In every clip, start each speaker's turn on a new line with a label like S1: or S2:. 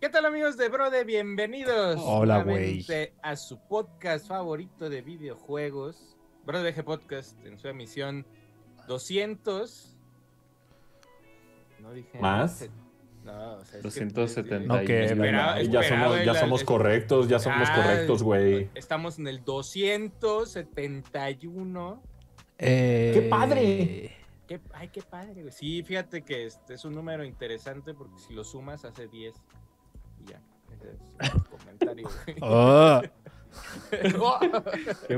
S1: ¿Qué tal amigos de Brode? Bienvenidos
S2: Hola,
S1: nuevamente a su podcast favorito de videojuegos, Brode VG Podcast, en su emisión 200. No dije
S3: ¿Más?
S1: No, o sea, es que-
S3: 270.
S2: No, que-
S4: Ah,
S1: Esperaba-
S3: ya somos,
S1: esperaba
S3: ya
S1: el-
S3: somos
S1: el-
S3: correctos, ya somos
S1: Ah,
S3: correctos, güey.
S1: Estamos en el 271.
S2: Eh,
S3: ¡Qué padre!
S1: Qué- ay, qué padre, güey. Sí, fíjate que este es un número interesante porque si lo sumas hace 10. Y ya. Ese es el comentario. güey.
S2: Oh,
S3: ¿Qué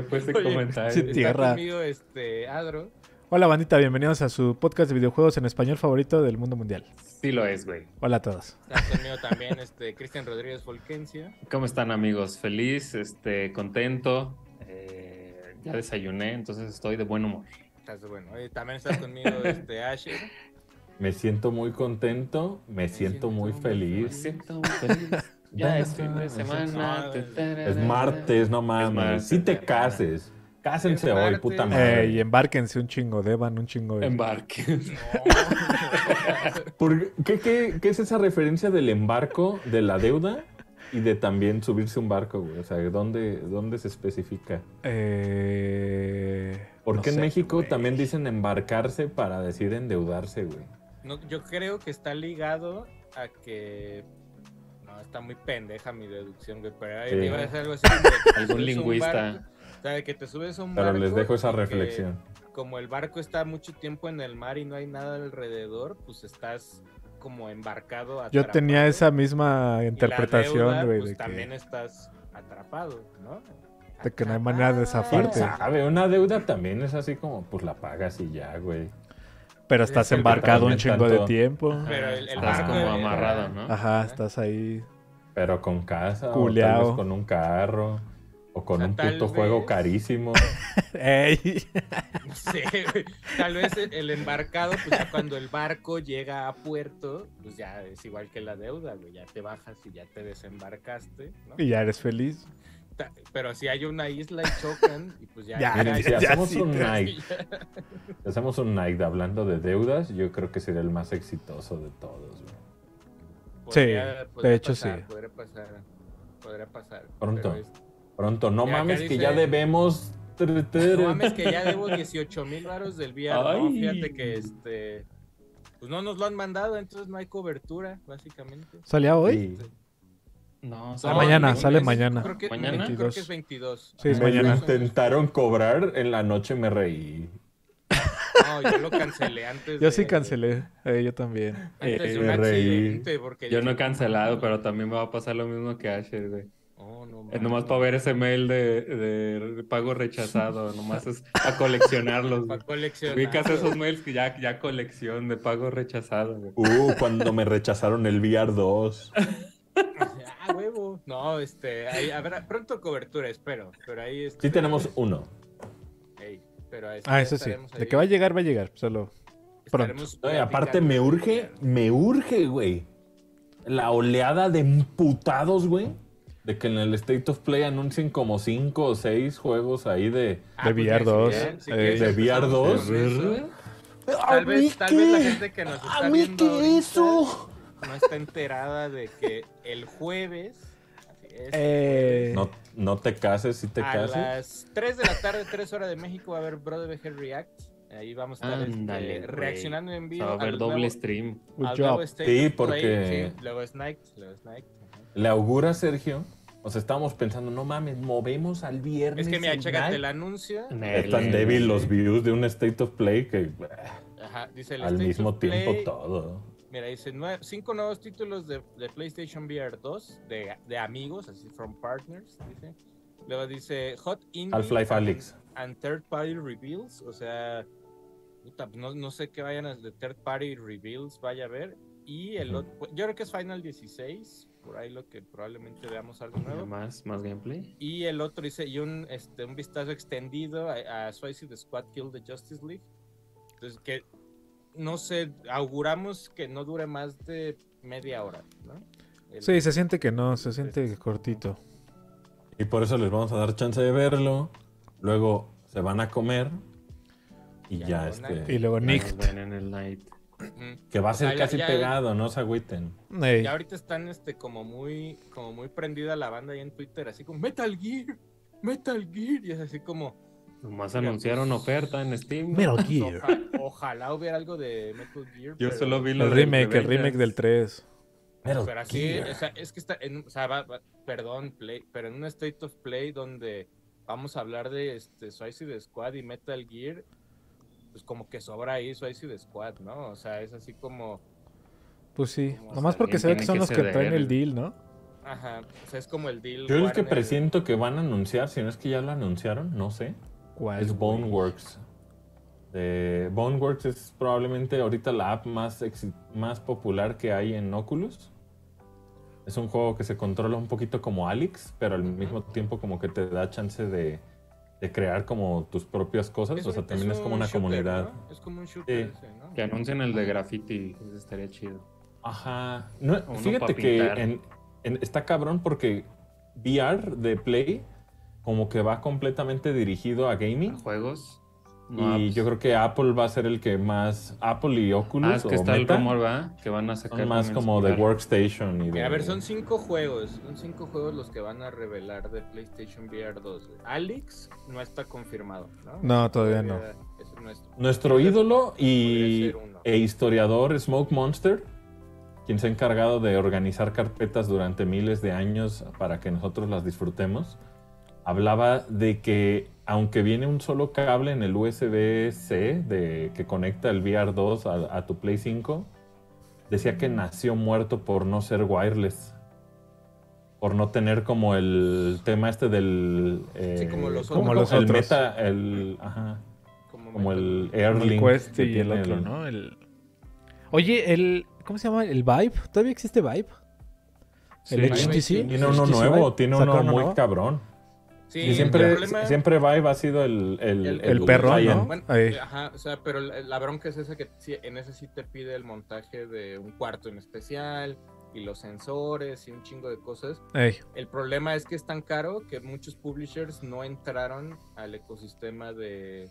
S3: fue ese
S1: Oye,
S2: sí,
S3: comentario?
S2: tío.
S1: Está
S2: Tierra.
S1: conmigo este Adro.
S2: Hola bandita, bienvenidos a su podcast de videojuegos en español favorito del mundo mundial.
S3: Sí lo es, güey.
S2: Hola a todos.
S1: Está conmigo también este Cristian Rodríguez Volquencio.
S3: ¿Cómo están, amigos? Feliz, este, contento. eh, ya desayuné, entonces estoy de buen humor.
S1: Estás bueno. Oye, también está conmigo este Asher.
S4: Me siento muy contento, me, siento, muy
S3: Me
S4: feliz.
S3: siento muy feliz. Ya es fin de
S1: No,
S3: semana.
S4: Es martes, no mames.
S3: martes,
S4: Si te
S3: ya.
S4: cases, cásense
S1: Es
S4: hoy,
S1: martes.
S4: puta
S2: Eh,
S4: madre.
S2: y embárquense un chingo, deban un chingo. de-
S3: Embarque.
S1: No.
S4: ¿Por qué, qué, qué es esa referencia del embarco, de la deuda y de también subirse un barco, güey? O sea, ¿dónde, dónde se especifica?
S2: Eh,
S4: ¿Por
S2: no
S4: qué en
S2: sé,
S4: México
S2: güey.
S4: también dicen embarcarse para decir endeudarse, güey?
S1: No, yo creo que está ligado a que. No, está muy pendeja mi deducción, güey. Pero ahí
S4: Sí.
S1: iba a decir algo así. como que te subes a
S3: Algún
S1: un
S3: lingüista.
S1: barco, O sea, de que te subes a un
S4: Pero
S1: barco.
S4: les dejo
S1: y
S4: esa
S1: que
S4: reflexión.
S1: Como el barco está mucho tiempo en el mar y no hay nada alrededor, pues estás como embarcado.
S2: Yo
S1: atrapado,
S2: tenía esa misma
S1: y la deuda,
S2: interpretación, güey,
S1: Pues
S2: de,
S1: también
S2: que,
S1: estás atrapado, ¿no?
S2: de que no hay manera de
S4: ¿Quién
S2: zafarte.
S4: sabe? Una deuda también es así como, pues la pagas y ya, güey.
S2: Pero estás
S1: Es el
S2: embarcado un
S4: departamento.
S2: chingo de tiempo.
S1: Pero el, el
S3: Estás
S1: barco
S3: como
S1: era-
S3: amarrado, ¿no?
S2: Ajá, estás ahí.
S4: Pero con casa, o
S2: Culeao.
S4: tal vez con un carro, o con
S1: O sea,
S4: un
S1: tal
S4: puto
S1: vez.
S4: juego carísimo.
S2: Ey.
S1: No sé, güey. tal vez el- el embarcado, pues ya cuando el barco llega a puerto, pues ya es igual que la deuda, güey, ya te bajas y ya te desembarcaste, ¿no?
S2: Y ya eres feliz.
S1: Ta- Pero si hay una isla y chocan, y pues ya...
S2: Ya,
S1: ya,
S4: Miren, si
S2: ya,
S4: hacemos
S2: sí,
S4: un
S2: te-
S4: night, si hacemos un night hablando de deudas, yo creo que sería el más exitoso de todos. güey.
S2: Sí, de hecho, sí.
S1: Podría pasar, podría pasar.
S4: Pronto.
S1: pero es-
S4: Pronto, no
S1: Ya, acá
S4: mames que
S1: dice-
S4: ya debemos.
S1: No mames que ya debo 18 mil varos del VR, ¿no?
S3: Ay.
S1: Fíjate que este... Pues no nos lo han mandado, entonces no hay cobertura, básicamente.
S2: ¿Salía hoy?
S4: Sí.
S3: No,
S2: Sale
S1: No,
S2: mañana,
S1: es-
S2: sale
S1: es-
S2: mañana.
S1: Creo que,
S3: ¿Mañana?
S1: creo que es 22.
S2: Sí, es
S4: Me lo
S2: mañana.
S4: intentaron cobrar, en la noche me reí.
S1: No, yo lo cancelé antes.
S2: Yo
S1: de-
S2: sí cancelé. Eh, yo también.
S1: Antes de un
S4: Eh, reí.
S1: accidente, porque
S3: Yo no he cancelado, pero también me va a pasar lo mismo que Asher, güey.
S1: Oh, no,
S3: Es
S1: mames.
S3: nomás para ver ese mail de, de pago rechazado, nomás es a coleccionarlos. güey.
S1: Para coleccionar.
S3: Ubicas esos mails que ya, ya colección de pago rechazado, güey.
S4: Uh, cuando me rechazaron el VR 2.
S1: Ah, huevo. No, este, ahí habrá pronto cobertura, espero. Pero ahí este,
S4: Sí tenemos uno.
S1: ey, pero este,
S2: Ah, eso sí.
S1: estaremos ahí.
S2: De que va a llegar, va a llegar. Solo. pronto.
S1: Estaremos
S4: No, y aparte
S1: platicando.
S4: me urge, me urge, güey. La oleada de emputados, güey. De que en el State of Play anuncien como cinco o seis juegos ahí de...
S1: Ah,
S2: de
S1: pues,
S2: VR
S1: si
S2: 2,
S1: quieren, si
S2: eh,
S1: quieren,
S4: de VR
S1: empezamos
S4: 2.
S1: con
S3: ¿eh?
S1: eso.
S4: ¿A
S1: Tal
S4: mí
S1: vez, tal vez la
S4: qué?
S1: gente que nos está
S4: ¿A mí
S1: viendo
S4: qué
S1: ahorita
S4: eso?
S1: no está enterada de que el jueves, así es,
S2: Eh,
S4: No, no te cases, si te
S1: a
S4: cases.
S1: las 3 de la tarde, 3 horas de México, va a haber Brother VG React. Ahí vamos a estar este,
S3: Ándale, güey.
S1: reaccionando en
S3: Se
S1: vivo.
S3: va a ver
S1: al
S3: doble este-
S1: nuevo-
S3: stream.
S2: good
S1: al
S2: job.
S1: nuevo State
S4: Sí,
S1: of Play.
S4: porque-
S1: Sí, luego Snake, luego Snake. ajá.
S4: Le augura Sergio. O sea, estábamos pensando, no mames, movemos al viernes.
S1: Es que mira,
S4: el
S1: chécate
S4: night.
S1: el anuncio.
S4: Es tan débil los views de un State of Play que bah,
S1: Ajá, dice el
S4: al
S1: State
S4: mismo
S1: of Play.
S4: tiempo todo.
S1: Mira, dice 5 cinco nuevos títulos de, de PlayStation VR 2 de, de amigos, así from partners, dice. Luego dice Hot Indie
S4: Half-Life
S1: and-
S4: Alyx.
S1: and Third Party Reveals, o sea, puta, pues no, no sé qué vayan a de Third Party Reveals, vaya a ver. Y el
S4: Ujú.
S1: otro, yo creo que es Final 16, por ahí lo que probablemente veamos algo nuevo.
S3: Más, más gameplay.
S1: Y el otro dice, y un, este, un vistazo extendido a, a Suicide Squad Kill the Justice League. Entonces, que no sé, auguramos que no dure más de media hora, ¿no? El-
S2: Sí, se siente que no, se siente cortito.
S4: Y por eso les vamos a dar chance de verlo. Luego se van a comer. Y
S1: Ya,
S4: ya,
S1: no,
S4: este.
S2: Y luego
S3: Ahí nos
S2: Nick.
S3: ven en el night.
S1: Ujú.
S4: Que va a
S1: O sea,
S4: ser
S1: ya-
S4: casi
S1: ya-
S4: pegado, no se agüiten.
S2: Ey.
S1: Y ahorita están este como muy como muy prendida la banda ahí en Twitter, así como Metal Gear, Metal Gear y es así como
S3: Nomás
S1: Mira,
S3: anunciaron
S1: pues,
S3: oferta en Steam.
S2: Metal
S1: pues,
S2: Gear.
S1: oja- ojalá hubiera algo de Metal Gear.
S3: Yo
S1: pero-
S3: solo vi lo
S2: El
S3: del
S2: remake, el
S3: Revengeance.
S2: remake del 3.
S4: Pero,
S1: Pero así, o sea, es que está en, o sea, va- va- perdón, play, pero en un State of Play donde vamos a hablar de este Suicide Squad y Metal Gear, pues como que sobra ahí Suicide Squad, ¿no? O sea, es así como,
S2: Pues sí.
S3: Como
S2: Nomás
S3: sea,
S2: porque se ve que
S3: alguien tiene
S2: son
S3: que
S2: los que
S3: ceder
S2: traen el
S3: el-
S2: deal, ¿no?
S1: ajá, o sea, es como el deal.
S4: Yo el que
S1: Warner.
S4: presiento que van a anunciar, si no es que ya lo anunciaron, no sé,
S2: ¿Cuál?
S4: es Boneworks. Eh, Boneworks es probablemente ahorita la app más, exi- más popular que hay en Oculus. Es un juego que se controla un poquito como Alex, pero al mismo tiempo como que te da chance de, de crear como tus propias cosas.
S1: Es
S4: o
S1: un-
S4: sea, también es, como
S1: un
S4: una
S1: shooter,
S4: comunidad.
S1: ¿no? Es como un shooter,
S4: Sí.
S1: ese, ¿no?
S3: Que anuncien el de graffiti, eso estaría chido.
S4: Ajá. No,
S3: Uno
S4: fíjate
S3: pa'
S4: que
S3: pintar.
S4: en- en- está cabrón porque VR de Play como que va completamente dirigido a gaming.
S3: Juegos. pues
S4: y yo creo que Apple va a ser el que más... Apple y Oculus
S3: Ah, es que
S4: o
S3: está el
S4: Meta
S3: rumor, ¿verdad? Que van a sacar.
S4: son más
S3: también
S4: como de
S3: celular.
S4: Workstation y de...
S1: Mira, a ver, son cinco juegos, son cinco juegos los que van a revelar de PlayStation VR 2. Alex no está confirmado, ¿no?
S2: No, todavía no.
S1: Ese no es-
S4: Nuestro ídolo
S1: Podría
S4: y,
S1: ser uno.
S4: e historiador Smoke Monster, quien se ha encargado de organizar carpetas durante miles de años para que nosotros las disfrutemos, hablaba de que aunque viene un solo cable en el USB-C de, que conecta el VR2 a, a tu Play 5, decía que nació muerto por no ser wireless. Por no tener como el tema este del... eh,
S1: como los otros.
S4: ¿cómo-
S2: Como los
S4: el
S2: otros.
S4: meta, el... Ajá como
S1: Metal
S4: el
S1: Gear.
S2: El
S4: Airlink
S2: Quest
S4: que
S2: y el
S4: tiene
S2: otro,
S4: el-
S2: ¿no? El- Oye, el. ¿Cómo se llama? ¿El Vibe? ¿Todavía existe Vibe? ¿El
S3: Sí.
S2: HTC?
S4: Tiene uno
S2: ¿HTC
S4: nuevo,
S2: Vive?
S4: tiene
S2: ¿Sacaron
S4: uno
S2: uno
S4: muy
S2: nuevo?
S4: cabrón.
S1: Sí,
S4: y siempre,
S1: el problema-
S4: siempre Vive ha sido el, el,
S1: El-
S2: El perro,
S4: client.
S2: ¿no?
S1: Bueno,
S2: Ahí.
S1: eh, ajá, o sea, pero la, la bronca es esa que sí, en ese sí te pide el montaje de un cuarto en especial y los sensores y un chingo de cosas.
S2: Ey,
S1: El problema es que es tan caro que muchos publishers no entraron al ecosistema de,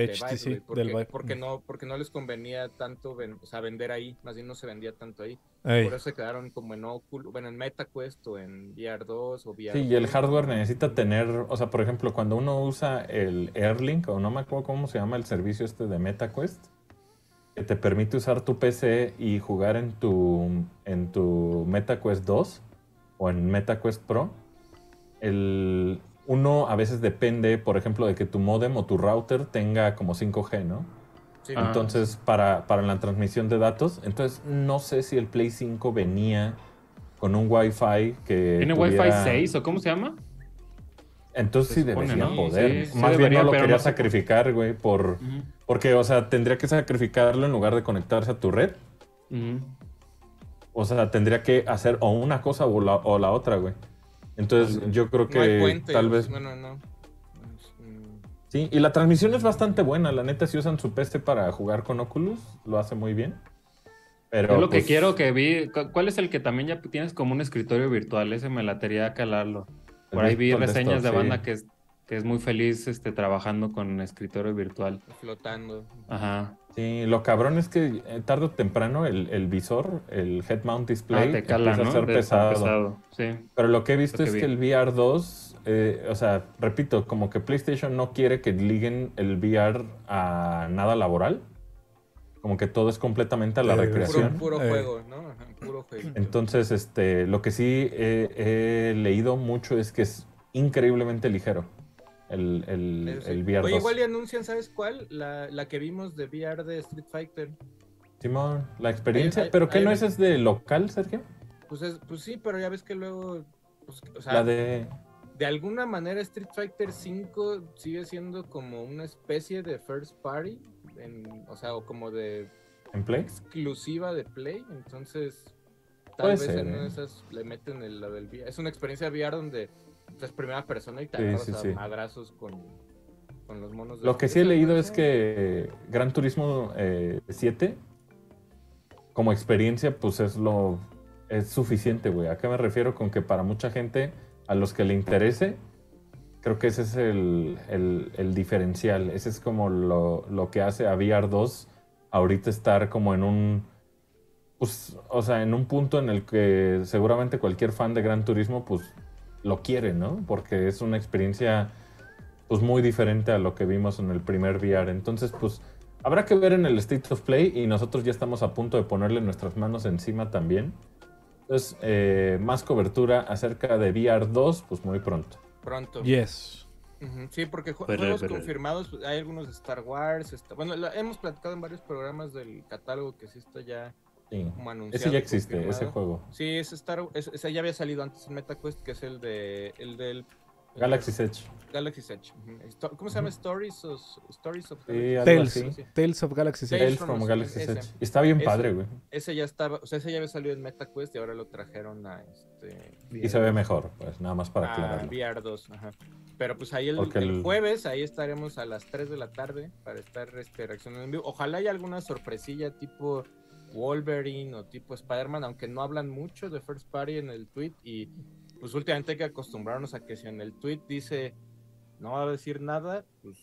S1: de Vive,
S2: HTC,
S1: güey, porque,
S2: del Vive.
S1: porque
S4: Mm.
S1: no, porque no les convenía tanto ven- o sea, vender ahí, más bien no se vendía tanto ahí.
S2: Ey.
S1: Por eso se quedaron como en Oculus, bueno, en MetaQuest o en VR2 o VR.
S4: Sí, y el hardware necesita tener, o sea, por ejemplo, cuando uno usa el Airlink, o no me acuerdo cómo se llama el servicio este de MetaQuest, que te permite usar tu PC y jugar en tu, en tu MetaQuest 2 o en MetaQuest Pro, el, uno a veces depende, por ejemplo, de que tu modem o tu router tenga como 5G, ¿no?
S1: Sí,
S3: Ah.
S4: Entonces, para, para la transmisión de datos, entonces no sé si el Play 5 venía con un Wi-Fi que.
S3: ¿Tiene
S4: tuviera-
S3: Wi-Fi 6 o cómo se llama?
S4: Entonces sí
S3: Se supone,
S4: debería
S3: ¿no?
S4: poder.
S3: Sí, sí
S4: Más bien
S3: debería,
S4: no lo
S3: pero
S4: quería
S3: no se-
S4: sacrificar, güey, por. Porque, o sea, tendría que sacrificarlo en lugar de conectarse a tu red.
S3: Ujú.
S4: O sea, tendría que hacer o una cosa o la, o la otra, güey. Entonces,
S3: Tal vez.
S4: yo creo
S1: no hay
S4: que
S1: puentes,
S4: tal vez.
S1: Bueno, no. Es, mm,
S4: Sí, y la transmisión es bastante buena. La neta, si usan su PC para jugar con Oculus, lo hace muy bien. Pero.
S3: Yo lo
S4: pues,
S3: que quiero que vi, cu- ¿cuál es el que también ya tienes como un escritorio virtual? Ese me latería a calarlo. Por
S4: el
S3: ahí vi
S4: Virtual
S3: reseñas de
S4: Desktop, sí.
S3: banda que es, que es muy feliz este, trabajando con escritorio virtual.
S1: flotando.
S3: Ajá. Ah,
S4: Sí, lo cabrón es que eh, tarde o temprano el, el visor, el head mount display,
S3: Ah, te cala,
S4: empieza
S3: ¿no?
S4: a ser
S3: De-
S4: pesado.
S3: Sí.
S4: Pero lo que he visto
S3: Lo que
S4: es
S3: vi.
S4: que el VR 2, eh, o sea, repito, como que PlayStation no quiere que liguen el VR a nada laboral. Como que todo es completamente a la
S2: Sí, puro-
S1: Puro,
S4: recreación.
S1: puro
S2: Eh.
S1: juego, ¿no? Ajá, Puro juego.
S4: Entonces, este, lo que sí eh, he leído mucho es que es increíblemente ligero el, el,
S1: Eso sí.
S4: el VR 2.
S1: Oye, igual y anuncian, ¿sabes cuál? La, la que vimos de VR de Street Fighter.
S4: Simón, la experiencia.
S1: Ahí- ahí-
S4: ¿Pero qué
S1: ahí
S4: no
S1: me-
S4: es, es de local, Sergio?
S1: Pues, es- pues sí, pero ya ves que luego. pues, o sea,
S4: La
S1: de...
S4: de...
S1: alguna manera Street Fighter 5 sigue siendo como una especie de first party. en- o sea, o como de
S4: ¿En Play?
S1: exclusiva de Play. Entonces, tal
S4: Puede
S1: vez
S4: ser,
S1: en una de
S4: ¿eh?
S1: esas le meten el, la del VR. Es una experiencia VR donde pues, es primera persona y te agarras
S4: sí,
S1: a
S4: sí.
S1: madrazos con, con los monos. de
S4: Lo que sí he
S1: Eso
S4: leído
S1: puede
S4: es
S1: ser.
S4: que Gran Turismo eh, 7, como experiencia, pues es lo es suficiente, güey. ¿A qué me refiero? Con que para mucha gente, a los que le interese, creo que ese es el, el- el diferencial. Ese es como lo, lo que hace a VR 2 ahorita estar como en un, pues, o sea, en un punto en el que seguramente cualquier fan de Gran Turismo, pues, lo quiere, ¿no? Porque es una experiencia, pues, muy diferente a lo que vimos en el primer VR. Entonces, pues, habrá que ver en el State of Play y nosotros ya estamos a punto de ponerle nuestras manos encima también. Entonces, eh, más cobertura acerca de VR 2, pues, muy pronto.
S1: Pronto.
S2: Yes.
S1: Ujú, Sí, porque ju-
S5: Pero,
S1: juegos
S5: pero-
S1: confirmados, pues, hay algunos de Star Wars. está- Bueno, la- hemos platicado en varios programas del catálogo que sí está ya
S4: Sí.
S1: como anunciado.
S4: Ese ya existe,
S1: confirmado.
S4: ese juego.
S1: Sí, es Star es- ese ya había salido antes en MetaQuest, que es el de el del
S4: Galaxy Edge.
S1: Galaxy Edge. ujú. Esto- ¿Cómo se llama? Stories of Stories of
S4: Sí,
S1: Galaxy.
S4: algo
S2: Tales,
S4: así.
S2: Tales of Galaxy. sí.
S1: Tales
S4: Tales
S1: from
S4: from
S1: Us,
S4: Galaxy
S1: ese.
S4: Edge. Y está bien
S1: Ese.
S4: padre, güey.
S1: Ese ya estaba, o sea, ese ya había salido en MetaQuest y ahora lo trajeron a este
S4: Y se ve mejor, pues, nada más para
S1: a
S4: aclararlo.
S1: VR 2, ajá. Pero pues ahí el,
S4: Porque
S1: el
S4: el-
S1: jueves, ahí estaremos a las 3 de la tarde para estar este, reaccionando en vivo. Ojalá haya alguna sorpresilla tipo Wolverine o tipo Spider-Man, aunque no hablan mucho de First Party en el tweet. Y pues últimamente hay que acostumbrarnos a que si en el tweet dice no va a decir nada, pues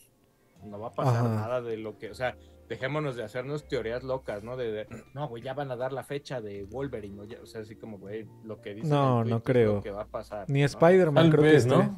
S1: no va a pasar
S2: Ajá.
S1: nada de lo que, o sea, dejémonos de hacernos teorías locas, ¿no? De, de, no, güey, ya van a dar la fecha de Wolverine, o, ya- o sea, así como, güey, lo que dice.
S2: No, no creo.
S1: que va a pasar.
S2: Ni
S1: ¿no?
S2: Spider-Man,
S4: Tal
S2: creo
S4: vez,
S2: que este.
S4: ¿no?
S2: esté.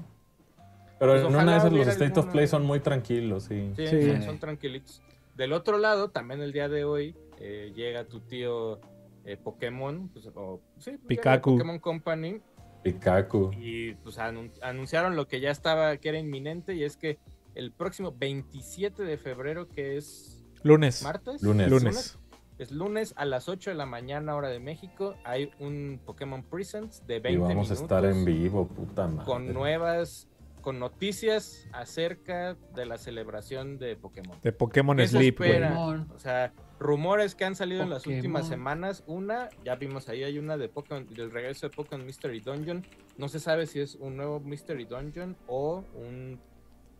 S4: Pero
S1: Pues
S4: en
S1: ojalá
S4: una de esas los
S1: hubiera
S4: State of
S1: alguna.
S4: Play son muy tranquilos, sí.
S1: Sí,
S2: Sí.
S1: son- son tranquilitos. Del otro lado, también el día de hoy eh, llega tu tío eh, Pokémon, pues, o sí, pues, llega
S2: Pikachu.
S1: Pokémon Company,
S4: Pikachu.
S1: y pues anun- anunciaron lo que ya estaba, que era inminente, y es que el próximo 27 de febrero, que es
S2: Lunes.
S1: martes,
S4: Lunes.
S2: Lunes.
S1: es lunes a las 8 de la mañana, hora de México, hay un Pokémon Presents de 20
S4: Y vamos
S1: minutos
S4: a estar en vivo, puta madre.
S1: con nuevas, con noticias acerca de la celebración de Pokémon.
S2: De Pokémon
S1: ¿Qué se
S2: Sleep, güey.
S1: espera? O sea, rumores que han salido en las
S3: Pokémon.
S1: últimas semanas. Una, ya vimos ahí, hay una de Pokémon, del regreso de Pokémon Mystery Dungeon. No se sabe si es un nuevo Mystery Dungeon o un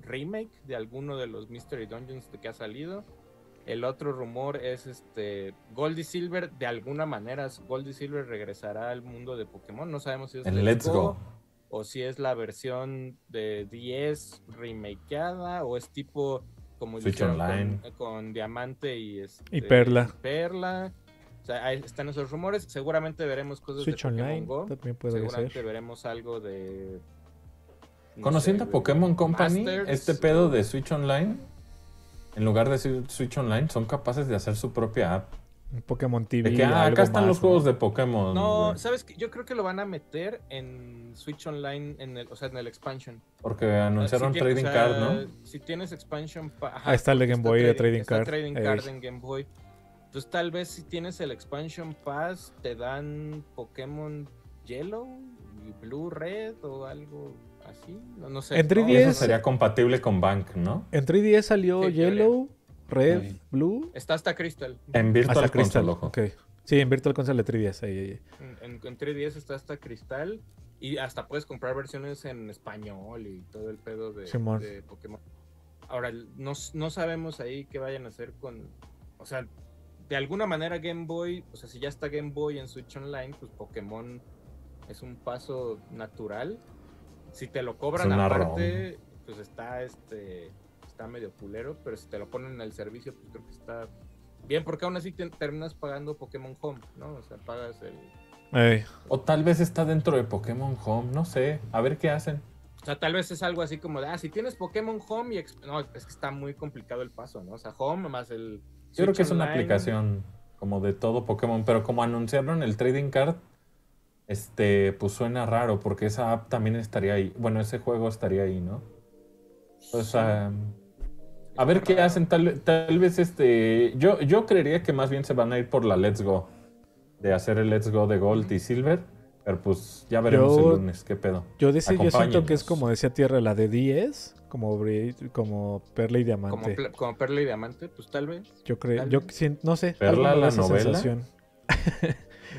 S1: remake de alguno de los Mystery Dungeons de que ha salido. El otro rumor es este Gold y Silver, de alguna manera Gold y Silver regresará al mundo de Pokémon. No sabemos si es
S4: En Let's Go.
S1: o si es la versión de 10 remakeada o es tipo como
S4: Switch
S1: hicieron
S4: Online.
S1: Con, con diamante y, este,
S2: Y Perla.
S1: Perla. O sea, ahí están esos rumores. Seguramente veremos cosas
S2: Switch
S1: de Pokémon
S2: Online
S1: Go.
S2: también puede
S1: Seguramente
S2: ser.
S1: veremos algo de no
S4: Conociendo
S1: sé,
S4: a Pokémon Company,
S1: Masters.
S4: este pedo de Switch Online, en lugar de decir Switch Online, son capaces de hacer su propia app.
S2: Un Pokémon TV.
S4: De que, ah,
S2: algo
S4: acá están
S2: más,
S4: los
S2: ¿no?
S4: juegos de Pokémon.
S1: No,
S4: güey.
S1: sabes que yo creo que lo van a meter en Switch Online, en el, o sea, en el expansion.
S4: Porque anunciaron
S1: Si tien-
S4: Trading
S1: o sea,
S4: Card, ¿no?
S1: Si tienes expansion pa- ajá,
S2: Ahí está el de
S1: porque
S2: Game Boy, de Trading
S1: está
S2: Card,
S1: Trading
S2: ey.
S1: Card en Game Boy. Entonces tal vez si tienes el expansion pass te dan Pokémon Yellow y Blue Red o algo así. No, no sé.
S2: En
S1: ¿no?
S2: 3DS.
S4: Y
S1: No
S4: eso
S1: sé.
S4: sería compatible con Bank, ¿no?
S2: En 3DS salió
S1: Sí, teoría.
S2: Yellow, Red,
S3: Sí.
S2: Blue.
S1: Está hasta Crystal.
S4: En Virtual
S2: Hasta
S4: Console,
S2: Crystal.
S4: ojo.
S2: ok. Sí, en Virtual Console de 3DS. ahí, ahí, ahí.
S1: En, en- en 3DS está hasta Cristal y hasta puedes comprar versiones en español y todo el pedo de,
S2: Simón.
S1: de Pokémon. Ahora, no, s- no sabemos ahí qué vayan a hacer con... O sea, de alguna manera Game Boy, o sea, si ya está Game Boy en Switch Online, pues Pokémon es un paso natural. Si te lo cobran
S4: Es una
S1: aparte, pues está este está medio culero, pero si te lo ponen en el servicio, pues creo que está bien, porque aún así te- terminas pagando Pokémon Home, ¿no? O sea, pagas el,
S2: Ey.
S4: O tal vez está dentro de Pokémon Home, no sé. A ver qué hacen.
S1: O sea, tal vez es algo así como de, ah, si tienes Pokémon Home y... exp- No, es que está muy complicado el paso, ¿no? O sea, Home más el...
S4: Yo creo que
S1: Switch
S4: es una
S1: Online.
S4: aplicación como de todo Pokémon, pero como anunciaron el Trading Card, este, pues suena raro porque esa app también estaría ahí. Bueno, ese juego estaría ahí, ¿no? O sea, a ver qué
S1: Raro.
S4: hacen. Tal, tal vez este, yo, yo creería que más bien se van a ir por la Let's Go, de hacer el Let's Go de Gold y Silver, pero pues ya veremos
S2: Yo-
S4: el lunes qué pedo.
S2: Yo, decía, yo siento que es
S4: Acompáñenos.
S2: como decía Tierra, la de 10, como, bri- como Perla y Diamante.
S1: Como, pla- como Perla y Diamante, pues tal vez.
S2: Yo creo,
S1: Tal
S2: yo
S1: vez.
S2: sien- no sé.
S4: ¿Perla,
S2: algo me da
S4: la
S2: esa
S4: novela?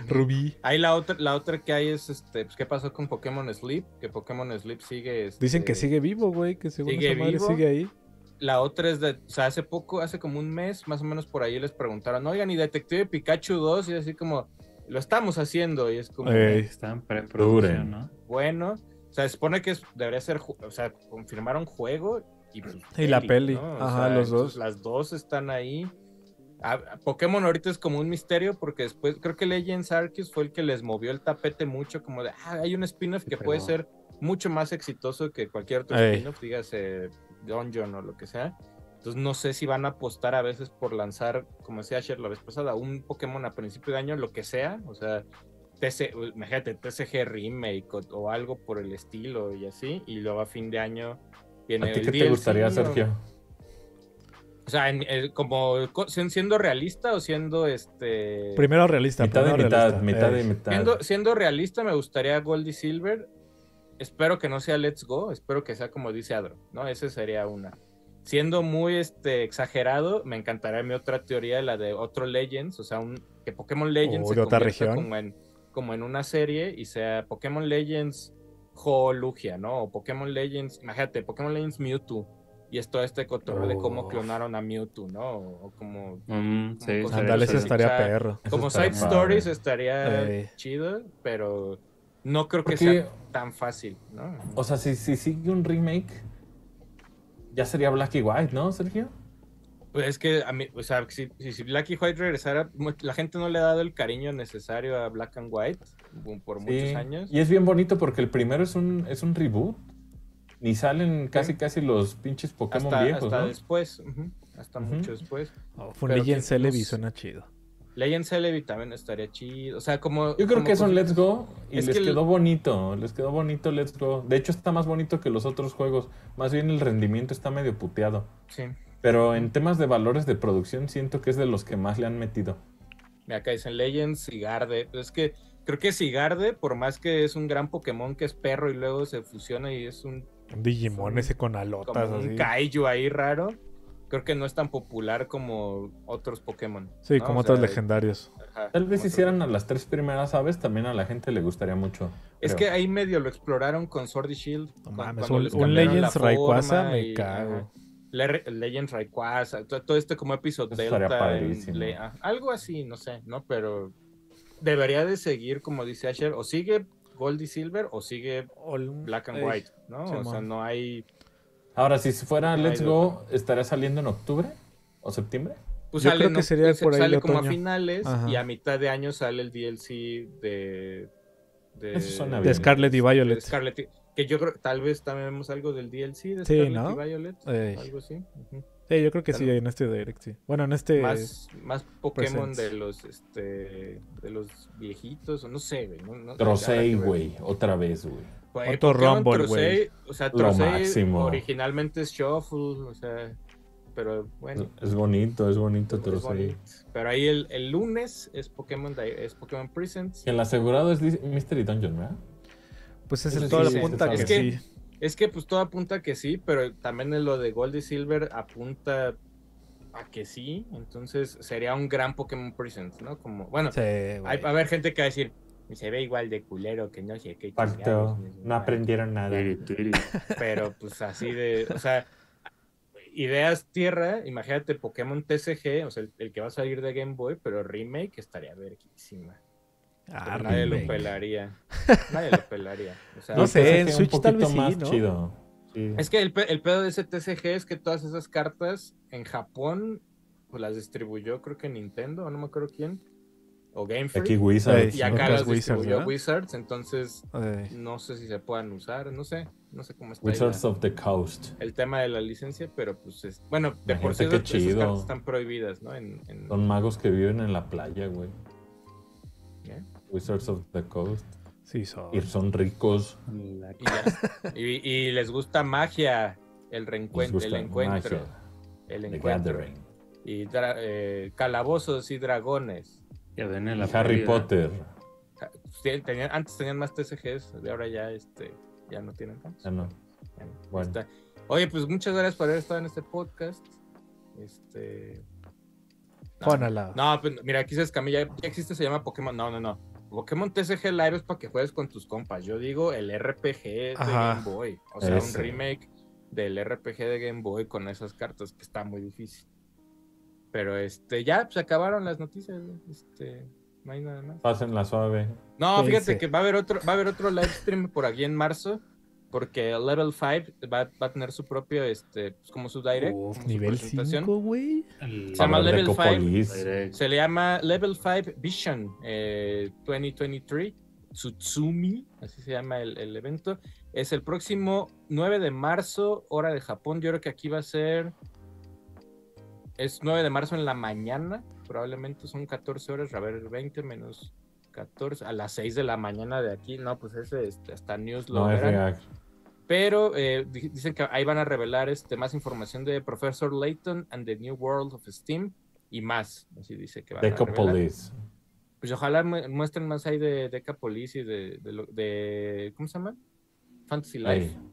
S2: Rubí.
S1: Ahí la otra, la otra que hay es, este, pues, ¿qué pasó con Pokémon Sleep? Que Pokémon Sleep sigue... este,
S2: Dicen que sigue vivo, güey, que según
S1: ¿sigue
S2: esa madre
S1: vivo?
S2: sigue ahí.
S1: La otra es de, o sea, hace poco, hace como un mes, más o menos por ahí les preguntaron, oigan, ¿y Detective Pikachu 2? Y así como, lo estamos haciendo, y es como...
S2: Ey.
S3: Está en preproducción, ¿no?
S1: bueno. O sea, se supone que es- debería ser, ju- o sea, confirmaron juego y, pues,
S2: Y la peli,
S1: O
S2: ajá, los
S1: entonces
S2: dos.
S1: Las dos están ahí. a- Pokémon ahorita es como un misterio porque después creo que Legends Arceus fue el que les movió el tapete mucho, como de, ah, hay un spin-off que puede
S3: pegó.
S1: ser mucho más exitoso que cualquier otro
S2: Ey.
S1: spin-off, dígase Dungeon o lo que sea. Entonces no sé si van a apostar a veces por lanzar, como decía Asher la vez pasada, un Pokémon a principio de año, lo que sea, o sea, TC, imagínate, TCG Remake o, o algo por el estilo y así, y luego a fin de año viene
S4: ¿A ti
S1: el
S4: qué te
S1: DLC,
S4: gustaría,
S1: ¿no?
S4: Sergio?
S1: O sea, en- eh, como co- si- siendo realista o siendo este.
S2: Primero realista.
S4: Eh, Mitad y
S2: primero
S4: mitad,
S2: realista.
S4: mitad
S2: Eh,
S4: y mitad.
S1: Siendo, siendo realista, me gustaría Gold y Silver. Espero que no sea Let's Go, espero que sea como dice Adro, ¿no? Ese sería una. Siendo muy este, exagerado, me encantaría mi otra teoría, la de otro Legends, o sea, un, que Pokémon Legends
S2: O Oh, de otra
S1: convierta
S2: región.
S1: Como, en, como en una serie y sea Pokémon Legends Jolugia, ¿no? O Pokémon Legends, imagínate, Pokémon Legends Mewtwo. Y es todo este cotorreo de cómo
S2: Uf.
S1: clonaron a Mewtwo, ¿no? O, o como
S3: Mm, sí,
S1: Pues,
S2: Ándale,
S1: o
S2: ese
S1: sea,
S2: estaría
S1: o sea,
S2: perro.
S4: Eso
S1: como
S4: estaría
S1: side
S4: padre.
S1: stories estaría
S2: Eh.
S1: chido, pero no creo que
S4: Porque-
S1: sea tan fácil, ¿no?
S4: O sea, si, si sigue un remake, ya sería Black y White, ¿no, Sergio?
S1: Pues es que a mí, o sea, si, si- si Black y White regresara, mu- la gente no le ha dado el cariño necesario a Black and White bu- por muchos
S4: Sí.
S1: años.
S4: Y es bien bonito porque el primero es un, es un reboot. Ni salen casi casi los pinches Pokémon
S1: hasta
S4: viejos,
S1: hasta
S4: ¿no?
S1: después, ujú, hasta
S4: Ujú.
S1: mucho después.
S2: Oh,
S1: pero
S2: Fun Legend
S1: que
S2: Celebi
S1: nos-
S2: suena chido.
S1: Legends Celebi también estaría chido. O sea, como.
S4: Yo creo
S1: como
S4: que es un
S1: cosas-
S4: Let's Go y
S1: Es
S4: les
S1: que el-
S4: quedó bonito, les quedó bonito Let's Go. De hecho está más bonito que los otros juegos, más bien el rendimiento está medio puteado.
S1: Sí.
S4: Pero en temas de valores de producción siento que es de los que más le han metido.
S1: Mira, acá dicen Legends, Sigarde. Es que creo que Sigarde, por más que es un gran Pokémon que es perro y luego se fusiona y es un
S2: Un Digimon
S1: Son
S2: ese con
S1: como
S2: alotas
S1: un
S2: así.
S1: kaiju ahí raro. Creo que no es tan popular como otros Pokémon.
S2: Sí,
S1: ¿no?
S2: como
S1: O
S2: otros
S1: sea,
S2: legendarios.
S1: ajá,
S4: Tal
S1: como
S4: vez
S1: otros.
S4: hicieran a las tres primeras aves, también a la gente le gustaría mucho.
S1: Es
S4: creo.
S1: que ahí medio lo exploraron con Sword y Shield.
S2: No
S1: cu-
S2: mames,
S1: cuando
S2: un,
S1: les
S2: un
S1: cambiaron la
S2: Legends Rayquaza
S1: forma
S2: me
S1: y- ajá.
S2: cago.
S1: Le- Legends Rayquaza, to- todo este como episodio
S4: Eso estaría
S1: Delta. en
S4: padrísimo.
S1: Le- ah, algo así, no sé, ¿no? Pero debería de seguir, como dice Asher, o sigue Gold y Silver o eh, sigue Black and White, ¿no? o sea,
S2: Simón.
S1: no hay...
S4: Ahora, si fuera
S1: Ay,
S4: Let's
S1: de
S4: Go, ¿estaría saliendo en octubre o septiembre?
S1: Pues
S2: Yo
S1: sale,
S2: creo que
S1: ¿no?
S2: sería
S1: Se-
S2: por ahí
S1: sale
S2: de
S1: como a
S2: otoño.
S1: finales
S2: Ajá.
S1: y a mitad de año sale el DLC de. De,
S4: Eso suena
S2: De
S4: bien.
S2: Scarlet y
S1: de
S2: Violet.
S1: Scarlet y- Que yo creo que tal vez también vemos algo del DLC de Scarlet
S2: Sí, ¿no?
S1: y Violet.
S2: Ey.
S1: Algo así. ujú.
S2: Sí, yo creo que sí,
S1: Claro.
S2: en este Direct, sí. Bueno, en este...
S1: Más, más Pokémon
S2: presents.
S1: de los este de los viejitos. o No sé, güey. No, no-
S4: Trocei,
S1: habrá que ver.
S4: güey, otra vez, güey.
S1: Güey,
S2: Otro
S1: Pokémon
S2: Rumble,
S1: Trocei,
S2: güey.
S1: O sea,
S4: Lo
S1: Trocei
S4: máximo.
S1: originalmente es Shuffle. O sea, pero bueno.
S4: Es bonito, es bonito
S1: Es
S4: Trocei.
S1: bonito. Pero ahí el, el lunes es Pokémon, Di- es Pokémon Presents.
S4: El asegurado es Dis- Mystery Dungeon, ¿verdad?
S2: Pues es
S4: Eso
S2: en
S4: sí,
S2: toda
S1: sí,
S2: la punta
S1: es
S2: que,
S1: que-
S2: sí.
S1: Es que pues todo apunta a que sí, pero también en lo de Gold y Silver apunta a que sí. Entonces sería un gran Pokémon Presents, ¿no? Como, bueno,
S2: Sí,
S1: hay-
S2: güey.
S1: va a haber gente que va a decir, se ve igual de culero que no sé qué.
S4: Pacto,
S1: chingados, no sé
S4: no
S1: cuál".
S4: aprendieron nada.
S3: Tiri, tiri.
S1: Pero pues así de, o sea, ideas tierra, imagínate Pokémon TCG, o sea, el, el que va a salir de Game Boy, pero remake estaría verguísima.
S2: Ah,
S1: Nadie lo
S2: remake.
S1: pelaría. Nadie lo pelaría. O sea,
S2: No sé,
S4: Entonces,
S2: en
S4: un
S2: Switch tal
S4: poquito
S2: vez sí,
S4: más
S2: ¿no?
S4: chido. Sí.
S1: Es que el, pe- el pedo de ese TCG es que todas esas cartas en Japón pues, las distribuyó, creo que Nintendo, no me acuerdo quién, o Game Freak.
S4: Aquí Wizards,
S1: y
S2: Ey,
S4: ¿no?
S1: acá
S2: Lucas
S1: las
S2: Wizards,
S1: distribuyó
S2: ¿verdad?
S1: Wizards, entonces
S2: Eh,
S1: no sé si se puedan usar, no sé, no sé cómo está ahí
S4: Wizards
S1: la-
S4: of the Coast.
S1: el tema de la licencia, pero pues es, bueno, de por
S4: Imagínate
S1: sí
S4: qué
S1: esas, esas
S4: chido.
S1: cartas están prohibidas, ¿no? En, en-
S4: Son magos que viven en la playa, güey.
S1: ¿eh?
S4: Wizards of the Coast.
S2: sí, son.
S1: Oh.
S4: Y son ricos.
S1: y, ya. Y- y les gusta magia, el
S4: Les
S1: reencuentro, el
S4: gusta
S1: encuentro,
S4: magia,
S1: el
S4: The
S1: encuentro
S4: Gathering.
S1: y dra- eh, calabozos y dragones.
S3: Ya ven en la
S4: Harry
S3: Florida.
S4: Potter.
S1: Ja- sí, tenían- antes tenían más TCGs, de ahora ya este ya no tienen tantos.
S4: Ah, no.
S1: Ya no. Ahí
S4: Bueno.
S1: está. Oye, pues muchas gracias por haber estado en este podcast. Este no,
S2: Juan Alao.
S1: no, pues mira, aquí se escamilla, ya existe, se llama Pokémon. No, no, no. Pokémon TCG Live es para que juegues con tus compas. Yo digo el RPG de
S2: Ajá.
S1: Game Boy. O sea,
S4: Ese.
S1: un remake del RPG de Game Boy con esas cartas que está muy difícil. Pero este, ya se acabaron las noticias. güey. Este, no hay nada más.
S4: Pásenla suave.
S1: No,
S2: ¿Qué
S1: fíjate
S2: dice?
S1: que va a haber otro, va a haber otro live stream por aquí en marzo. Porque el level 5 va, va a tener su propio, este, pues, como su direct. como
S2: Uf,
S1: su
S2: nivel
S1: presentación.
S2: 5, güey.
S1: Se llama
S4: Hablar de
S1: Level
S4: Ecopolis.
S3: Direct.
S1: Se le llama Level 5 Vision eh, 2023, Tsutsumi, así se llama el, el evento. Es el próximo 9 de marzo, hora de Japón. Yo creo que aquí va a ser. Es 9 de marzo en la mañana, probablemente son 14 horas, a ver, 20 menos 14, a las 6 de la mañana de aquí. No, pues ese este, hasta News lo
S4: No es
S1: verán.
S4: real.
S1: Pero eh, di- dicen que ahí van a revelar este, más información de Professor Layton and the New World of Steam y más. Así dice que van a revelar.
S4: Decapolis.
S1: Pues ojalá mu- muestren más ahí de Decapolis y de, de, lo- de- ¿Cómo se llama? Fantasy Life.
S4: Ahí.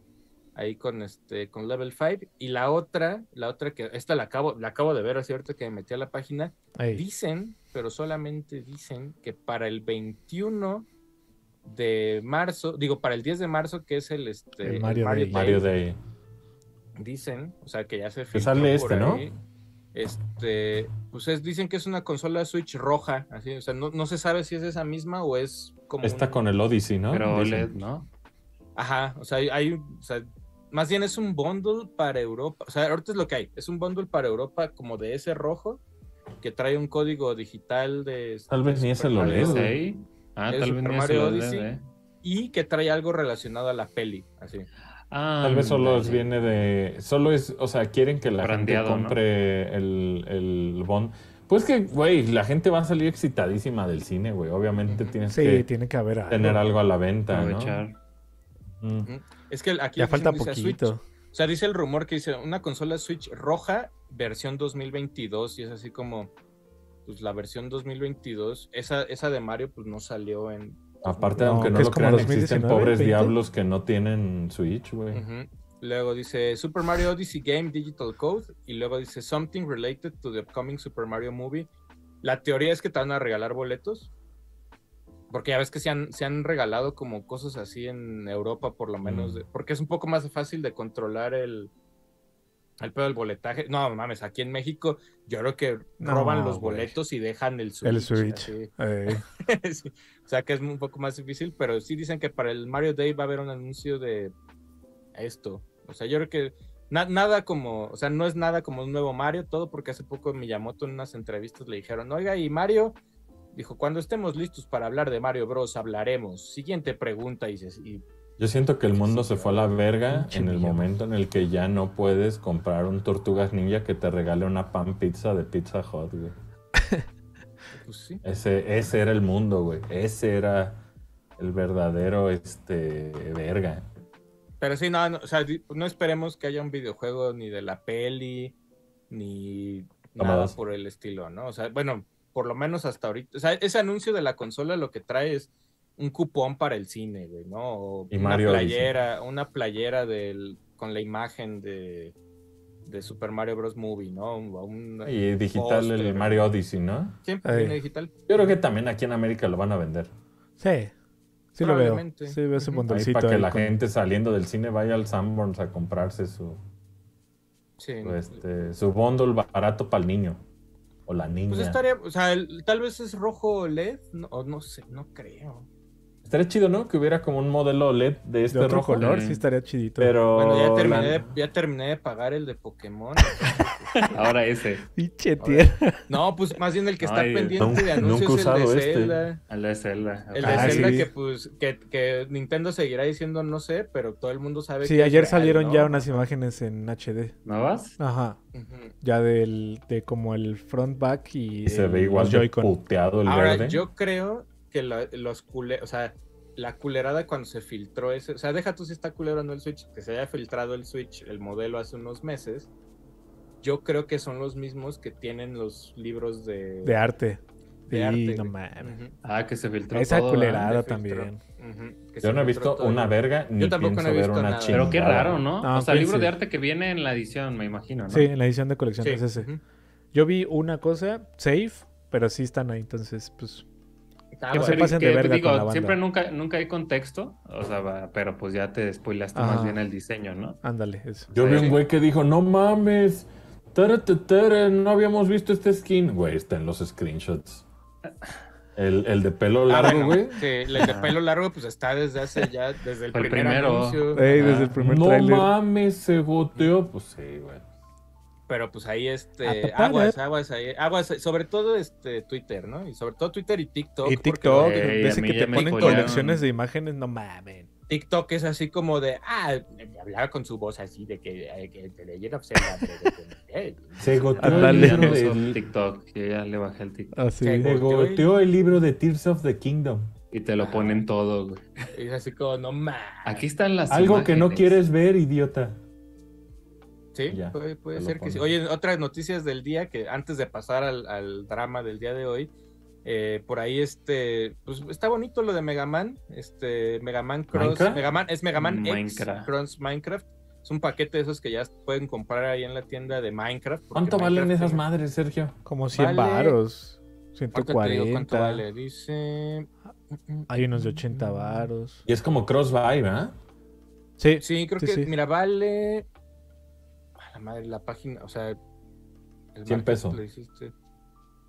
S1: Ahí con este con Level 5. Y la otra, la otra que. Esta la acabo, la acabo de ver, es cierto, que me metí a la página.
S2: Ey,
S1: Dicen, pero solamente dicen que para el 21 de marzo, digo, para el 10 de marzo, que es el, este,
S2: El Mario Day.
S4: Mario Day.
S1: Dicen, o sea, que ya se
S4: Que
S1: filtró
S4: sale
S1: por
S4: este, ¿no?
S1: ahí. Este, pues es- dicen que es una consola Switch roja, así, o sea, no, no se sabe si es esa misma o es como
S4: Está
S1: un-
S4: con el Odyssey, ¿no?
S3: Pero
S4: Dicen.
S3: OLED, ¿no?
S1: Ajá, o sea, hay- hay, un- o sea, más bien es un bundle para Europa, o sea, ahorita es lo que hay, es un bundle para Europa como de ese rojo que trae un código digital de
S4: Tal vez ni es el
S1: Lo
S3: Tal vez
S1: leo,
S4: OLED.
S1: güey.
S3: ahí. Ah,
S1: Es
S3: tal vez
S1: Super
S3: ni es
S1: Mario
S3: el OLED,
S1: Odyssey.
S3: eh.
S1: y que trae algo relacionado a la peli, así.
S3: Ah,
S4: Tal vez solo
S3: ándale.
S4: es- viene de. Solo es. O sea, quieren que la
S3: Brandeado,
S4: gente compre el, el bond. Pues que, güey, la gente va a salir excitadísima del cine, güey. Obviamente
S1: Ujú.
S4: tienes
S2: Sí,
S4: que
S2: tiene que haber algo.
S4: tener algo a la venta, ¿no?
S3: Aprovechar.
S4: Mm.
S1: Es que aquí
S2: Ya
S1: dicen-
S2: falta
S1: dice Switch.
S2: poquito.
S1: O sea, dice el rumor que dice una consola Switch roja, versión 2022, y es así como, pues la versión 2022, esa, esa de Mario, pues no salió en...
S4: Aparte,
S2: No,
S4: aunque no
S2: que es
S4: lo
S2: como
S4: crean, existen
S2: 2019,
S4: pobres
S2: 20.
S4: diablos que no tienen Switch, güey.
S1: Ujú. Luego dice Super Mario Odyssey Game Digital Code, y luego dice Something Related to the Upcoming Super Mario Movie. La teoría es que te van a regalar boletos, porque ya ves que se han, se han regalado como cosas así en Europa, por lo menos,
S4: Mm.
S1: de- porque es un poco más fácil de controlar el... El pedo del boletaje. No, mames, aquí en México yo creo que
S2: No,
S1: roban los
S2: güey.
S1: boletos y dejan el Switch.
S2: El Switch.
S1: así.
S2: Ey.
S1: Sí. O sea que es un poco más difícil, pero sí dicen que para el Mario Day va a haber un anuncio de esto. O sea, yo creo que na- nada como, o sea, no es nada como un nuevo Mario, todo porque hace poco Miyamoto en unas entrevistas le dijeron, oiga, y Mario dijo, cuando estemos listos para hablar de Mario Bros, hablaremos. Siguiente pregunta, y, se- y
S4: Yo siento que el mundo se fue a la verga
S2: Pinche
S4: en el
S2: millón.
S4: momento en el que ya no puedes comprar un Tortugas Ninja que te regale una pan pizza de Pizza Hut, güey.
S1: pues sí.
S4: Ese, ese era el mundo, güey. Ese era el verdadero, este, verga.
S1: Pero sí, no, no, o sea, di- no esperemos que haya un videojuego ni de la peli, ni nada
S4: Mamadas.
S1: por el estilo, ¿no? O sea, bueno, por lo menos hasta ahorita. O sea, ese anuncio de la consola lo que trae es un cupón para el cine, güey, ¿no? O
S4: Y
S1: una
S4: Mario Odyssey.
S1: playera, una playera del, con la imagen de, de Super Mario Bros. Movie, ¿no? O un-
S4: Y digital
S1: Póster.
S4: el Mario Odyssey, ¿no?
S1: siempre
S2: Ey.
S1: viene digital.
S4: Yo creo que también aquí en América lo van a vender.
S2: Sí. Sí lo veo.
S1: Probablemente.
S2: Sí veo ese
S1: Ujú. Ahí
S4: Ahí
S2: montoncito.
S4: para que
S2: ahí
S4: la
S2: con-
S4: gente saliendo del cine vaya al Sanborns a comprarse su,
S1: Sí.
S4: su, este, su bundle barato para el niño. O la niña.
S1: Pues estaría, o sea, el- tal vez es rojo LED, no, o no sé, no creo.
S4: Estaría chido, ¿no? Que hubiera como un modelo LED de
S2: De
S4: este
S2: otro
S4: rojo.
S2: color
S3: Mm.
S2: sí estaría chidito.
S4: Pero.
S1: Bueno, ya
S4: Oh, la-
S1: terminé, de, ya terminé de pagar el de Pokémon.
S3: Ahora ese.
S2: Pinche
S1: Ahora-
S2: tierra.
S1: No, pues más bien el que está
S3: Ay,
S1: pendiente de
S4: nunca-
S1: anuncios
S4: nunca
S1: es el
S4: usado
S1: de
S4: este.
S1: Zelda.
S3: El de Zelda.
S1: El de
S2: Ah,
S1: Zelda
S2: sí.
S1: que pues que, que Nintendo seguirá diciendo no sé, pero todo el mundo sabe que
S2: Sí,
S1: es
S2: ayer
S1: real,
S2: salieron
S1: ¿no?
S2: ya unas imágenes en HD.
S3: ¿No vas?
S2: Ajá.
S1: Ujú.
S2: Ya del, de como el front back y,
S4: y se
S2: el-
S4: ve igual
S2: los
S4: de
S2: Joy-Con.
S4: puteado el
S1: Ahora,
S4: verde.
S1: yo creo que la- los cule, o sea, la culerada cuando se filtró ese, o sea, deja tú si está culero o no el Switch, que se haya filtrado el Switch, el modelo hace unos meses. Yo creo que son los mismos que tienen los libros de,
S2: De arte.
S1: de
S2: sí,
S1: arte, güey.
S2: no mames.
S1: Ujú,
S3: Ah, que se filtró
S2: Esa
S3: todo, ¿verdad?
S2: culerada
S1: filtró.
S2: también.
S1: ujú, que
S4: Yo
S1: se
S4: no
S1: filtró
S4: he visto
S1: todo.
S4: una verga ni
S1: Yo tampoco no he
S4: pienso ver
S1: visto
S4: una
S1: nada.
S4: chingada.
S3: Pero qué raro, ¿no?
S2: No,
S3: o sea, el libro
S2: piense.
S3: de arte que viene en la edición, me imagino, ¿no?
S2: Sí, en la edición de colección
S1: Sí,
S2: es ese.
S1: ujú.
S2: Yo vi una cosa, safe, pero sí están ahí, entonces, pues.
S1: Está
S2: Que
S1: bueno.
S2: se
S3: Pero
S2: pasen de
S3: Ah, que,
S2: verga
S3: digo,
S2: con la banda.
S3: siempre nunca, nunca hay contexto, o sea, va- pero pues ya te spoilaste
S2: Ajá.
S3: más bien el diseño, ¿no?
S2: Ándale, eso.
S4: Yo vi
S3: Sí.
S4: un güey que dijo, no mames, tara, ta, tara, no habíamos visto este skin. Güey, está en los screenshots. El, el de pelo
S1: Ah,
S4: largo,
S1: bueno,
S4: güey.
S1: sí, el de pelo largo, pues está desde hace ya, desde el,
S3: El
S1: primer
S3: primero.
S1: anuncio.
S2: Ey,
S1: Ajá.
S2: desde el primer
S4: no
S2: tráiler.
S4: mames, se goteó. Pues sí, güey.
S1: Pero pues ahí
S2: A
S1: este,
S2: tapar,
S1: aguas,
S2: eh.
S1: aguas, ahí, aguas, sobre todo este Twitter, ¿no? Y sobre todo Twitter y TikTok.
S2: Y
S1: porque
S2: TikTok,
S3: güey,
S2: de
S3: a
S2: ese
S3: mí
S2: que
S3: ya
S2: te
S3: me
S2: ponen
S3: spoilearon.
S2: colecciones de imágenes, no mames.
S1: TikTok es así como de, ah, hablaba con su voz así de que, eh, que te leyeron observa, de- eh, de- de-
S4: Se goteó el
S2: Ándale.
S3: Ya no
S4: libro
S3: uso
S4: de.
S3: TikTok, yo ya le bajé el TikTok.
S2: Así.
S1: Sí,
S4: Se goteó el libro de Tears of the Kingdom.
S3: Y te lo
S1: Ajá.
S3: ponen todo, güey.
S1: de- es así como, no más.
S3: Aquí están las
S4: Algo que no
S3: imágenes.
S4: quieres ver, idiota.
S1: Sí,
S4: Ya,
S1: puede, puede
S4: te lo
S1: ser que sí.
S4: ponen.
S1: Oye, otras noticias del día que antes de pasar al, al drama del día de hoy, eh, por ahí este, pues está bonito lo de Mega Man, este, Mega Man Cross,
S4: ¿Minecraft?
S1: Mega Man, es Mega Man X
S3: Minecraft.
S1: Cross Minecraft. Es un paquete de esos que ya pueden comprar ahí en la tienda de Minecraft. porque
S4: ¿Cuánto valen
S1: Minecraft
S4: esas
S1: tiene-
S4: madres, Sergio?
S2: Como 100
S1: Vale.
S2: varos.
S1: Ahorita te
S2: 140.
S1: digo ¿Cuánto vale? Dice.
S2: Hay unos de 80 varos.
S4: Y es como ¿ah? cross-buy, ¿verdad?
S2: Sí,
S1: Sí, creo
S2: Sí,
S1: que,
S2: sí.
S1: mira, vale. A la madre, la página, o sea. el
S4: 100 pesos.
S1: marketplace este,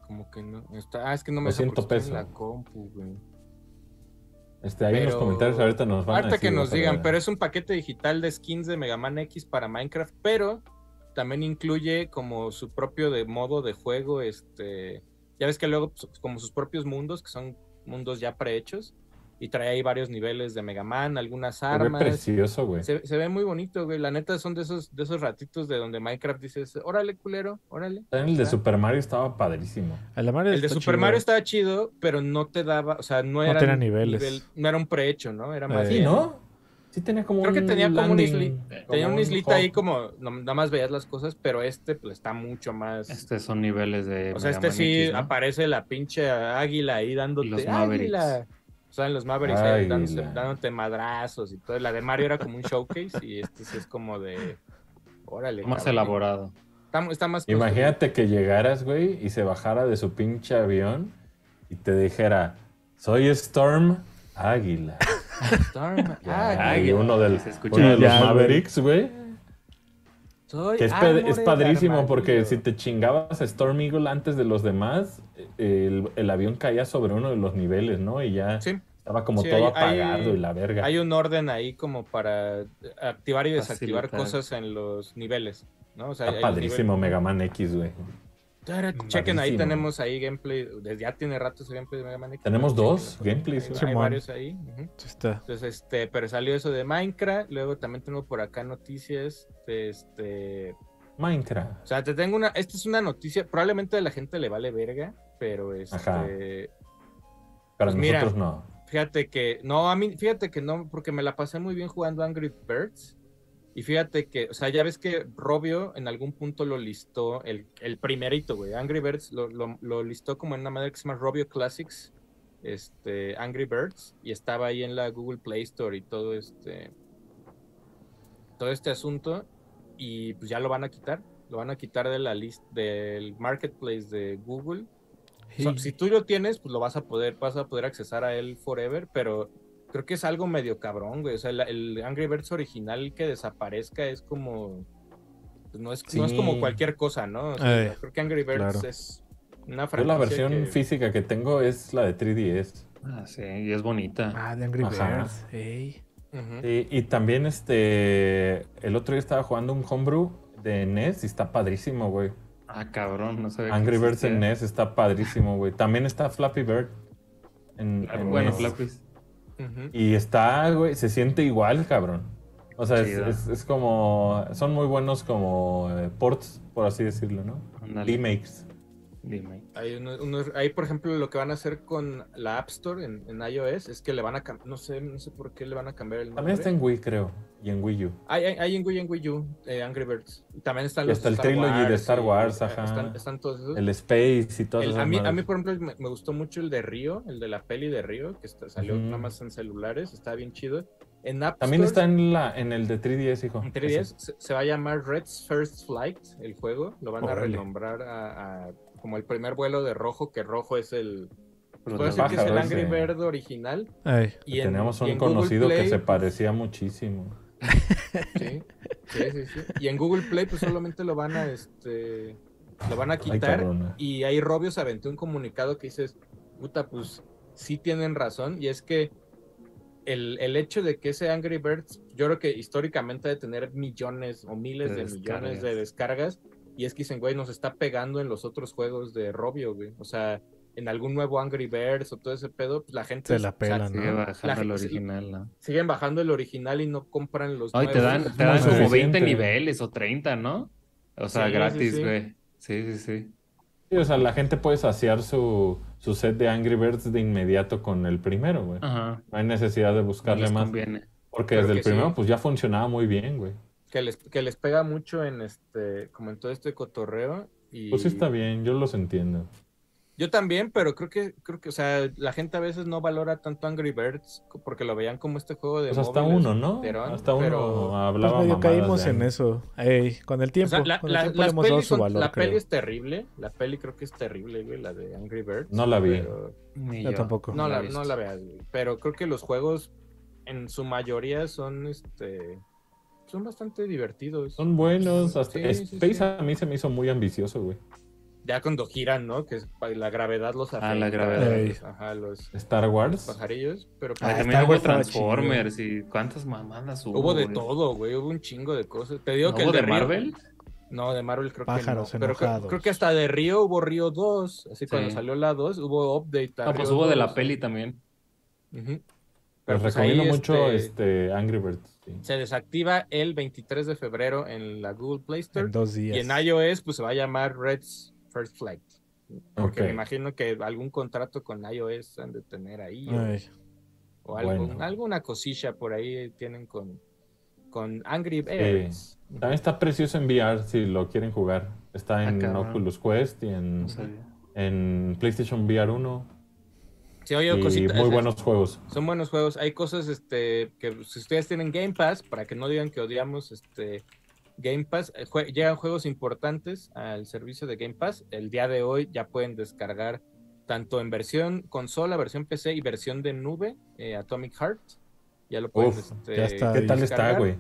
S1: como que no. Está, ah, es que no
S4: O
S1: me deja
S4: 100
S1: porque está en
S4: pesos.
S1: la compu, güey.
S4: Este, ahí en los
S1: Pero-
S4: comentarios ahorita nos van a
S1: Ahorita
S4: decir,
S1: que nos
S4: ojalá.
S1: digan, pero es un paquete digital de skins de Mega Man X para Minecraft, pero también incluye como su propio de modo de juego, este, ya ves que luego pues, como sus propios mundos, que son mundos ya prehechos, y trae ahí varios niveles de Mega Man, algunas
S4: Se ve
S1: armas,
S4: precioso, güey.
S1: Se, se ve muy bonito, güey. La neta son de esos, de esos ratitos de donde Minecraft dices, órale, culero, órale.
S4: También el de
S1: Ajá.
S4: Super Mario estaba padrísimo.
S2: a la madre
S1: El de
S2: está
S1: Super
S2: chido.
S1: Mario estaba chido, pero no te daba, o sea, no era.
S2: tenía
S1: un
S2: niveles.
S1: no era un prehecho, ¿no? Era más.
S4: Sí,
S1: bien-
S4: ¿no? Sí tenía como
S1: Creo que
S4: un
S1: tenía como un
S4: landing, eh,
S1: isli- Tenía
S4: como
S1: una
S4: un
S1: islita
S4: hub.
S1: ahí como, no- nada más veías las cosas, pero este pues está mucho más.
S3: Estos son niveles de.
S1: o sea, este
S3: Este Mega Man
S1: sí
S3: X, ¿no?
S1: aparece la pinche águila ahí dándote.
S3: Los Mavericks.
S1: ¡Águila! O sea, en los Mavericks ahí
S4: Águila.
S1: dándose- dándote madrazos y todo. La de Mario era como un showcase y este sí es como de. Órale.
S3: Más
S1: cabrón.
S3: elaborado.
S1: Está, está más
S4: Imagínate que llegaras, güey, y se bajara de su pinche avión y te dijera, soy Storm Águila.
S1: Storm,
S4: Ah, Ya,
S1: águila.
S4: y uno, del,
S3: Se escucha.
S4: uno de los
S2: Ya, güey.
S4: Mavericks, güey.
S1: Soy
S4: Que es, pe-
S1: Armored
S4: es padrísimo
S1: Armadillo.
S4: porque si te chingabas a Storm Eagle antes de los demás, el, el avión caía sobre uno de los niveles, ¿no? Y ya
S1: Sí,
S4: estaba como
S1: Sí, hay-
S4: todo
S1: hay-
S4: apagado y la verga.
S1: hay un orden ahí como para activar y desactivar
S3: Facilitar.
S1: cosas en los niveles, ¿no? O sea, hay un
S4: Está
S1: nivel-
S4: Ah, padrísimo Mega Man X, güey.
S1: Tarara, Chequen, ahí
S4: Padrísimo.
S1: tenemos ahí gameplay, desde ya tiene rato ese gameplay de Mega Man X.
S4: Tenemos
S1: Chequen,
S4: dos
S1: hay-
S4: gameplays,
S1: Hay,
S2: Simón.
S1: varios ahí. ujú.
S2: Sí está.
S1: Entonces, este, pero salió eso de Minecraft, luego también tengo por acá noticias de este
S4: Minecraft.
S1: O sea, te tengo una. Esta es una noticia. Probablemente a la gente le vale verga, pero este.
S4: Ajá. Pero
S1: Pues mira.
S4: nosotros no.
S1: Fíjate que. No, a mí. Fíjate que no, porque me la pasé muy bien jugando Angry Birds. Y fíjate que. O sea, ya ves que Robio en algún punto lo listó. El, el primerito, güey. Angry Birds lo, lo- lo listó como en una madre que se llama Robio Classics. Este. Angry Birds. Y estaba ahí en la Google Play Store y todo este. Todo este asunto. Y pues ya lo van a quitar. Lo van a quitar de la lista del marketplace de Google. O sea, si tú lo tienes, pues lo vas a poder, vas a poder accesar a él forever, pero creo que es algo medio cabrón, güey. O sea, el, el Angry Birds original que desaparezca es como. pues no, es, no es como
S4: Sí.
S1: cualquier cosa, ¿no? O sea,
S2: Eh,
S1: creo que Angry Birds
S2: claro.
S1: es una
S4: Yo
S1: franquicia.
S4: la versión
S1: que-
S4: física que tengo es la de 3DS.
S3: Ah, sí, y es bonita.
S2: Ah, de Angry
S4: Ajá.
S2: Birds. Ey.
S1: Ujú.
S4: Sí, y también este el otro día estaba jugando un homebrew de NES y está padrísimo, güey.
S3: Ah, cabrón, no sabía. que
S4: Angry Birds
S3: existía.
S4: en NES está padrísimo, güey. También está Flappy Bird en,
S3: Ah,
S4: en
S3: Bueno,
S4: NES.
S3: Flappies.
S1: Ujú.
S4: Y está, güey, se siente igual, cabrón. O sea, es,
S3: Chido.
S4: es- es como son muy buenos como eh, ports, por así decirlo, ¿no?
S3: Ándale,
S4: Remakes.
S3: Dime.
S1: Hay uno- unos- ahí, por ejemplo, lo que van a hacer con la App Store en, en iOS es que le van a cambiar, no sé, no sé por qué le van a cambiar el nombre.
S4: También está en Wii, creo, y en Wii U.
S1: Hay, hay, hay en Wii, en Wii U, eh, Angry Birds. Y También están
S4: Y
S1: los
S4: está el trilogy de Star
S1: y-
S4: Wars,
S1: eh,
S4: ajá.
S1: Están, están todos esos.
S4: El Space y todas
S1: El-
S4: esas
S1: a, mí, a
S4: madres.
S1: mí, por ejemplo, me, me gustó mucho el de Río, el de la peli de Río, que está- salió
S4: Ujú.
S1: nada más en celulares, está bien chido. En App
S4: También
S1: Store,
S4: está en la en el de 3DS, hijo.
S1: en 3DS, se, se va a llamar Red's First Flight, el juego, lo van a
S2: Órale.
S1: renombrar a, a- como el primer vuelo de Rojo, que Rojo es el... Puedo
S3: Pero
S1: decir
S3: te
S1: que es
S4: Pues baja,
S1: el
S4: ¿no?
S1: Angry
S4: Ese.
S1: Bird original.
S2: Ey.
S1: Y en,
S4: Teníamos
S1: y
S4: un
S1: en Google
S4: conocido que
S1: Play,
S4: se parecía muchísimo.
S1: Sí, sí, sí, sí. Y en Google Play, pues solamente lo van a, este, lo van a
S4: Ay,
S1: quitar.
S4: cabrón. eh.
S1: Y ahí Robio se aventó un comunicado que dices, puta, pues sí tienen razón. Y es que el, el hecho de que ese Angry Birds, yo creo que históricamente de tener millones o miles de,
S3: De
S1: millones
S3: descargas.
S1: de descargas. Y es que dicen, güey, nos está pegando en los otros juegos de Robio, güey. O sea, en algún nuevo Angry Birds o todo ese pedo, pues la gente
S2: Se la
S1: o sea,
S2: pelan,
S3: Sigue
S2: ¿no?
S1: La
S3: bajando el
S1: gente sí-
S3: original, ¿no?
S1: siguen bajando el original y no compran los
S2: pues,
S3: Ay, te
S1: nuevos.
S3: dan, te
S4: no
S3: dan
S4: es
S3: como 20
S4: suficiente.
S3: niveles o 30, ¿no? O sea,
S1: Sí, sí,
S3: gratis,
S1: sí.
S3: güey. Sí, sí, sí.
S4: Sí, o sea, la gente puede saciar su, su set de Angry Birds de inmediato con el primero, güey.
S3: Ajá.
S4: No hay necesidad de buscarle
S3: Les
S4: más.
S3: conviene.
S4: Porque
S1: Ah. Creo
S4: desde el
S1: que sí.
S4: primero, pues ya funcionaba muy bien, güey.
S1: que les, que les pega mucho en este, como en todo este cotorreo. Y
S4: Pues sí está bien, yo los entiendo.
S1: Yo también, pero creo que, creo que, o sea, la gente a veces no valora tanto Angry Birds porque lo veían como este juego de.
S4: Pues hasta
S1: móviles.
S4: uno, ¿no?
S1: Pero-
S4: hasta uno
S1: pero-
S2: Pues
S4: hablaba
S2: medio
S4: mamadas de
S2: caímos en
S4: Angry
S2: eso. Ey, con el
S1: O
S2: tiempo,
S1: sea, la,
S2: con el
S1: la-
S2: tiempo le
S1: las
S2: hemos dado
S1: pelis
S2: su
S1: son-
S2: valor,
S1: la
S2: creo.
S1: peli es terrible. La peli creo que es terrible, güey, la de Angry Birds.
S4: No la vi.
S1: pero-
S3: Ni
S2: Yo tampoco.
S1: No,
S3: No la
S1: la,
S3: he visto.
S1: no la veas, güey. Pero creo que los juegos en su mayoría son este. Son bastante divertidos.
S4: Son buenos. Hasta...
S1: Sí, sí,
S4: Space
S1: sí.
S4: a mí se me hizo muy ambicioso, güey.
S1: Ya cuando giran, ¿no? Que es- la gravedad los afecta.
S3: Ah, la gravedad.
S2: Ey.
S1: Ajá, los
S4: Star Wars.
S1: pajarillos. Pero
S3: Ah,
S1: pues,
S3: también
S2: Star
S3: hubo
S2: Wars estaba
S3: Transformers y cuántas mamadas hubo.
S1: Hubo de
S3: güey.
S1: todo, güey. Hubo un chingo de cosas. Te digo
S3: ¿No
S1: que
S3: ¿Hubo
S1: el
S3: de
S1: Río-
S3: Marvel?
S1: No, de Marvel creo
S2: Pájaros
S1: que no. Pero creo,
S2: enojados.
S1: creo que hasta de Río hubo Río 2. Así cuando
S3: Sí.
S1: salió la 2 hubo update. a
S3: No, pues
S1: Río
S3: hubo de la
S1: 2.
S3: peli también.
S1: Ujú.
S4: Les
S1: Pero pues
S4: recomiendo
S1: ahí,
S4: mucho
S1: este,
S4: este... Angry Birds. sí.
S1: Se desactiva el 23 de febrero en la Google Play Store.
S2: En dos días.
S1: Y en iOS, pues se va a llamar Red's First Flight. Porque
S4: Ok.
S1: me imagino que algún contrato con iOS han de tener ahí. o-
S2: Ay,
S1: O algún-
S4: Bueno.
S1: alguna cosilla por ahí tienen con, con Angry Birds.
S4: También está precioso en VR si lo quieren jugar. Está
S3: Ah,
S4: en
S3: cabrón.
S4: Oculus Quest y en,
S3: No sabía.
S4: en PlayStation VR 1.
S1: Sí, oye,
S4: Y
S1: cositas.
S4: muy buenos juegos.
S1: Son buenos juegos. Hay cosas este, que si ustedes tienen Game Pass, para que no digan que odiamos este, Game Pass, eh, jue- llegan juegos importantes al servicio de Game Pass. El día de hoy ya pueden descargar tanto en versión consola, versión PC y versión de nube, eh, Atomic Heart. Ya lo pueden.
S4: Uf,
S1: este,
S2: ya está.
S4: ¿Qué tal está,
S1: descargar.
S4: güey?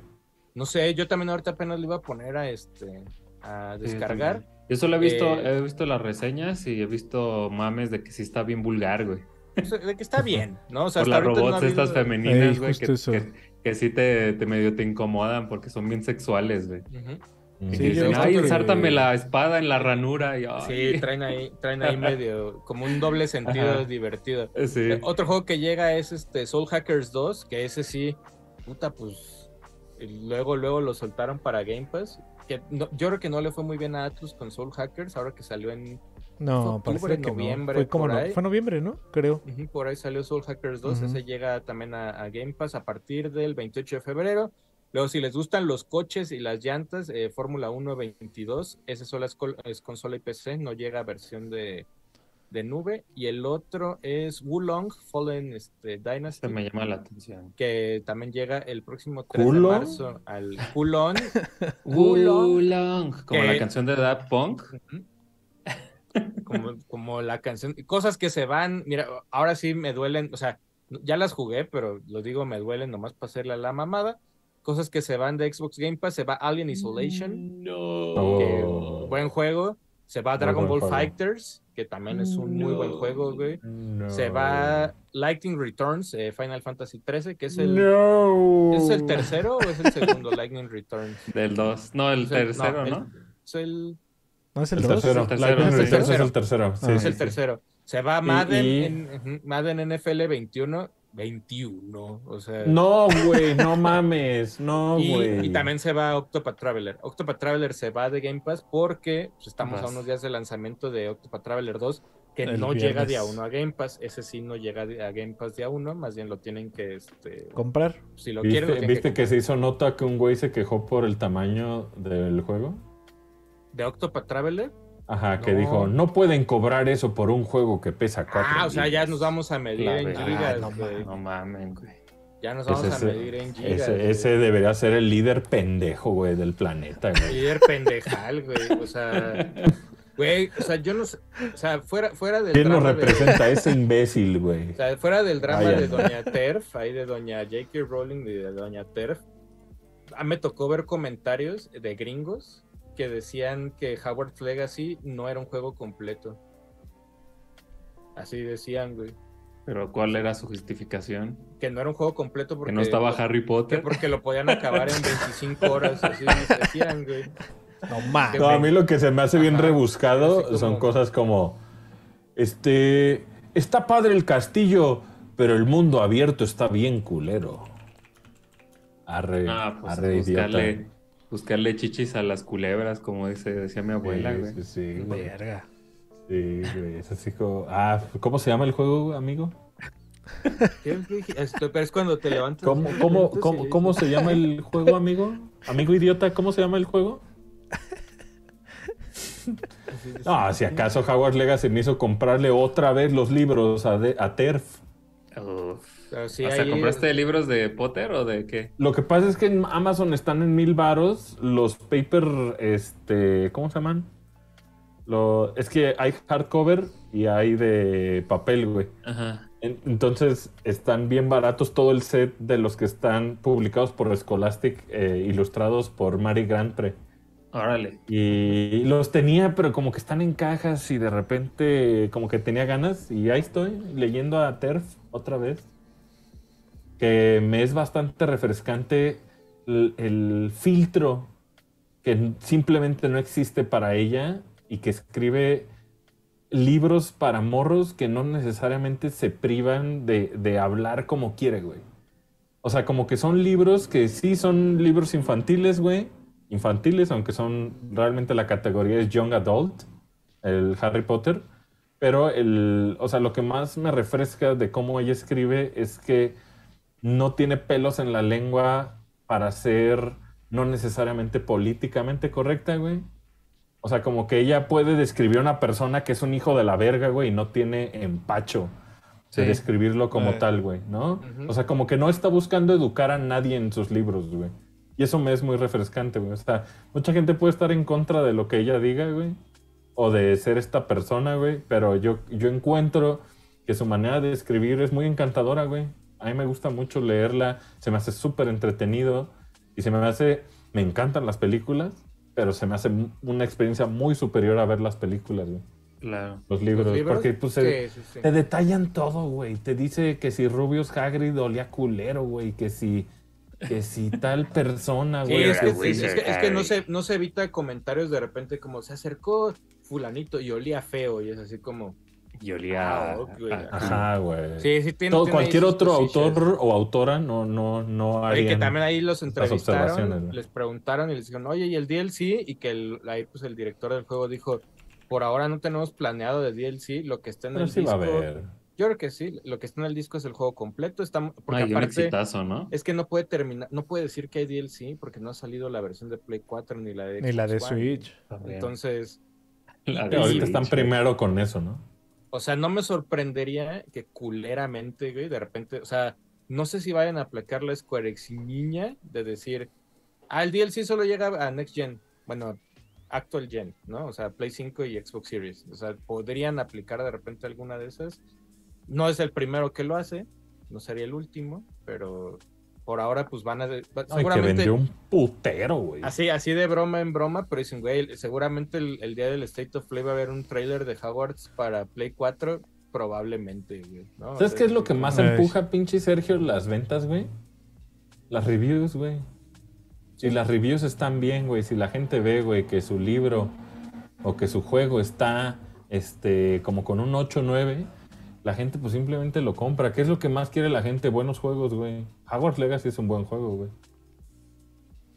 S1: No sé, yo también ahorita apenas le iba a poner a este a
S3: Sí, yo
S1: descargar.
S3: también. Yo solo he visto,
S1: Eh,
S3: he visto las reseñas y he visto mames de que sí está bien vulgar, güey.
S1: O sea, de que está bien, ¿no? O sea,
S3: Por
S1: hasta
S3: las
S1: ahorita no ha
S3: robots
S1: habido-
S3: estas femeninas,
S2: Ey,
S3: güey,
S2: justo
S3: que,
S2: eso.
S3: que- que sí te, te medio te incomodan porque son bien sexuales, güey.
S1: Ujú.
S3: Y
S2: Sí, yo
S3: te
S2: he
S3: dicen,
S2: visto
S3: ay,
S2: que-
S3: ensártame la espada en la ranura. Y,
S1: Sí,
S3: ay.
S1: traen ahí, traen ahí medio, como un doble sentido
S3: Ajá.
S1: divertido.
S3: Sí.
S1: Eh, Otro juego que llega es este Soul Hackers 2, que ese sí, puta, pues y luego, luego lo soltaron para Game Pass. Que no- yo creo que no le fue muy bien a Atlus con Soul Hackers, ahora que salió en.
S2: No,
S1: Fue octubre,
S2: parece que no.
S1: noviembre,
S2: Fue como
S1: por
S2: no-
S1: ahí.
S2: fue noviembre, ¿no? Creo.
S1: ujú, Por ahí salió Soul Hackers 2,
S2: Ujú.
S1: ese llega también a, a Game Pass a partir del 28 de febrero. Luego, si les gustan los coches y las llantas, eh, Fórmula 1 22, ese solo es, col- es consola y PC, no llega a versión de, de nube. Y el otro es Wulong Fallen este, Dynasty.
S3: Se me llama la atención.
S1: que también llega el próximo 3
S4: ¿Culo?
S1: de marzo al Culón.
S3: Wulong. Como
S1: Que-
S3: la canción de Daft Punk.
S1: como, como la canción. Cosas que se van. Mira, ahora sí me duelen. O sea, ya las jugué, pero lo digo, me duelen nomás para hacerle la mamada. Cosas que se van de Xbox Game Pass. Se va Alien Isolation.
S3: No.
S1: que
S4: Oh.
S1: buen juego. Se va
S4: Muy
S1: Dragon Ball
S4: buen juego.
S1: Fighters, que también es un muy buen
S3: No.
S1: juego, güey.
S4: No.
S1: Se va Lightning Returns, eh, Final Fantasy 13, que es el.
S4: No.
S1: ¿Es el tercero o es el segundo Lightning Returns?
S3: Del 2. No, el
S1: Es el-
S3: tercero,
S1: no, el-
S3: ¿no?
S1: Es el
S2: ¿No es el,
S4: El
S2: 2?
S4: tercero.
S3: Es el
S4: Lightning
S3: tercero,
S4: Returns
S1: sí.
S4: es el tercero. Sí,
S2: Ah.
S1: Es
S4: sí,
S1: el
S4: sí.
S1: tercero. Se va Madden,
S4: y-
S1: En, ujú, Madden NFL 21. 21, o sea.
S4: No, güey, no mames. No,
S1: y,
S4: güey.
S1: y también se va Octopath Traveler. Octopath Traveler se va de Game Pass porque pues, estamos a
S3: Vas.
S1: unos días del lanzamiento de Octopath Traveler 2, que
S2: El
S1: no llega
S2: viernes.
S1: de a uno a Game Pass. Ese sí no llega de- a Game Pass de a uno, más bien lo tienen que. Este,
S2: Comprar.
S1: si lo
S4: ¿Viste,
S1: quieren, lo tienen
S4: viste que... se hizo nota que un güey se quejó por el tamaño del juego?
S1: ¿De Octopath Traveler?
S4: Ajá, que
S1: No.
S4: dijo, no pueden cobrar eso por un juego que pesa cuatro
S1: Ah, o sea, ya
S4: gigas".
S1: nos vamos a medir
S3: La
S1: en
S3: verdad,
S1: gigas.
S2: no
S1: güey.
S3: No mames, güey.
S1: Ya nos
S4: Pues
S1: vamos
S4: ese-
S1: a medir en gigas.
S4: Ese,
S1: güey.
S4: ese debería ser el líder pendejo, güey, del planeta, güey.
S1: Líder pendejal, güey. O sea, güey, o sea, yo no sé. O sea, fuera, fuera del
S4: ¿Quién nos
S1: drama. de,
S4: representa Ah, ese imbécil, güey?
S1: o sea, fuera del drama
S4: Vaya,
S1: de
S4: no.
S1: Doña Terf, ahí de Doña J.K. Rowling y de Doña Terf. ah, me tocó ver comentarios de gringos que decían que Howard's Legacy no era un juego completo. Así decían, güey.
S3: Pero ¿cuál era su justificación?
S1: Que no era un juego completo porque.
S3: que no estaba Harry
S1: que
S3: Potter.
S1: porque lo podían acabar en 25 horas, así decían, güey.
S2: No mames.
S4: No, a mí lo que se me hace bien
S1: Ajá.
S4: rebuscado
S1: Así como-
S4: son cosas como. Este. Está padre el castillo, pero el mundo abierto está bien culero. Arre,
S3: Ah, pues
S4: arre, idiota.
S3: buscarle, buscarle chichis a las culebras, como dice, decía mi abuela,
S4: Sí,
S3: güey.
S4: sí, sí, güey.
S2: Verga.
S4: Sí, güey, es así como- Ah, ¿cómo se llama el juego, amigo?
S1: Siempre dije- esto- pero es cuando te levantas.
S4: ¿Cómo,
S1: te
S4: cómo,
S1: levantas y
S4: cómo-
S1: dices,
S4: cómo se llama el juego, amigo? Amigo idiota, ¿cómo se llama el juego?
S1: así dices,
S4: No, Ah, si acaso Howard Legacy me hizo comprarle otra vez los libros a, de- a TERF.
S3: Uf.
S1: pero sí,
S3: o sea,
S1: ahí-
S3: ¿compraste libros de Potter o de qué?
S4: Lo que pasa es que en Amazon están en mil varos los paper, este, ¿cómo se llaman? Lo, es que hay hardcover y hay de papel, güey.
S3: Ajá.
S4: En- Entonces están bien baratos todo el set de los que están publicados por Scholastic, eh, ilustrados por Mary Grantpre.
S3: Órale.
S4: Y los tenía, pero como que están en cajas y de repente como que tenía ganas y ahí estoy leyendo a Terf otra vez. Que me es bastante refrescante el, el filtro que simplemente no existe para ella y que escribe libros para morros que no necesariamente se privan de, de hablar como quiere, güey. O sea, como que son libros que sí son libros infantiles, güey. Infantiles, aunque son realmente la categoría es Young Adult, el Harry Potter. Pero el, o sea, lo que más me refresca de cómo ella escribe es que no tiene pelos en la lengua para ser no necesariamente políticamente correcta, güey. O sea, como que ella puede describir a una persona que es un hijo de la verga, güey, y no tiene empacho de
S3: Sí.
S4: describirlo como
S2: Eh.
S4: tal, güey, ¿no?
S1: Ujú.
S4: O sea, como que no está buscando educar a nadie en sus libros, güey. Y eso me es muy refrescante, güey. O sea, mucha gente puede estar en contra de lo que ella diga, güey, o de ser esta persona, güey, pero yo, yo encuentro que su manera de escribir es muy encantadora, güey. A mí me gusta mucho leerla, se me hace súper entretenido y se me hace, me encantan las películas, pero se me hace mu- una experiencia muy superior a ver las películas, güey.
S3: Claro.
S4: Los
S1: ¿los
S4: libros,
S1: libros?
S4: porque pues, se-
S1: Sí, sí, sí.
S4: te detallan todo, güey. Te dice que si Rubius Hagrid olía culero, güey. Que si, que si tal persona,
S1: Sí,
S4: güey.
S1: es que,
S4: que si-
S1: es que- es que no, se, no se evita comentarios de repente como se acercó fulanito y olía feo y es así como...
S3: Y olía.
S1: Ah, ok, güey.
S3: a- a-
S4: Ajá, güey.
S1: Sí, sí tiene,
S4: Todo-
S1: tiene ahí
S4: cualquier
S1: sus
S4: otro
S1: cosillas.
S4: autor o autora no, no, no
S1: Oye,
S4: haría.
S1: que también ahí los
S4: observaciones,
S1: entrevistaron,
S4: ¿no?
S1: les preguntaron y les dijeron, oye, ¿y el DLC? Y que el- ahí pues el director del juego dijo, por ahora no tenemos planeado de DLC, lo que está en
S4: Pero
S1: el
S4: sí va a
S1: disco...
S4: haber.
S1: Yo creo que sí, lo que está en el disco es el juego completo, está, porque
S3: Ay, un
S1: aparte
S3: exitazo, ¿no?
S1: es que no puede terminar, no puede decir que hay DLC porque no ha salido la versión de Play 4 ni la de
S2: Ni la de
S1: Xbox One.
S2: Switch.
S3: También.
S1: Entonces,
S3: La de
S4: Ahorita
S3: Switch,
S4: están
S3: güey.
S4: primero con eso, ¿no?
S1: O sea, no me sorprendería que culeramente, güey, de repente, o sea, no sé si vayan a aplicar la Square Enix niña de decir, ah, el DLC solo llega a Next Gen, bueno, Actual Gen, ¿no? O sea, Play 5 y Xbox Series. O sea, podrían aplicar de repente alguna de esas. No es el primero que lo hace, no sería el último, pero por ahora pues van a... va-
S4: Ay, que
S1: seguramente...
S4: vendió un putero, güey.
S1: Así, así de broma en broma, pero dicen, güey, seguramente el, el día del State of Play va a haber un trailer de Hogwarts para Play 4, probablemente, güey. ¿no?
S4: ¿Sabes qué es lo que más
S2: Ay.
S4: empuja, pinche Sergio, las ventas, güey? Las reviews, güey. Si las reviews están bien, güey, si la gente ve, güey, que su libro o que su juego está este, como con un 8 9, la gente pues simplemente lo compra. ¿Qué es lo que más quiere la gente? Buenos juegos, güey. Hogwarts Legacy es un buen juego, güey.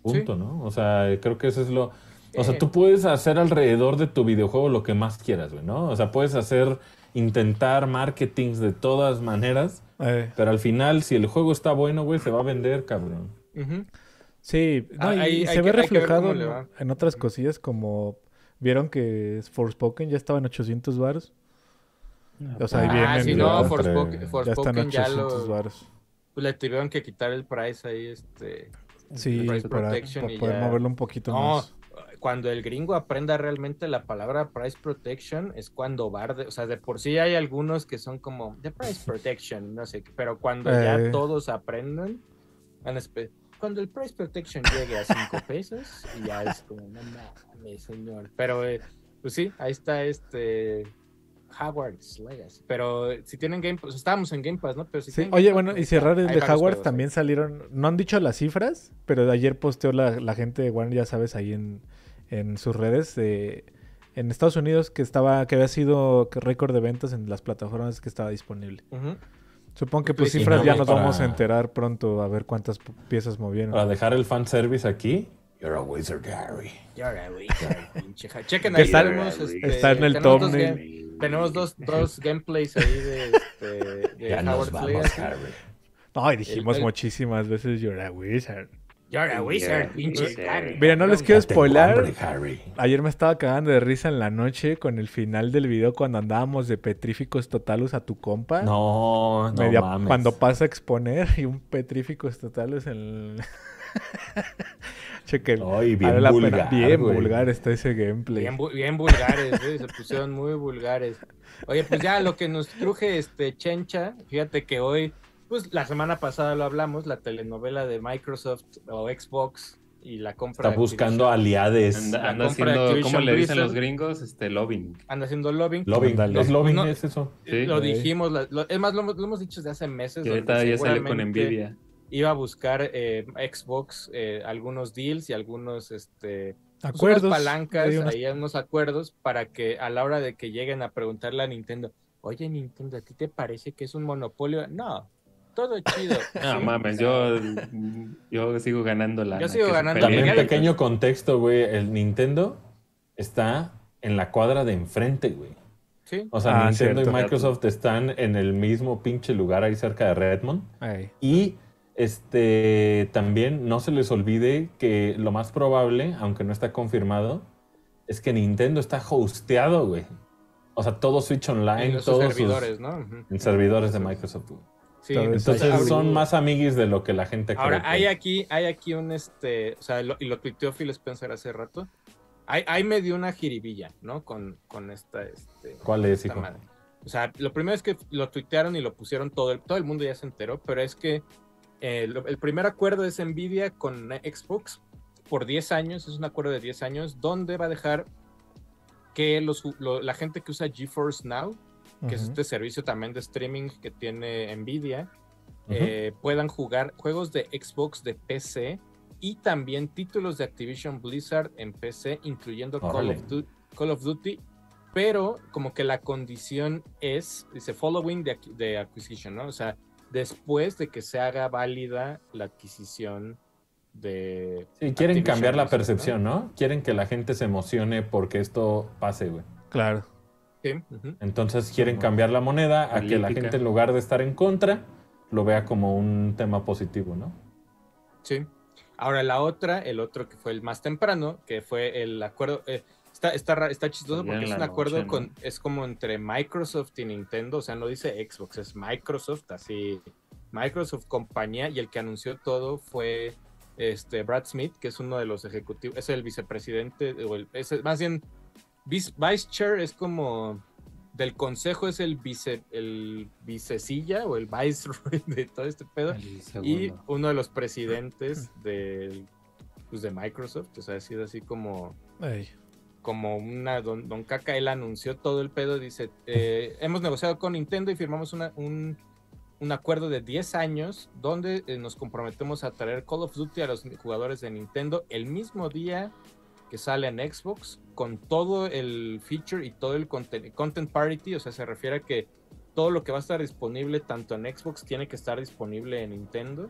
S4: Punto, ¿no? O sea, creo que eso es lo... O sea,
S1: Eh.
S4: tú puedes hacer alrededor de tu videojuego lo que más quieras, güey, ¿no? O sea, puedes hacer, intentar marketings de todas maneras,
S2: Eh,
S4: pero al final, si el juego está bueno, güey, se va a vender, cabrón.
S1: Ujú.
S2: sí, no,
S1: Ah,
S2: y,
S1: ahí-
S2: y se
S1: hay
S2: ve
S1: que- hay que ver
S2: reflejado
S1: cómo le va.
S2: en, en otras cosillas como... Vieron que Forspoken ya estaba en 800 baros. O sea, ahí
S1: Ah,
S2: vienen...
S1: sí,
S4: el-
S1: no,
S4: entre-
S1: Forspoken,
S2: ya están
S1: Forspoken ya,
S2: 800
S1: lo,
S2: baros.
S1: pues, le tuvieron que quitar el price ahí, este...
S2: Sí,
S1: Price
S2: para,
S1: Protection
S2: para
S1: y
S2: poder
S1: ya.
S2: moverlo un poquito
S1: No,
S2: más.
S1: Cuando el gringo aprenda realmente la palabra price protection es cuando barde, o sea, de por sí hay algunos que son como de price protection, no sé, qué, pero cuando
S2: Eh.
S1: ya todos aprendan, van a espe- cuando el price protection llegue a 5 pesos, y ya es como, no mames, señor. Pero, eh, pues sí, ahí está este Hogwarts Legacy. Pero eh, si tienen Game Pass, estábamos en Game Pass, ¿no? Pero si
S2: Sí,
S1: tienen
S2: Oye,
S1: Game
S2: bueno,
S1: Pass, pues
S2: y cerrar el
S1: hay
S2: de
S1: varios
S2: Hogwarts
S1: juegos
S2: también salieron. No han dicho las cifras, pero de ayer posteó la, la gente de Warner, ya sabes, ahí en, en sus redes de, en Estados Unidos que estaba, que había sido que récord de ventas en las plataformas que estaba disponible.
S1: ahí. Ujú.
S2: Supongo que pues
S1: Pues, y
S2: cifras
S1: no,
S2: ya
S1: güey,
S2: nos
S4: para-
S2: vamos a enterar pronto a ver cuántas p- piezas movieron.
S1: Ah.
S4: Para dejar el fanservice aquí, you're a wizard, Harry.
S1: Y ahora, güey, ya, pinche hack. Chequen
S2: Que
S1: ahí.
S2: está-
S1: tenemos, este,
S2: está en el
S1: tenemos dos
S2: thumbnail.
S1: game- Tenemos dos, dos gameplays ahí de, este, de
S4: Ya nos
S1: Hogwarts
S4: vamos,
S1: Legacy.
S4: Harry.
S2: No, y dijimos
S1: el-
S2: muchísimas veces You're a wizard.
S1: Y ahora, Wizard, pinche
S3: Wizard.
S1: Harry.
S2: Mira, no les
S1: Cabrón,
S2: quiero
S4: Tengo
S2: spoiler.
S4: hambre, Harry.
S2: Ayer me estaba cagando de risa en la noche con el final del video cuando andábamos de petríficos totalos a tu compa.
S4: No, no
S2: Media-
S4: mames.
S2: cuando pasa a exponer y un petrífico estatal es el. Chequen.
S4: Ay, bien
S2: vale la pena.
S4: vulgar,
S2: Bien
S4: güey.
S2: vulgar está ese gameplay.
S1: Bien, vu- bien vulgares, güey, se pusieron muy vulgares. Oye, pues ya lo que nos truje este Chencha, fíjate que hoy, pues la semana pasada lo hablamos, la telenovela de Microsoft o Xbox y la compra.
S4: Está
S1: de
S4: buscando
S1: Activision.
S4: aliades.
S1: La
S3: Anda, anda
S1: compra de
S3: haciendo, ¿cómo
S1: Activision
S3: le dicen
S1: Blizzard.
S3: los gringos? Este, lobbying.
S1: Anda haciendo lobbying.
S4: Lobbying.
S2: Ándale.
S4: Los lobbying
S1: No.
S4: es eso.
S3: Sí,
S1: lo
S2: ok.
S1: dijimos, la- lo- es más, lo, hemos- lo hemos dicho desde hace meses.
S3: que
S1: donde
S3: ahorita ya sale con
S1: seguramente
S3: envidia.
S1: Iba a buscar eh, Xbox eh, algunos deals y algunos este, pues, unas
S2: Acuerdos.
S1: palancas,
S2: hay unas-
S1: ahí unos acuerdos para que a la hora de que lleguen a preguntarle a Nintendo, oye Nintendo, ¿a ti te parece que es un monopolio? No, todo chido.
S3: No
S1: Sí,
S3: mames,
S1: o sea,
S3: yo, yo sigo ganando la.
S1: Yo sigo ganando
S4: También
S1: Pelea.
S4: pequeño contexto, güey. El Nintendo está en la cuadra de enfrente, güey.
S1: Sí,
S4: O sea,
S2: Ah,
S4: Nintendo
S2: cierto.
S4: y Microsoft están en el mismo pinche lugar ahí cerca de Redmond.
S2: Ay,
S4: Y este también no se les olvide que lo más probable, aunque no está confirmado, es que Nintendo está hosteado, güey. O sea, todo Switch Online,
S1: en los
S4: Ah, todos
S1: servidores,
S4: sus
S1: ¿no? Ujú.
S4: en servidores de Microsoft. güey.
S1: Sí,
S2: Todo eso.
S4: Entonces
S1: ahora-
S4: son más amiguis de lo que la gente cree.
S1: Ahora, hay
S4: güey.
S1: aquí, hay aquí un este, o sea, lo- y lo tuiteó Phil Spencer hace rato. Ahí, ahí me dio una jiribilla, ¿no? Con, con esta, este,
S4: ¿Cuál es,
S1: Puta
S4: hijo?
S1: madre. O sea, lo primero es que lo tuitearon y lo pusieron todo el, todo el mundo ya se enteró, pero es que eh, lo- el primer acuerdo es Nvidia con Xbox por 10 años, es un acuerdo de 10 años, donde va a dejar que los, ju- lo- la gente que usa GeForce Now, que es
S2: ujú.
S1: este servicio también de streaming que tiene Nvidia,
S4: Ujú.
S1: eh, puedan jugar juegos de Xbox de PC y también títulos de Activision Blizzard en PC, incluyendo Call
S4: Órale.
S1: of, Du- Call of Duty, pero como que la condición es, dice, following de, ac- de acquisition, ¿no? O sea, después de que se haga válida la adquisición de...
S4: Sí, quieren
S1: Activision
S4: cambiar la
S1: Blizzard, ¿no?
S4: percepción, ¿no? Quieren que la gente se emocione porque esto pase, güey.
S2: Claro.
S1: Sí, ujú.
S4: Entonces quieren
S2: Simón.
S4: cambiar la moneda a que la
S3: Política.
S4: gente en lugar de estar en contra lo vea como un tema positivo, ¿no?
S1: Sí. Ahora la otra, el otro que fue el más temprano, que fue el acuerdo. eh, está, está, ra- está chistoso
S3: Ya
S1: porque
S3: en
S1: es
S3: la
S1: un acuerdo
S3: noche, ¿no?
S1: con. Es como entre Microsoft y Nintendo. O sea, no dice Xbox, es Microsoft, así. Microsoft compañía. Y el que anunció todo fue este Brad Smith, que es uno de los ejecutivos. Es el vicepresidente, o el, es el- más bien. Vice, vice chair es como. Del consejo es el vice, el vicecilla o el vice de todo este pedo. Y uno de los presidentes del, pues, de Microsoft, o sea, ha sido así como,
S2: Ay.
S1: como una don, don Caca, él anunció todo el pedo, dice, eh, hemos negociado con Nintendo y firmamos una- un, un acuerdo de 10 años donde eh, nos comprometemos a traer Call of Duty a los jugadores de Nintendo el mismo día que sale en Xbox con todo el feature y todo el content, content parity, o sea, se refiere a que todo lo que va a estar disponible tanto en Xbox tiene que estar disponible en Nintendo.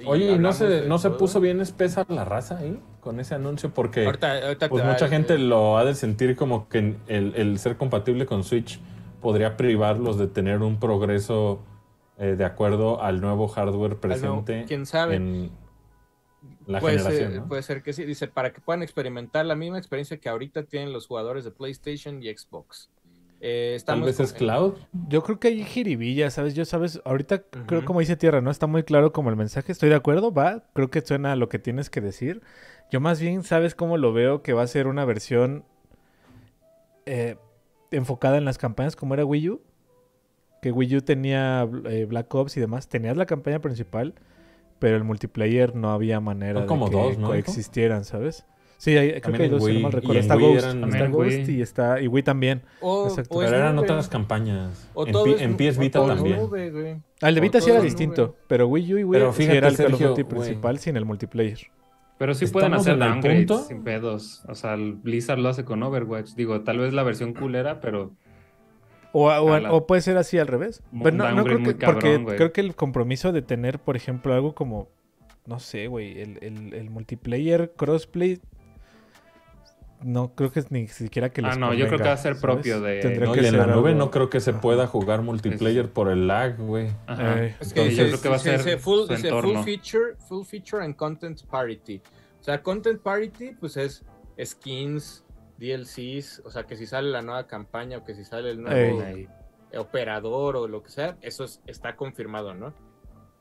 S1: Y
S4: Oye, ¿y no
S1: hablamos
S4: se,
S1: de
S4: no se
S1: todo. ¿eh?
S4: puso bien espesa la raza ahí con ese anuncio? Porque
S1: Ahorita- ahorita
S4: pues,
S1: te-
S4: mucha
S1: eh,
S4: gente lo ha de sentir como que el, el ser compatible con Switch podría privarlos de tener un progreso eh, de acuerdo al nuevo hardware
S1: al nuevo-
S4: presente
S1: ¿Quién sabe? Pues, eh,
S4: en la
S1: puede,
S4: generación.
S1: ser,
S4: ¿no?
S1: puede ser que sí. Dice, para que puedan experimentar la misma experiencia que ahorita tienen los jugadores de PlayStation y Xbox. Eh,
S4: Tal
S1: estamos
S4: vez
S1: con-
S4: es cloud.
S2: Yo creo que hay jiribilla, ¿sabes? Yo, ¿sabes? Ahorita creo
S1: Ujú.
S2: como dice Tierra, ¿no? Está muy claro como el mensaje. Estoy de acuerdo, va. Creo que suena a lo que tienes que decir. Yo más bien, ¿sabes cómo lo veo? Que va a ser una versión eh, enfocada en las campañas como era Wii U. Que Wii U tenía eh, Black Ops y demás. Tenías la campaña principal, pero el multiplayer no había manera
S4: Son como
S2: de que
S4: dos, ¿no, hijo?
S2: coexistieran, ¿sabes? Sí, hay, creo
S4: También
S2: que hay
S4: en
S2: dos, si no
S4: Wii.
S2: mal
S4: Y
S2: recuerdo.
S4: en
S2: Está
S4: Wii
S2: Ghost,
S4: eran-
S2: está
S3: También
S2: Ghost
S3: Wii.
S2: y está y Wii también.
S1: O,
S2: Exacto.
S1: o es
S4: Pero eran
S1: pues nube.
S4: otras campañas.
S1: O
S4: en,
S1: todo
S4: Pi-
S1: es
S4: en
S1: nu-
S4: PS
S1: o
S4: Vita
S1: todo es
S4: también.
S1: nube, güey.
S2: Ah, el de
S1: O
S2: Vita sí
S1: todo
S2: era
S1: en
S2: distinto,
S1: nube.
S2: pero Wii U y Wii
S4: Pero
S2: sí
S4: fíjate,
S2: era el Call of
S4: Sergio,
S2: Duty
S4: güey.
S2: principal sin el multiplayer.
S3: Pero sí
S4: Estamos
S3: pueden hacer
S4: en el
S3: downgrades
S4: punto-
S3: sin pedos. O sea, el Blizzard lo hace con Overwatch. Digo, tal vez la versión culera, pero
S2: O, o-
S3: A la-
S2: o puede ser así al revés.
S3: Un
S2: Pero no, no
S3: downgrade
S2: creo
S3: muy
S2: que,
S3: cabrón,
S2: porque
S3: güey.
S2: creo que el compromiso de tener, por ejemplo, algo como, no sé, güey, el, el- el multiplayer crossplay, no creo que es ni siquiera que
S3: Ah,
S2: les
S3: no, yo creo
S2: convenga,
S3: que va a ser propio de-
S2: Tendría
S3: Creo
S4: No,
S2: que
S4: y en
S2: ser
S4: la nube
S2: algo-
S4: no creo que se
S2: Ajá.
S4: pueda jugar multiplayer por el lag, güey.
S3: ajá.
S2: Eh,
S1: Es que
S3: Entonces, yo
S1: dice,
S3: creo que va a
S1: dice-
S3: ser
S1: dice full,
S3: su
S1: dice
S3: entorno.
S1: full feature, full feature and content parity. O sea, content parity, pues es skins, DLCs, o sea, que si sale la nueva campaña o que si sale el nuevo
S3: Ahí.
S1: operador o lo que sea, eso es- está confirmado, ¿no?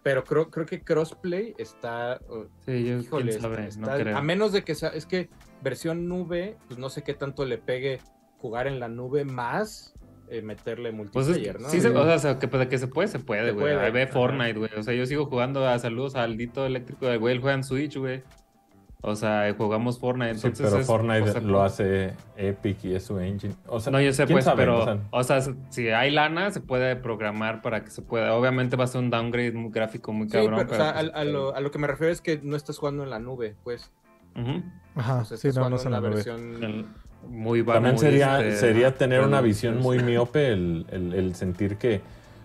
S1: Pero creo, creo que crossplay está, uh,
S3: Sí, yo,
S1: híjole,
S3: quién sabe,
S1: está-
S3: no
S1: está-
S3: creo.
S1: a menos de que sea, es que versión nube, pues no sé qué tanto le pegue jugar en la nube más eh, meterle
S3: Pues es-
S1: multiplayer, ¿no?
S3: sí, se- o sea, se- que, de que se puede, se puede,
S1: Se
S3: güey.
S1: puede,
S3: Ahí ve
S1: ajá.
S3: Fortnite, güey. O sea, yo sigo jugando a saludos al Dito Eléctrico del güey. Él juega en Switch, güey. O sea, jugamos Fortnite.
S4: Sí,
S3: Entonces
S4: pero
S3: es-
S4: Fortnite
S3: o sea,
S4: lo hace Epic y es su engine. O sea,
S3: No, yo sé,
S4: ¿quién
S3: pues,
S4: sabe?
S3: pero,
S4: O sea,
S3: o sea, si hay lana, se puede programar para que se pueda. Obviamente va a ser un downgrade muy gráfico, muy
S1: Sí,
S3: cabrón.
S1: pero, o
S3: pero
S1: sea,
S3: pues,
S1: a, a lo, a lo que me refiero es que no estás jugando en la nube, pues.
S3: ujú.
S2: Ajá,
S1: O sea,
S2: sí,
S1: estás
S2: no,
S1: jugando
S2: no se
S1: en
S2: la
S1: la
S2: nube.
S1: versión.
S3: El- muy va-
S4: También
S3: muy,
S4: sería,
S3: este, Pues,
S4: sería tener una
S3: pero- este.
S4: visión muy miope el, el- el sentir que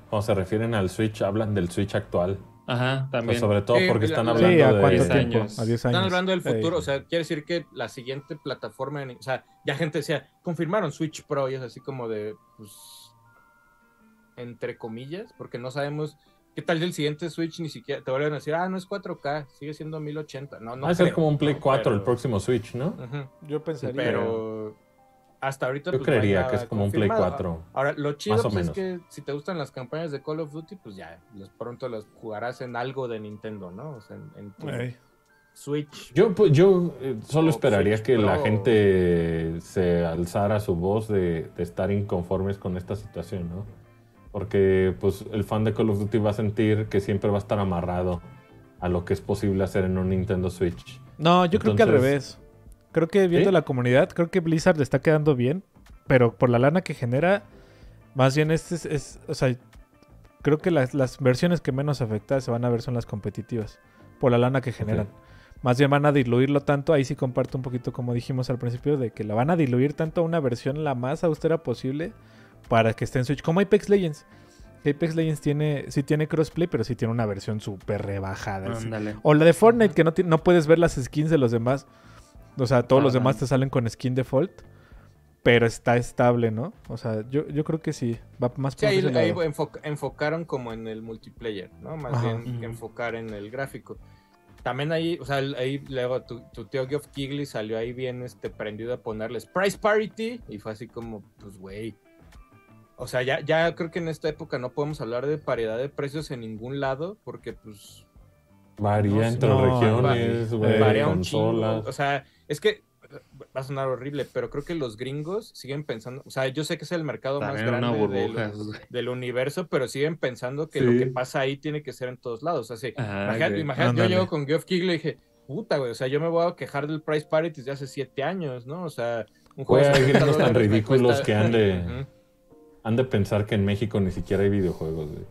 S4: cuando se refieren al Switch hablan del Switch actual.
S3: Ajá,
S4: O sea,
S3: también.
S4: pues, sobre todo
S1: Sí,
S4: porque
S1: la-
S4: están
S1: la-
S4: hablando
S2: Sí, ¿a
S4: de...
S2: cuánto
S3: 10
S2: tiempo?
S3: años.
S2: A 10 años.
S1: Están hablando del
S2: Ey.
S1: futuro, o sea, quiere decir que la siguiente plataforma, en- o sea, ya gente decía, confirmaron Switch Pro y es así como de, pues, entre comillas, porque no sabemos qué tal el siguiente Switch ni siquiera te vuelven a decir, ah, no es 4K, sigue siendo 1080. No, no.
S4: Va a ser
S1: creo,
S4: como un Play
S1: ¿no?
S4: 4 el
S1: Pero-
S4: próximo Switch, ¿no?
S1: Ujú.
S2: Yo pensaría.
S1: Pero hasta ahorita.
S4: Yo
S1: pues,
S4: creería
S1: vaya
S4: que es como un Play
S1: confirmado.
S4: 4.
S1: Ahora, lo chido
S4: Más o
S1: pues, es
S4: menos.
S1: que si te gustan las campañas de Call of Duty, pues ya, los- pronto las jugarás en algo de Nintendo, ¿no? O sea, en, en tu
S2: Ey.
S1: Switch.
S4: Yo, pues, yo eh, solo
S1: O
S4: esperaría
S1: Switch
S4: que la
S1: Pro.
S4: gente se alzara su voz de, de estar inconformes con esta situación, ¿no? Porque pues el fan de Call of Duty va a sentir que siempre va a estar amarrado a lo que es posible hacer en un Nintendo Switch.
S2: No, yo creo que al
S4: Entonces-
S2: revés. Creo que viendo
S4: ¿Sí?
S2: la comunidad, creo que Blizzard le está quedando bien, pero por la lana que genera, más bien este es, es- o sea, creo que las, las versiones que menos afectadas se van a ver son las competitivas, por la lana que generan. Más bien van a diluirlo tanto, ahí sí comparto un poquito como dijimos al principio, de que la van a diluir tanto a una versión la más austera posible para que esté en Switch, como Apex Legends. Apex Legends tiene, sí tiene crossplay, pero sí tiene una versión súper rebajada. así.
S3: Ándale.
S2: O la de Fortnite, que no, ti- no puedes ver las skins de los demás. O sea,
S1: Ah,
S2: todos los
S3: Ajá.
S2: demás te salen con skin default. Pero está estable, ¿no? O sea, yo, yo creo que sí. Va más
S1: Sí,
S2: por
S1: ahí,
S2: ese
S1: ahí
S2: lado.
S1: enfo- enfocaron como en el multiplayer, ¿no? Más
S2: Ajá.
S1: bien que
S3: Ujú.
S1: enfocar en el gráfico. También ahí, o sea, ahí luego tu, tu tío Geoff Keighley salió ahí bien este, prendido a ponerles price parity y fue así como, pues, güey. O sea, ya, ya creo que en esta época no podemos hablar de paridad de precios en ningún lado porque, pues,
S4: Varía
S1: No sé.
S4: entre
S2: No,
S4: regiones, güey,
S1: varía un chingo.
S4: consolas.
S1: O sea, es que va a sonar horrible, pero creo que los gringos siguen pensando, o sea, yo sé que es el mercado más
S3: También una
S1: grande del,
S3: burbuja. esos güey.
S1: del universo, pero siguen pensando que lo
S4: Sí.
S1: que pasa ahí tiene que ser en todos lados. O sea, sí,
S2: Ah,
S3: Ajá,
S1: imagínate,
S3: güey.
S1: imagínate, yo
S2: Ándale.
S1: llego con Geoff Keighley y dije, puta, güey, o sea, yo me voy a quejar del price parity desde hace siete años, ¿no? O sea, un
S4: Güey,
S1: de
S4: hay
S1: 70
S4: gringos tan
S1: dólares me
S4: ridículos
S1: cuesta-
S4: que han de-
S1: Ujú.
S4: Han de pensar que en México ni siquiera hay videojuegos, güey.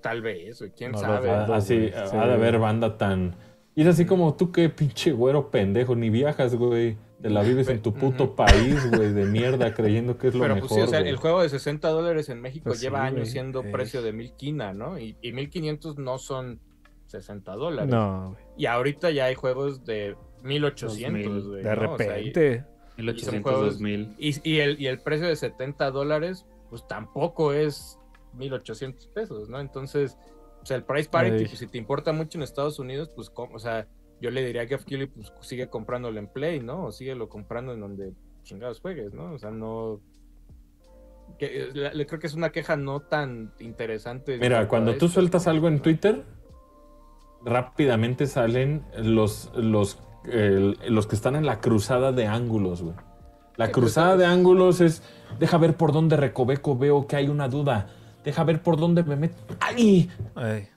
S1: Tal vez, güey, quién
S2: No lo
S1: sabe.
S2: dudo.
S4: Ah, Así,
S2: güey. Sí.
S4: ha de haber banda tan. Y es así como tú, qué pinche güero pendejo, ni viajas, güey. Te la vives en tu puto
S1: Ujú.
S4: país, güey, de mierda, creyendo que es lo
S1: Pero
S4: mejor.
S1: pues sí, o sea,
S4: güey.
S1: el juego de 60 dólares en México
S2: Pues sí,
S1: lleva años
S2: güey,
S1: siendo
S2: eh.
S1: precio de 1000 quina, ¿no? Y, y 1500 no son 60 dólares.
S2: No, güey.
S1: Y ahorita ya hay juegos de 1800,
S3: 2000,
S1: güey.
S2: de
S1: ¿no? O sea, y-
S2: repente.
S1: son
S3: 1800,
S1: juegos-
S3: 2000.
S1: y, y el, y el precio de 70 dólares, pues tampoco es 1800 pesos, ¿no? Entonces, o sea, el price parity,
S2: Ey.
S1: pues, si te importa mucho en Estados Unidos, pues, com- o sea, yo le diría a Geoff Keighley, pues sigue comprándolo en Play, ¿no? O síguelo comprando en donde chingados juegues, ¿no? O sea, no. que- la- le creo que es una queja no tan interesante.
S4: Mira, cuando tú sueltas algo en Twitter, rápidamente salen los, los, el- los que están en la cruzada de ángulos, güey. La
S1: Sí, pues,
S4: cruzada
S1: es-
S4: de ángulos es, deja ver por dónde recoveco, veo que hay una duda. Deja ver por dónde me meto. ¡Ay!
S2: Ay.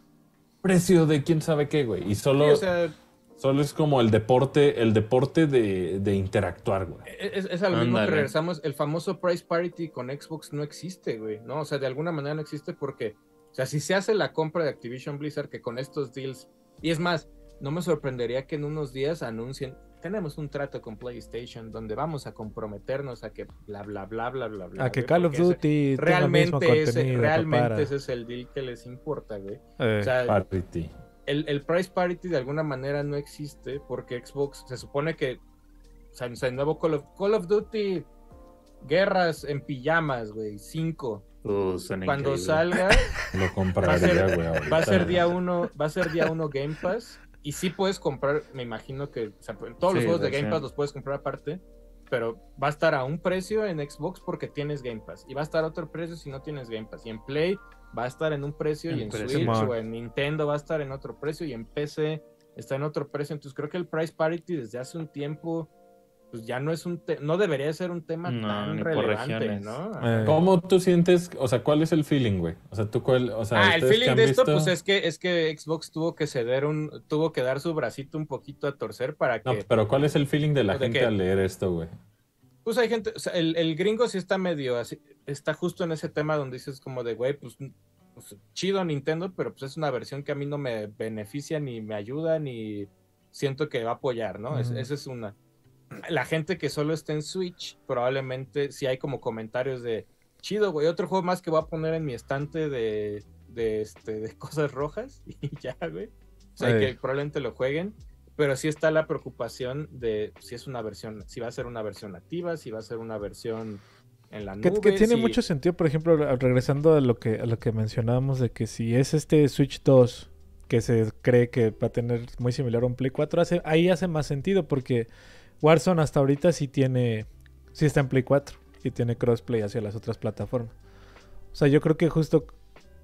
S4: Precio de quién sabe qué, güey. Y
S1: Sí,
S4: solo
S1: o sea,
S4: Solo es como el deporte, el deporte de, de interactuar, güey.
S1: e-, Es, es a lo mismo que
S3: Ándale.
S1: regresamos. El famoso price parity con Xbox no existe, güey. No, o sea, de alguna manera no existe porque, o sea, si se hace la compra de Activision Blizzard que con estos deals, y es más, no me sorprendería que en unos días anuncien, tenemos un trato con PlayStation donde vamos a comprometernos a que bla, bla, bla, bla, bla, bla.
S2: A que
S1: güey,
S2: Call of
S1: porque ese-
S2: Duty tenga el mismo
S1: Realmente, ese,
S2: contenido,
S1: realmente
S2: papara.
S1: ese es el deal que les importa, güey.
S2: Eh,
S1: O sea,
S4: Parity.
S1: el, el price parity de alguna manera no existe porque Xbox se supone que o sea, o sea, el nuevo Call of, Call of Duty guerras en pijamas, güey, 5.
S3: Uh, suena
S1: Cuando
S3: increíble.
S1: salga
S4: Lo
S1: Va a
S4: compraría,
S1: ser-
S4: güey. ahorita.
S1: va a ser día uno, va a ser día uno Game Pass y sí puedes comprar, me imagino que o sea, pues, todos los
S3: Sí,
S1: juegos de
S3: de
S1: Game
S3: hecho.
S1: Pass los puedes comprar aparte, pero va a estar a un precio en Xbox porque tienes Game Pass y va a estar a otro precio si no tienes Game Pass y en Play va a estar en un precio y
S3: En
S1: en
S3: precio.
S1: Switch
S2: Simón.
S1: o en Nintendo va a estar en otro precio y en PC está en otro precio, entonces creo que el price parity desde hace un tiempo pues ya no es un te- no debería ser un tema
S3: No,
S1: tan
S3: ni por
S1: relevante,
S3: regiones.
S1: ¿no?
S2: Eh,
S4: ¿Cómo tú sientes? O sea, ¿cuál es el feeling, güey? O sea, tú cuál. O sea,
S1: Ah, el
S4: ustedes que
S1: feeling
S4: han
S1: de esto,
S4: visto-
S1: pues es que es que Xbox tuvo que ceder un, tuvo que dar su bracito un poquito a torcer para que.
S4: No, pero ¿cuál es el feeling de la
S1: ¿De
S4: gente
S1: qué?
S4: al leer esto, güey?
S1: Pues hay gente, o sea, el, el gringo sí está medio así, está justo en ese tema donde dices como de güey, pues, pues, chido Nintendo, pero pues es una versión que a mí no me beneficia, ni me ayuda, ni siento que va a apoyar, ¿no? Es-
S2: Ujú.
S1: esa es una. La gente que solo está en Switch, probablemente si hay como comentarios de chido, güey, otro juego más que voy a poner en mi estante de, de, este, de cosas rojas, y ya, güey. O sea,
S2: Ey.
S1: que probablemente lo jueguen, pero sí está la preocupación de si es una versión, si va a ser una versión activa, si va a ser una versión en la
S2: Que,
S1: nube.
S2: que tiene
S1: si-
S2: mucho sentido, por ejemplo, re- regresando a lo que a lo que mencionábamos de que si es este Switch 2 que se cree que va a tener muy similar a un Play 4, hace, ahí hace más sentido porque Warzone hasta ahorita sí tiene sí está en Play 4 y tiene crossplay hacia las otras plataformas. O sea, yo creo que justo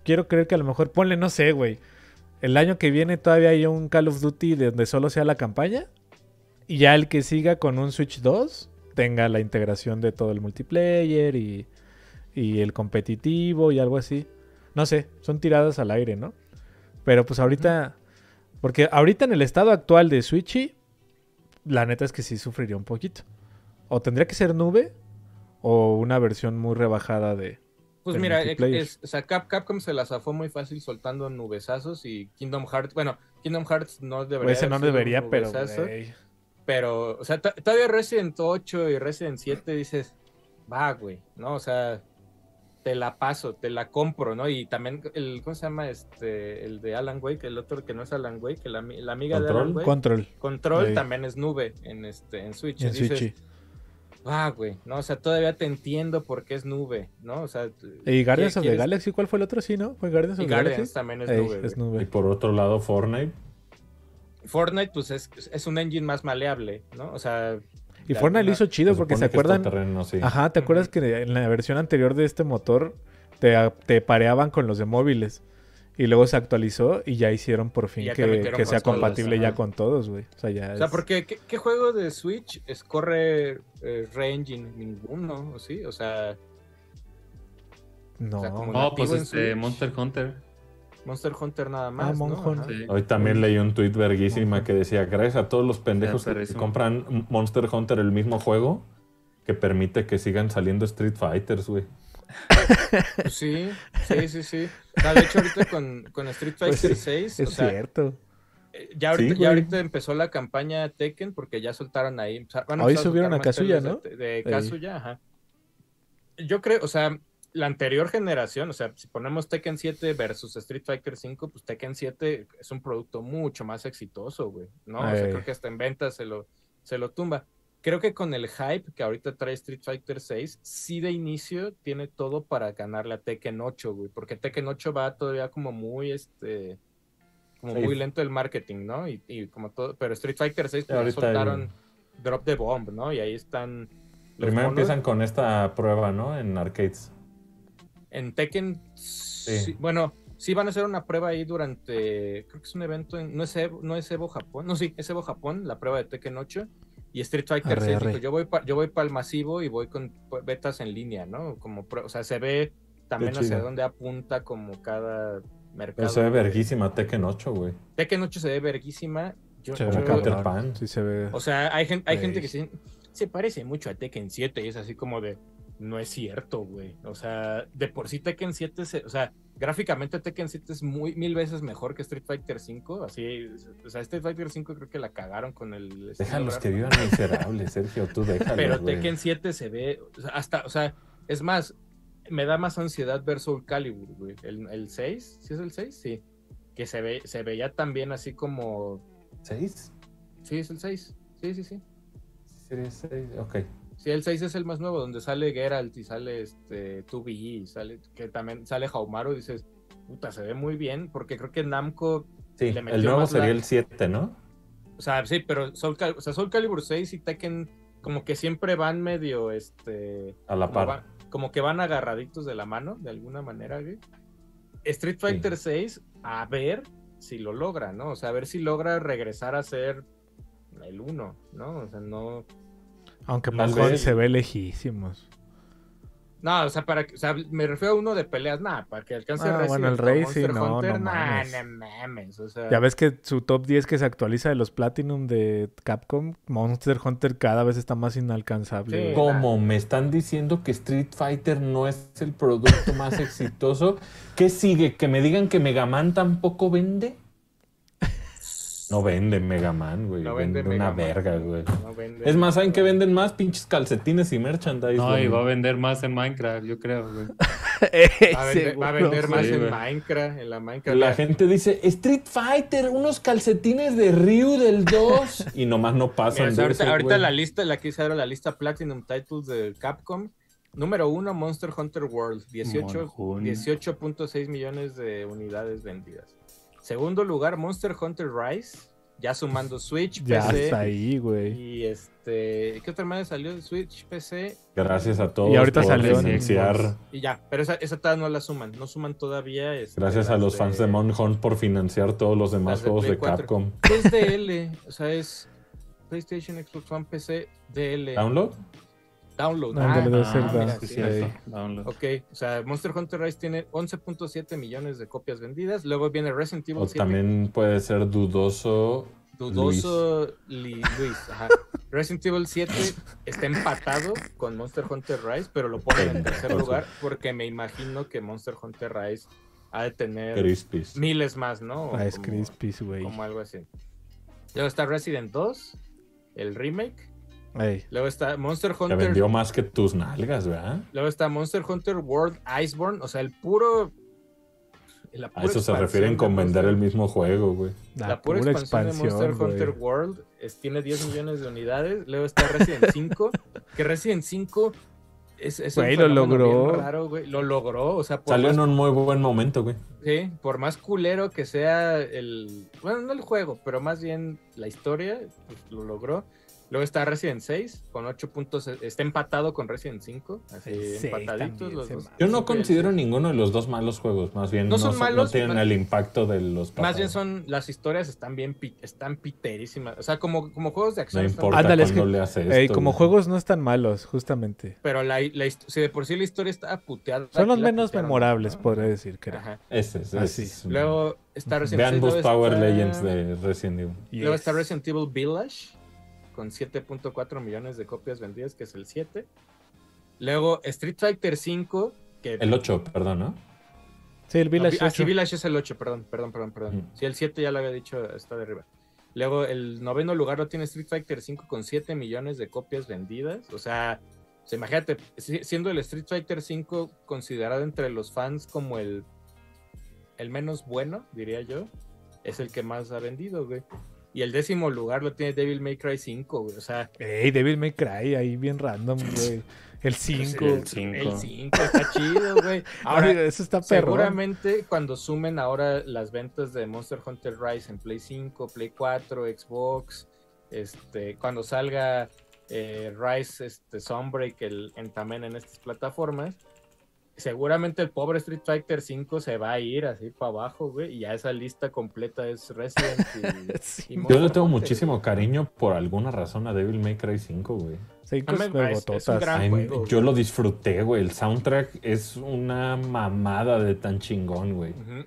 S2: quiero creer que a lo mejor ponle no sé, güey. El año que viene todavía hay un Call of Duty de donde solo sea la campaña y ya el que siga con un Switch 2 tenga la integración de todo el multiplayer y, y el competitivo y algo así. No sé, son tiradas al aire, ¿no? Pero pues ahorita, porque ahorita en el estado actual de Switchy, la neta es que sí sufriría un poquito. O tendría que ser nube o una versión muy rebajada de...
S1: Pues
S2: del
S1: mira, ex-
S2: multiplayer.
S1: es- o sea, Cap- Capcom se la zafó muy fácil soltando nubesazos y Kingdom Hearts, bueno, Kingdom Hearts no debería.
S2: ese no
S1: haber sido un
S2: debería, pero...
S1: nubesazo,
S2: güey.
S1: Pero, o sea, to- todavía Resident 8 y Resident 7 dices, va, güey, ¿no? O sea, te la paso, te la compro, ¿no? Y también, el, ¿cómo se llama? Este, el de Alan Wake, el otro que no es Alan Wake, el ami- la amiga de
S4: Control.
S1: Alan Wake.
S2: Control.
S1: Control
S2: Sí.
S1: también es nube en, este, en Switch.
S2: En
S1: dices,
S2: Switchy.
S1: ah, güey, ¿no? O sea, todavía te entiendo por qué es nube, ¿no? O sea, t-
S2: ¿Y Guardians
S1: ¿qué
S2: of the
S1: quieres?
S2: Galaxy? ¿Cuál fue el otro? Sí, ¿no? ¿Fue Guardians
S1: Y
S2: of the
S1: Guardians
S2: Galaxy?
S1: también es
S2: Ey,
S1: nube.
S2: es
S1: güey.
S2: nube.
S4: Y por otro lado, Fortnite.
S1: Fortnite, pues es, es un engine más maleable, ¿no? O sea,
S2: Y
S1: de
S2: Fortnite lo
S1: alguna-
S2: hizo chido
S4: se
S2: porque se
S4: supone que es
S2: acuerdan...
S4: todoterreno, sí.
S2: Ajá, ¿te acuerdas que en la versión anterior de este motor te, a- te pareaban con los de móviles? Y luego se actualizó y ya hicieron por fin
S1: ya te
S2: que,
S1: metieron
S2: que
S1: con
S2: sea
S1: todos,
S2: compatible ya
S1: ajá.
S2: con todos, güey. O sea, ya
S1: O sea,
S2: es-
S1: porque ¿qué, qué juego de Switch es corre eh, Re-Engine? Ninguno, ¿o sí? O sea,
S2: No,
S1: o sea, como-
S3: No, pues
S1: Activo en
S3: este
S1: Switch.
S3: Monster Hunter.
S1: Monster Hunter nada más. ¿no?
S2: Monjon.
S1: Ajá.
S3: Sí.
S4: Hoy también leí un tuit verguísima que decía, gracias a todos los pendejos que
S3: perrísimo.
S4: compran Monster Hunter el mismo juego, que permite que sigan saliendo Street Fighters, güey.
S1: Pues Sí, sí, sí, sí. O sea, de hecho, ahorita con, con Street
S2: Pues
S1: Fighter
S2: sí,
S1: 6,
S2: es
S1: o sea,
S2: cierto.
S1: eh, ya, ahorita,
S4: Sí,
S1: ya
S4: güey.
S1: ahorita empezó la campaña Tekken porque ya soltaron ahí. empezar- van
S2: Hoy
S1: empezar
S2: subieron
S1: soltar
S2: a
S1: más
S2: Kazuya,
S1: trailers De, de Kazuya, ajá. Yo creo, o sea, la anterior generación, o sea, si ponemos Tekken 7 versus Street Fighter 5, pues Tekken 7 es un producto mucho más exitoso, güey. ¿No? O sea,
S2: Ey.
S1: creo que hasta en ventas se lo, se lo tumba. Creo que con el hype que ahorita trae Street Fighter 6, sí de inicio tiene todo para ganarle a Tekken 8, güey. Porque Tekken 8 va todavía como muy, este, como
S4: Sí.
S1: muy lento el marketing, ¿no? Y, y como todo, pero Street Fighter 6 pues, ya
S4: ahorita el-
S1: soltaron Drop the Bomb, ¿no? Y ahí están los
S4: Primero
S1: monos.
S4: empiezan con esta prueba, ¿no? En arcades.
S1: En Tekken, sí, bueno, sí van a hacer una prueba ahí durante, creo que es un evento, en, no, es Evo, no es Evo Japón, no, sí, es Evo Japón, la prueba de Tekken 8. Y Street Fighter
S2: Arre,
S1: 6 dijo,
S2: arre.
S1: yo voy para yo voy para el masivo y voy con pues, betas en línea, ¿no? Como, pro- o sea, se ve también
S4: Qué
S1: hacia
S4: chido.
S1: dónde apunta como cada mercado.
S4: Pero se ve
S1: ¿no?
S4: verguísima Tekken 8, güey.
S1: Tekken 8 se ve verguísima. Yo-
S2: Se ve
S1: yo-
S4: Como
S2: muy
S4: Counter
S2: cabrón.
S4: Pan.
S2: Sí se ve.
S1: o sea, hay, gen- hay gente que
S4: Pues.
S2: Güey.
S1: se, se parece mucho a Tekken 7 y es así como de, no es cierto, güey. O sea, de por sí Tekken 7, se- o sea, gráficamente Tekken 7 es muy mil veces mejor que Street Fighter 5. Así, o sea, Street Fighter 5 creo que la cagaron con el...
S4: Déjalos
S1: estilo
S4: que vivan miserables, Sergio, tú déjalos.
S1: Pero
S4: güey.
S1: Tekken 7 se ve o sea, hasta, o sea, es más, me da más ansiedad ver Soul Calibur, güey. El, el 6, ¿sí es el 6? Sí. Que se ve, se veía también así como.
S4: ¿Seis?
S1: Sí, es el 6. Sí, sí, sí.
S4: Sería seis, ok.
S1: Sí, el 6 es el más nuevo, donde sale Geralt y sale este 2 sale, que también sale Haumaru y dices, puta, se ve muy bien, porque creo que Namco,
S4: Sí,
S1: Le metió
S4: el nuevo
S1: más
S4: sería
S1: la-
S4: el 7, ¿no?
S1: o sea, sí, pero Soul, Cal- o sea, Soul Calibur 6 y Tekken como que siempre van medio este
S4: A la
S1: como,
S4: par.
S1: va- como que van agarraditos de la mano, de alguna manera, güey. Street Fighter 6, a ver si lo logra, ¿no? O sea, a ver si logra regresar a ser el uno, ¿no? O sea, no.
S2: Aunque
S4: Tal
S2: Pajón
S4: vez.
S2: se ve lejísimos.
S1: No, o sea, para que, o sea, me refiero a uno de peleas, nada, para que alcance
S2: Ah,
S1: Resident
S2: bueno, el
S1: con
S2: Rey sí,
S1: Monster
S2: no,
S1: Hunter,
S2: no
S1: nah,
S2: mames.
S1: no mames, o sea,
S2: Ya ves que su top 10 que se actualiza de los Platinum de Capcom, Monster Hunter cada vez está más inalcanzable.
S1: Sí.
S2: güey.
S4: ¿Cómo? ¿Me están diciendo que Street Fighter no es el producto más exitoso? ¿Qué sigue? ¿Que me digan que Mega Man tampoco vende? No vende Mega Man, güey.
S1: No
S4: vende,
S1: vende Mega
S4: una
S1: Man.
S4: verga, güey.
S1: no vende-
S4: Es más, ¿saben qué venden más? Pinches calcetines y merchandise.
S3: No,
S4: güey.
S3: y va a vender más en Minecraft, yo creo, güey.
S1: Va a vender, va a
S2: Seguro.
S1: vender más
S3: Sí,
S1: en
S3: güey.
S1: Minecraft, en la Minecraft.
S4: La
S1: ya.
S4: gente dice, Street Fighter, unos calcetines de Ryu del 2. y nomás no
S1: Mira,
S4: pasan.
S1: o
S4: de
S1: sea, ahorita
S4: eso,
S1: ahorita
S4: güey.
S1: la lista, la que hicieron la lista Platinum Titles de Capcom. Número uno, Monster Hunter World, 18
S3: Monjón.
S1: 18.6 millones de unidades vendidas. Segundo lugar, Monster Hunter Rise, ya sumando Switch,
S2: Ya
S1: PC.
S2: está ahí, güey.
S1: Y este, ¿qué otra manera salió? Switch, PC
S4: Gracias a todos
S2: Y ahorita
S4: por
S2: salió en
S4: financiar.
S2: Xbox.
S1: y ya. Pero esa, esa todavía no la suman, no suman todavía. este,
S4: Gracias a
S1: las
S4: los fans de Monjon por financiar todos los demás
S1: las de
S4: juegos
S1: Play
S4: de
S1: 4.
S4: Capcom.
S1: Es DL, pues o sea, es PlayStation, Xbox One, PC, DL.
S4: ¿Download?
S1: Download.
S2: Ah, ándale,
S1: Ah,
S2: es verdad.
S1: mira,
S3: sí,
S1: sí,
S3: cierto.
S2: sí.
S3: Download.
S1: Ok, o sea, Monster Hunter Rise tiene 11.7 millones de copias vendidas. Luego viene Resident Evil
S4: O
S1: 7,
S4: Oh, también puede ser dudoso.
S1: dudoso Li- Luis. ajá. Resident Evil 7 está empatado con Monster Hunter Rise, pero lo ponen en tercer lugar porque me imagino que Monster Hunter Rise ha de tener
S4: Crispis.
S1: miles más, ¿no?
S4: Ah,
S1: O
S2: Rice
S1: como-
S2: Krispies, Ah, güey.
S1: Como algo así. Luego está Resident 2, el remake.
S2: Ey.
S1: Luego está Monster
S4: Que
S1: Hunter
S4: vendió más que tus nalgas, ¿verdad?
S1: Luego está Monster Hunter World Iceborne, o sea, el puro. la
S4: A
S1: pura
S4: eso se
S1: expansión
S4: refieren
S1: de
S4: con vender el
S1: Monster-
S4: mismo juego, güey.
S2: La,
S1: La
S2: pura,
S1: pura, expansión, de
S2: expansión,
S1: Monster Hunter
S2: güey.
S1: World es- tiene 10 millones de unidades. Luego está Resident 5, que Resident 5 es, es
S2: Güey, lo
S1: fenómeno
S2: logró.
S1: bien raro, güey. Lo logró, o sea, por
S4: Salió
S1: más
S4: en un muy buen momento, güey.
S1: Sí, por más culero que sea el. Bueno, no el juego, pero más bien la historia, pues, lo logró. Luego está Resident 6 con 8 puntos. e, Está empatado con Resident 5. Así
S2: El seis
S1: empataditos
S2: también
S1: los
S2: se
S1: dos.
S2: mama.
S4: Yo
S1: Sí,
S4: no
S1: que el
S4: considero
S1: seis.
S4: ninguno de los dos malos juegos. Más bien
S1: No
S4: no,
S1: son
S4: son-
S1: malos,
S4: no tienen
S1: ma-
S4: el impacto de los
S1: Más
S4: pasados.
S1: bien son. Las historias están bien. pi- Están piterísimas. O sea, como, como juegos de
S4: No
S1: acción. están-
S4: importa
S2: Ándale, es
S4: cuándo
S2: que-
S4: le hace
S2: Ey,
S4: esto,
S2: como
S4: güey.
S2: juegos no están malos, justamente.
S1: Pero la, la hist- si de por sí la historia está puteada.
S2: Son
S1: aquí
S2: los
S1: la
S2: menos
S1: putearon,
S2: memorables,
S1: ¿no?
S2: podría decir, creo.
S1: Ajá.
S4: Ese es,
S2: Así.
S4: ese es.
S1: Luego está Resident
S4: Vean
S1: 6,
S4: Boost
S1: luego
S4: Power
S1: está-
S4: Legends de Resident Evil.
S1: Luego
S2: Yes.
S1: está Resident Evil Village con 7.4 millones de copias vendidas, que es el 7. Luego Street Fighter 5, que
S4: El 8, perdón, ¿no?
S2: Sí, el Village
S1: Ah, sí,
S2: ocho.
S1: Village es el 8, perdón, perdón, perdón, perdón.
S4: Mm.
S1: Sí, el 7 ya lo había dicho, está de arriba. Luego el noveno lugar lo tiene Street Fighter 5 con 7 millones de copias vendidas, o sea, o sea, imagínate, si- siendo el Street Fighter 5 considerado entre los fans como el el menos bueno, diría yo, es el que más ha vendido, güey. Y el décimo lugar lo tiene Devil May Cry 5, güey. O sea,
S2: Ey, Devil May Cry, ahí bien random, güey. El 5.
S3: el cinco.
S1: el 5 está chido, güey. Ahora,
S2: eso está perro.
S1: Seguramente cuando sumen ahora las ventas de Monster Hunter Rise en Play 5, Play 4, Xbox, este, cuando salga eh, Rise este, Sunbreak el, en, también en estas plataformas, seguramente el pobre Street Fighter 5 se va a ir así para abajo, güey, y ya esa lista completa es Resident y- y,
S2: Sí.
S1: Monster
S4: Yo le tengo
S1: Hunter.
S4: muchísimo cariño por alguna razón a Devil May Cry 5, güey.
S2: Cinco
S1: No me-
S2: nuevo,
S1: es- es
S2: totas.
S1: un gran-
S4: Ay,
S1: juego, Ah, güey.
S4: yo lo disfruté, güey. El soundtrack es una mamada de tan chingón, güey.
S1: Ujú.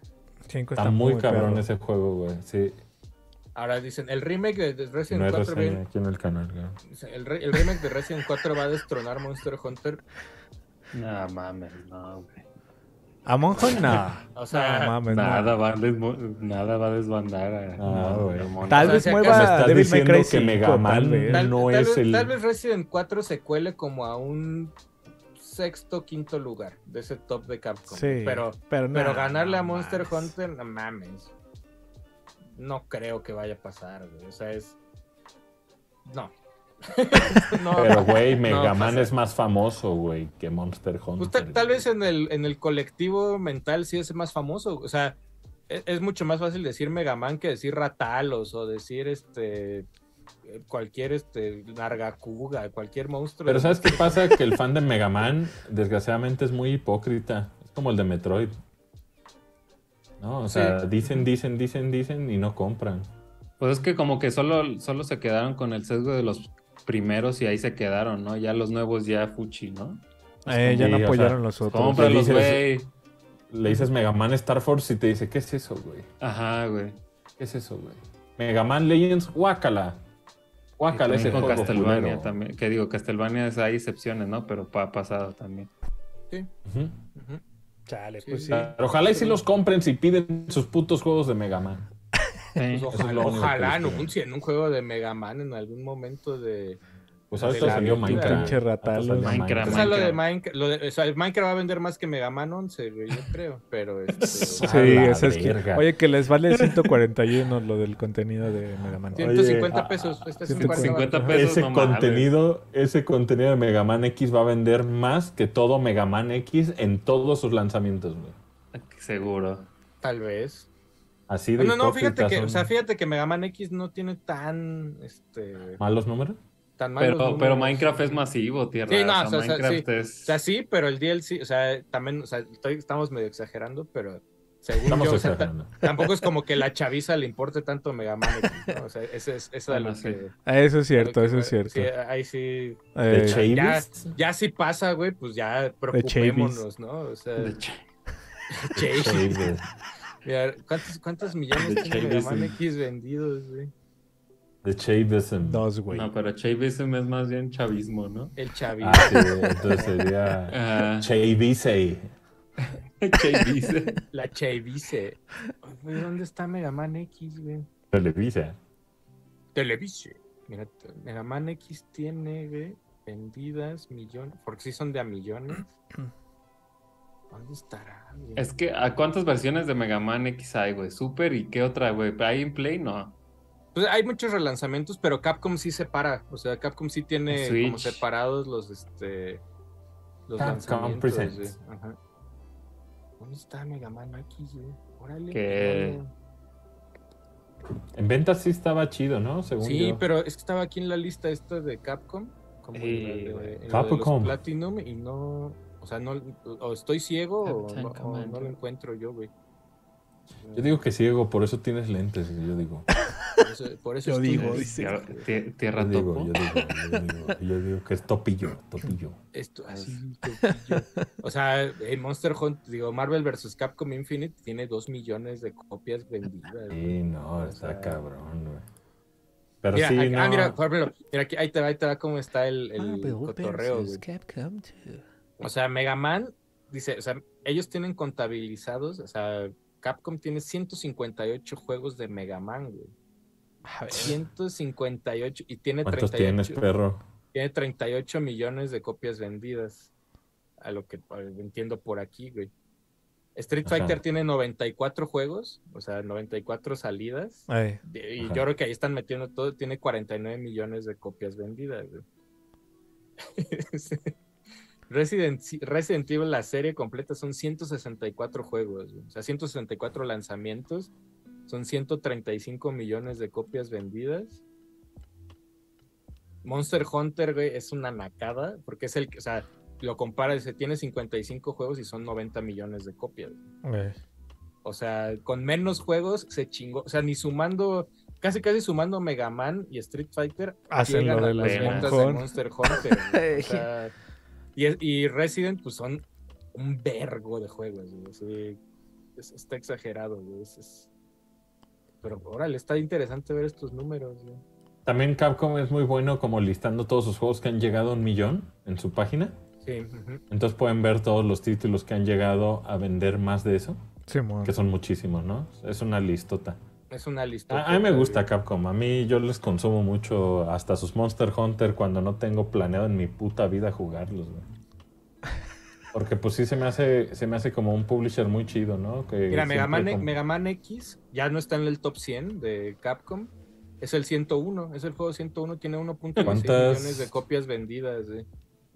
S2: Cinco
S4: Está, muy, cabrón
S2: perro.
S4: ese juego, güey. Sí.
S1: Ahora dicen, el remake de- de
S4: no
S1: Resident
S4: hay
S1: 4
S4: reseña
S1: bien-
S4: aquí en el canal. güey.
S1: el, re- el remake de Resident 4 va a destronar Monster Hunter.
S3: No mames, no, güey.
S2: Among Us, no.
S1: O sea,
S2: No mames, no.
S3: Nada, va a desmo- nada va a desbandar a
S4: Ah,
S3: a-
S4: güey.
S3: a Monster.
S2: Tal
S1: O sea,
S2: vez
S1: si acaso-
S4: Me
S2: mueva
S4: estás
S2: Devil May
S4: diciendo
S2: Cry
S4: que
S2: 5,
S4: Mega
S2: tal
S4: Man
S2: vez.
S1: tal,
S4: no
S1: tal
S4: es
S1: vez,
S4: el-
S1: tal vez Resident 4 se cuele como a un sexto, quinto lugar de ese top de Capcom.
S2: Sí,
S1: Pero,
S2: pero,
S1: pero
S2: nah,
S1: ganarle a
S2: no
S1: Monster
S2: mames.
S1: Hunter, no mames. No creo que vaya a pasar, güey. O sea, es. No. no.
S4: Pero, güey, Mega
S1: No,
S4: Man
S1: pasa.
S4: es más famoso, güey, que Monster Hunter.
S1: Pues, ta- tal vez en el, en el colectivo mental sí es más famoso. O sea, e- es, mucho más fácil decir Megaman que decir Ratalos o decir este eh, cualquier este Nargacuga, cualquier monstruo.
S4: Pero ¿sabes qué pasa? Que el fan de Mega Man, desgraciadamente, es muy hipócrita. Es como el de Metroid. No, o sea,
S1: Sí.
S4: dicen, dicen, dicen, dicen y no compran.
S3: Pues es que como que solo, solo se quedaron con el sesgo de los primeros y ahí se quedaron, ¿no? Ya los nuevos ya fuchi, ¿no?
S2: Eh, ya no
S4: Sí, o
S2: apoyaron
S4: sea,
S2: los otros.
S3: Cómpralos,
S4: dices-
S3: güey.
S4: Le dices Mega Man Star Force y te dice, ¿qué es eso, güey?
S3: Ajá, güey.
S4: ¿Qué es eso, güey? Mega Man Legends, guácala. Guácala
S3: Y
S4: ese
S3: también con
S4: juego
S3: Castlevania
S4: culero.
S3: también. Que digo, Castlevania es- hay excepciones, ¿no? Pero pa- ha pasado también.
S4: Ujú.
S1: Ujú.
S2: Chale,
S1: Sí,
S2: pues
S1: sí.
S2: sí.
S4: Pero ojalá y si los compren si piden sus putos juegos de Mega Man.
S3: Sí.
S1: Pues
S4: es lo
S1: ojalá,
S4: único que
S1: ojalá
S4: les pido.
S1: anuncien un juego de Megaman en algún momento de.
S4: Pues
S1: De
S4: ahorita
S1: la
S4: salió
S1: vida.
S4: Minecraft.
S2: Pinche ratal.
S4: Ahorita salió
S3: Minecraft.
S1: O sea, lo de Minecraft, lo de- o sea, el Minecraft va a vender más que Megaman 11, güey, yo creo. Pero este,
S2: Sí,
S4: A la
S2: esa es que-
S4: verga.
S2: Oye, que les vale 141 lo del contenido de Mega Man.
S4: Oye,
S1: 150
S4: ah,
S1: pesos. Este es un
S3: 150
S1: cuarto.
S3: pesos,
S4: ese
S3: no mames.
S4: contenido, ese contenido de Mega Man X va a vender más que todo Mega Man X en todos sus lanzamientos, güey.
S3: Seguro.
S1: Tal vez.
S4: Así de
S1: No, no,
S4: hipócritas
S1: fíjate que,
S4: son.
S1: o sea, fíjate que Mega Man X no tiene tan, este,
S4: malos números.
S1: tan malos
S3: Pero, pero
S1: números.
S3: Minecraft es masivo, tierra.
S1: Sí, no,
S3: o sea,
S1: o sea, o sea,
S3: Minecraft
S1: O
S3: es.
S1: sea, sí, pero el DLC, o sea, también, o sea, estoy- estamos medio exagerando, pero según
S4: Estamos
S1: yo, o sea, ta-
S4: exagerando.
S1: tampoco es como que la chaviza le importe tanto Mega Man X, ¿no? O sea, ese es, eso es a lo
S3: Bueno, sí.
S1: que...
S2: Ah, Eso es
S1: a
S2: cierto,
S1: lo
S2: eso
S1: que-
S2: es cierto.
S1: Sí, ahí sí,
S2: Eh,
S4: De
S1: ya,
S4: Chavis.
S1: ya si pasa, güey, pues ya preocupémonos, ¿no? O sea,
S3: de ch-
S1: Chavis.
S4: Chavis.
S1: Mira, ¿cuántos, cuántos millones
S3: De
S1: tiene Mega
S3: Chavis,
S1: Man
S3: sí.
S1: X vendidos, güey?
S4: De Chavis.
S2: Dos, güey.
S3: No, pero chavism es más bien chavismo, ¿no?
S1: El chavismo.
S4: Ah, sí, entonces sería
S3: Ah,
S4: Chavis.
S3: chavism.
S1: La Chevice. Güey, ¿dónde está Mega Man X, güey?
S4: Televisa.
S1: Televise. Mira, te- Mega Man X tiene, güey, vendidas millones, porque sí son de a millones. ¿Dónde estará? güey?
S3: Es que, ¿a cuántas versiones de Mega Man X hay, güey? Super y qué otra, güey. ¿Hay en Play? No.
S1: Pues hay muchos relanzamientos, pero Capcom sí separa. O sea, Capcom sí tiene
S3: Switch.
S1: como separados los, este, los
S4: Capcom
S1: lanzamientos. güey.
S4: Presents.
S1: Ajá. ¿Dónde está Mega Man X, güey? Órale.
S3: Que-
S1: órale.
S4: En ventas sí estaba chido, ¿no? Según
S1: Sí,
S4: yo.
S1: pero es que estaba aquí en la lista esta de Capcom, como en la
S3: Eh,
S1: de-
S3: güey.
S1: en la de
S4: Capcom.
S1: los Platinum y no, o sea, no, o estoy ciego o,
S3: Captain
S1: no- o no
S3: Commander.
S1: lo encuentro yo, güey.
S4: Yo digo que ciego, por eso tienes lentes, yo digo.
S1: Por eso, por eso
S2: Yo
S1: estoy-
S2: digo, dice.
S3: Tierra, tie-
S4: Yo
S3: Eh, tierra
S4: digo,
S3: topo.
S4: yo digo, yo digo, yo digo que es topillo, topillo.
S1: esto así, topillo. O sea, eh, Monster Hunt, digo, Marvel vs. Capcom Infinite tiene dos millones de copias vendidas. güey.
S4: Sí, no,
S1: O
S4: está
S1: sea,
S4: cabrón, güey. Pero
S1: Mira,
S4: sí,
S1: aquí-
S4: no. Ah,
S1: ah, mira, por ejemplo, mira, aquí, ahí te va, ahí te va cómo está el, el cotorreo, güey. O sea, Mega Man dice, o sea, ellos tienen contabilizados, o sea, Capcom tiene 158 juegos de Mega Man, güey. 158 y tiene
S4: ¿Cuántos
S1: 38,
S4: tienes, perro?
S1: tiene 38 millones de copias vendidas. A lo que a lo que entiendo por aquí, güey. Street
S4: Ajá.
S1: Fighter tiene 94 juegos, o sea, 94 salidas.
S2: Ay,
S1: de- Y
S4: Ajá.
S1: yo creo que ahí están metiendo todo, tiene 49 millones de copias vendidas. güey. Resident, Resident Evil, la serie completa, son 164 juegos, güey. o sea, 164 lanzamientos, son 135 millones de copias vendidas. Monster Hunter, güey, es una nacada, porque es el que, o sea, lo compara, se tiene 55 juegos y son 90 millones de copias.
S2: güey.
S1: O sea, con menos juegos se chingó. O sea, ni sumando, casi casi sumando Mega Man y Street Fighter,
S2: Hacen
S1: llegan
S2: lo
S1: a
S2: de
S1: las
S2: los
S3: pena.
S1: ventas de
S2: Moncón.
S1: Monster Hunter. güey. O sea, y, es- y Resident, pues son un vergo de juegos. güey. Sí, es- está exagerado. güey. Es- es- pero órale, está interesante ver estos números. güey.
S4: También Capcom es muy bueno como listando todos sus juegos que han llegado a un millón en su página.
S1: Sí, ujú.
S4: Entonces pueden ver todos los títulos que han llegado a vender más de eso,
S2: Simón.
S4: que son muchísimos, ¿no? Es una listota.
S1: es una lista.
S4: A, a mí me gusta Capcom, a mí yo les consumo mucho hasta sus Monster Hunter cuando no tengo planeado en mi puta vida jugarlos, güey. Porque pues sí se me hace, se me hace como un publisher muy chido, ¿no? Que
S1: Mira,
S4: siempre
S1: Mega Man, eh,
S4: como-
S1: Mega Man X ya no está en el top 100 de Capcom. Es el 101, es el juego 101, tiene 1.6
S4: ¿Cuántas?
S1: millones de copias vendidas. güey.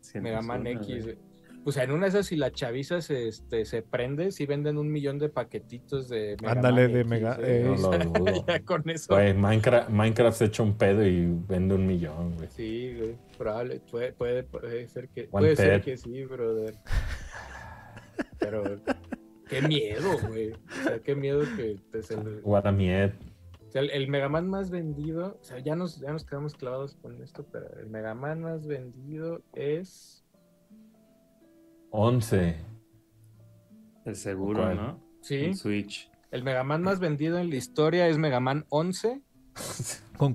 S3: Siento
S1: Mega Man
S3: una,
S1: X.
S3: güey.
S1: güey. O sea, en una de esas, si la chaviza se, este, se prende, si venden un millón de paquetitos de Mega
S2: Ándale,
S1: Man
S2: de
S1: X,
S2: Mega-
S1: güey.
S2: eh.
S4: No lo dudo.
S1: ya con eso.
S4: Güey, Minecraft, Minecraft se echa un pedo y vende un millón, güey.
S1: Sí, güey, probable, puede, puede, puede ser que,
S4: One
S1: puede ser
S4: Ted.
S1: que sí, brother. Pero qué miedo, güey. O sea, qué miedo que te se le- o
S4: What a miedo.
S1: sea, el, el Megaman más vendido, o sea, ya nos, ya nos quedamos clavados con esto, pero el Megaman más vendido es
S4: 11.
S3: El seguro,
S4: ¿Cuál?
S3: ¿no?
S1: sí,
S3: El Switch.
S1: el Megaman más vendido en la historia es Megaman 11
S2: ¿Con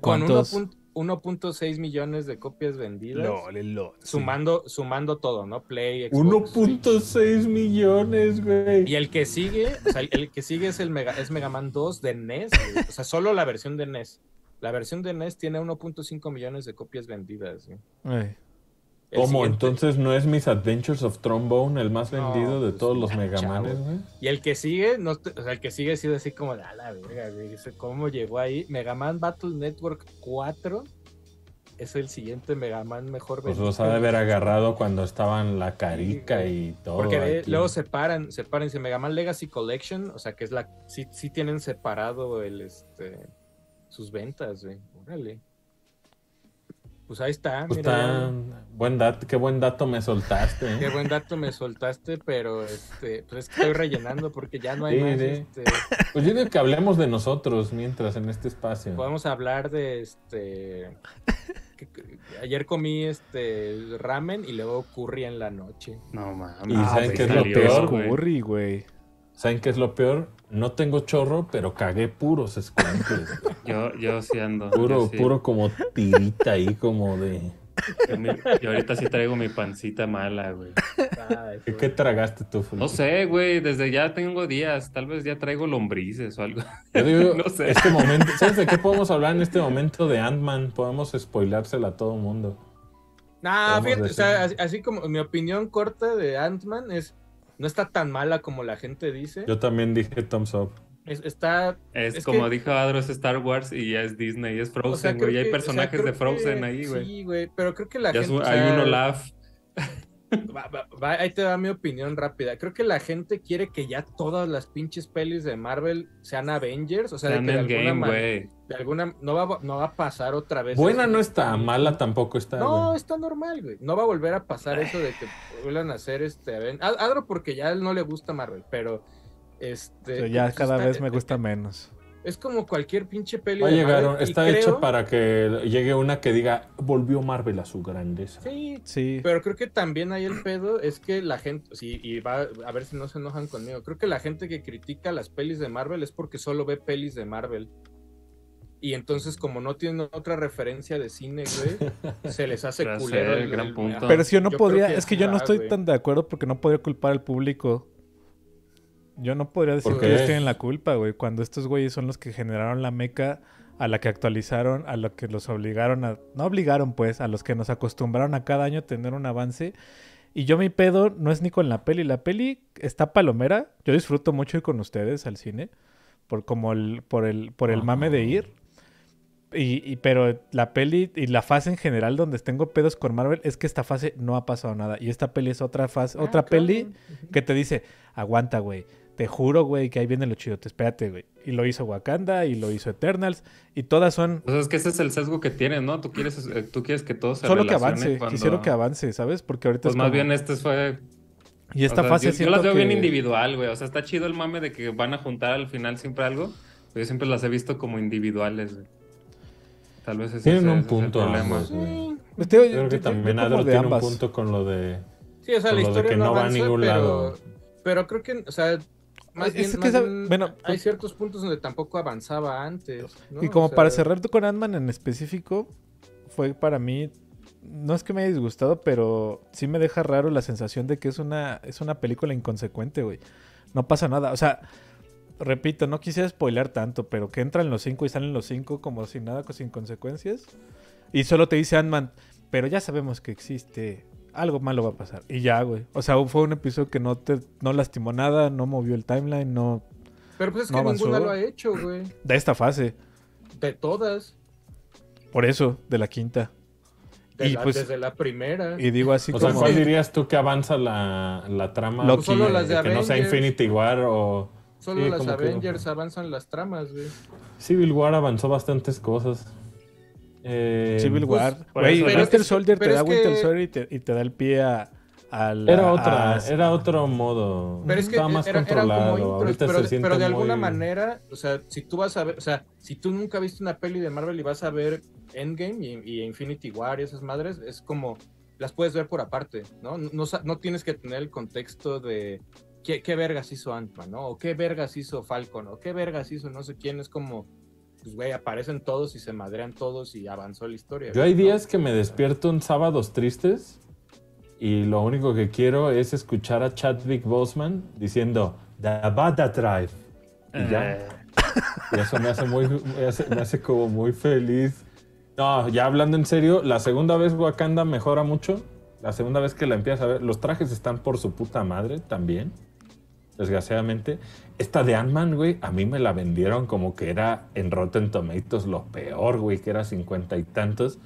S1: con
S2: cuántos?
S1: 1.- 1.6 millones de copias vendidas.
S2: Lol, lol.
S1: Sumando, sumando todo, ¿no? Play, Xbox, Switch.
S4: 1.6 millones, güey.
S1: Y el que sigue, o sea, el que sigue es el Mega, es Mega Man 2 de NES, güey. o sea, solo la versión de NES. La versión de NES tiene 1.5 millones de copias vendidas. güey.
S2: Ay,
S1: El
S4: ¿Cómo?
S1: siguiente-
S4: Entonces no es Mis Adventures of Trombone el más
S1: No,
S4: vendido de
S1: pues,
S4: todos los
S1: nah,
S4: Megamanes,
S1: chavo.
S4: güey.
S1: Y el que sigue, no, te- o sea, el que sigue ha sido así como de a la verga, güey. Dice, ¿Cómo llegó ahí? Mega Man Battle Network 4 es el siguiente Mega Man mejor
S4: Pues
S1: vendido.
S4: los ha de haber agarrado cuando estaban la carica y todo.
S1: Porque de-
S4: aquí.
S1: luego separan, separan, dice Mega Man Legacy Collection, o sea que es la, sí, sí tienen separado el este sus ventas, güey. Órale. Pues ahí está,
S4: Pues
S1: mira.
S4: tan- Buen dato, qué buen dato me soltaste. ¿eh?
S1: Qué buen dato me soltaste, pero este, pues es que estoy rellenando porque ya no hay
S4: Sí,
S1: más.
S4: sí.
S1: Este,
S4: Pues yo digo que hablemos de nosotros mientras en este espacio.
S1: podemos hablar de este. que- que- ayer comí este ramen y luego curry en la noche.
S3: No mames.
S4: ¿Y
S3: Ah,
S4: saben
S3: güey,
S4: qué es lo
S3: salió,
S4: peor,
S3: güey.
S2: Curry, güey.
S4: ¿Saben qué es lo peor? No tengo chorro, pero cagué puros escuentes. güey.
S3: Yo, yo sí ando. yo
S4: Puro,
S3: sí.
S4: puro como tirita ahí, como de.
S3: Yo, mi- yo ahorita sí traigo mi pancita mala, güey.
S1: Ay,
S4: ¿Qué, qué tragaste tú, Fulvio?
S3: No sé, güey. Desde ya tengo días. Tal vez ya traigo lombrices o algo.
S4: Yo digo,
S3: No sé.
S4: este momento, ¿sabes de qué podemos hablar en este momento de Ant-Man? Podemos spoilársela a todo mundo.
S1: No,
S4: Podemos
S1: fíjate, o
S4: decir.
S1: sea, así, así como mi opinión corta de Ant-Man es, no está tan mala como la gente dice.
S4: Yo también dije thumbs up.
S1: Es- está,
S3: Es,
S1: Es
S3: como
S1: que-
S3: dijo Adro, es Star Wars y ya es Disney, es Frozen,
S1: o sea, creo
S3: güey. ya
S1: que- o
S3: hay
S1: sea,
S3: personajes
S1: creo
S3: de Frozen
S1: que-
S3: ahí, güey.
S1: Sí, güey, pero creo que la
S3: Ya es
S1: gente...
S3: un-
S1: o
S3: hay
S1: sea,
S3: un Olaf.
S1: va- va- va- ahí te da mi opinión rápida. Creo que la gente quiere que ya todas las pinches pelis de Marvel sean Avengers, o sea, de
S3: Están
S1: que de
S3: en
S1: alguna,
S3: game,
S1: man-
S3: güey.
S1: de alguna- no va, no va a pasar otra vez.
S4: Buena
S1: eso.
S4: no está, mala tampoco está.
S1: No,
S4: güey. Ah.
S1: está normal, güey. No va a volver a pasar eso de que vuelvan a hacer este. Aven- Ad- Adro, porque ya él no le gusta Marvel, pero. Este.
S2: Pero ya
S1: pues
S2: cada
S1: está-
S2: vez me gusta menos.
S1: Es como cualquier pinche peli.
S4: Va a
S1: de
S4: llegar,
S1: Marvel, y
S4: está
S1: creo-
S4: hecho para que llegue una que diga, volvió Marvel a su grandeza.
S1: Sí.
S2: Sí.
S1: Pero creo que también hay el pedo, es que la gente, sí, y va a ver si no se enojan conmigo, creo que la gente que critica las pelis de Marvel es porque solo ve pelis de Marvel. Y entonces como no tienen otra referencia de cine, güey, se les hace
S3: Gracias,
S1: culero. el-
S3: gran
S1: el-
S3: punto.
S1: ajá.
S2: Pero si yo no
S1: creo
S2: podría,
S1: que
S2: es que
S1: sí
S2: yo no
S1: va,
S2: estoy
S1: güey.
S2: tan de acuerdo porque no podría culpar al público. Yo no podría decir
S4: ¿Por
S2: que ellos
S4: qué?
S2: tienen la culpa, güey, cuando estos güeyes son los que generaron la meca, a la que actualizaron, a la que los obligaron a... No obligaron, pues, a los que nos acostumbraron a cada año tener un avance. Y yo mi pedo no es ni con la peli, la peli está palomera. Yo disfruto mucho ir con ustedes al cine, por, como el, por, el, por el mame de ir. Y, y- pero la peli y la fase en general donde tengo pedos con Marvel es que esta fase no ha pasado nada. Y esta peli es otra fase,
S1: Ah,
S2: otra
S1: claro.
S2: peli que te dice, aguanta, güey. Te juro, güey, que ahí viene lo chido, te espérate, güey. Y lo hizo Wakanda y lo hizo Eternals. Y todas son
S3: Pues es que ese es el sesgo que tienes, ¿no? Tú quieres, eh, tú quieres que todo se
S2: solo que
S3: relacione
S2: avance.
S3: cuando-
S2: Quisieron que avance, ¿sabes? Porque ahorita
S3: Pues
S2: es
S3: más
S2: como-
S3: bien este fue...
S2: Y esta
S3: o sea,
S2: fase
S3: yo- yo, las
S2: siento
S3: veo bien
S2: que-
S3: individual, güey. O sea, está chido el mame de que van a juntar al final siempre algo. Pero yo siempre las he visto como individuales, güey. Tal vez ese
S4: Tienen
S3: sea-
S4: un
S3: ese sea el
S4: punto
S3: problema.
S4: ambos, güey.
S1: Sí.
S2: Pues te digo,
S4: Yo creo
S2: yo- yo-
S4: que
S2: yo
S4: también
S2: como
S4: Adro
S2: de
S4: tiene
S2: ambas.
S4: un punto con lo de,
S1: Sí, o sea,
S4: con
S1: la
S4: lo de
S1: historia
S4: que
S1: no
S4: no va a
S1: avanza,
S4: ningún
S1: pero,
S4: lado.
S1: pero creo que, o sea, Más
S2: Es
S1: bien-
S2: que
S1: más
S2: sabe-
S1: bien,
S2: bueno,
S1: hay
S2: pues-
S1: ciertos puntos donde tampoco avanzaba antes. ¿no?
S2: Y
S1: O
S2: como
S1: sea,
S2: para cerrar tú con Ant-Man en específico, fue para mí. No es que me haya disgustado, pero sí me deja raro la sensación de que es una, es una película inconsecuente, güey. No pasa nada. O sea, repito, no quisiera spoilar tanto, pero que entran los cinco y salen los cinco como sin nada, co- sin consecuencias. Y solo te dice Ant-Man, pero ya sabemos que existe. Algo malo va a pasar. Y ya, güey. O sea, fue un episodio que no te no lastimó nada, no movió el timeline, no.
S1: Pero pues es
S2: no
S1: que ninguna
S2: avanzó.
S1: lo ha hecho, güey.
S2: De esta fase.
S1: De todas.
S2: Por eso, de la quinta.
S1: De
S2: Y,
S1: la-
S2: pues-
S1: desde la primera.
S2: Y digo así
S4: O sea,
S2: como.
S4: ¿cuál dirías tú que avanza la, la trama?
S2: Loki.
S4: que-
S1: Pues Solo las de
S4: que no sea
S1: Avengers.
S4: Infinity War o
S1: Solo
S4: sí,
S1: las
S4: como que-
S1: Avengers avanzan las tramas, güey.
S4: Civil War avanzó bastantes cosas. Eh,
S2: Civil
S1: pues,
S2: War.
S3: por
S2: Güey,
S3: eso,
S1: pero
S2: Winter
S1: es que-
S2: Soldier te
S1: pero
S2: da
S1: es que-
S2: Winter Soldier y te, y te da el pie a. a la- ah,
S4: Era otra,
S2: a-
S4: era otro modo.
S1: Pero es que
S4: Estaba más
S1: era- eran como
S4: controlado.
S1: intros,
S4: Ahorita
S1: pero,
S4: se
S1: de-
S4: siente
S1: pero de alguna
S4: muy-
S1: manera, o sea, si tú vas a ver, o sea, si tú nunca viste una peli de Marvel y vas a ver Endgame y, y Infinity War y esas madres, es como, las puedes ver por aparte, ¿no? No, no sa- no tienes que tener el contexto de qué, qué vergas hizo Ant-Man, ¿no? O qué vergas hizo Falcon, o qué vergas hizo no sé quién, es como, pues güey, aparecen todos y se madrean todos y avanzó la historia.
S4: Yo
S1: güey,
S4: hay
S1: ¿no?
S4: días que me despierto en sábados tristes y lo único que quiero es escuchar a Chadwick Boseman diciendo The Bada Drive. Y ya.
S3: Eh,
S4: Y eso me hace, muy, me, hace, me hace como muy feliz. No, ya hablando en serio, la segunda vez Wakanda mejora mucho. La segunda vez que la empiezas a ver, los trajes están por su puta madre también. Desgraciadamente. Esta de Ant-Man, güey, a mí me la vendieron como que era en Rotten Tomatoes lo peor, güey, que era cincuenta y tantos.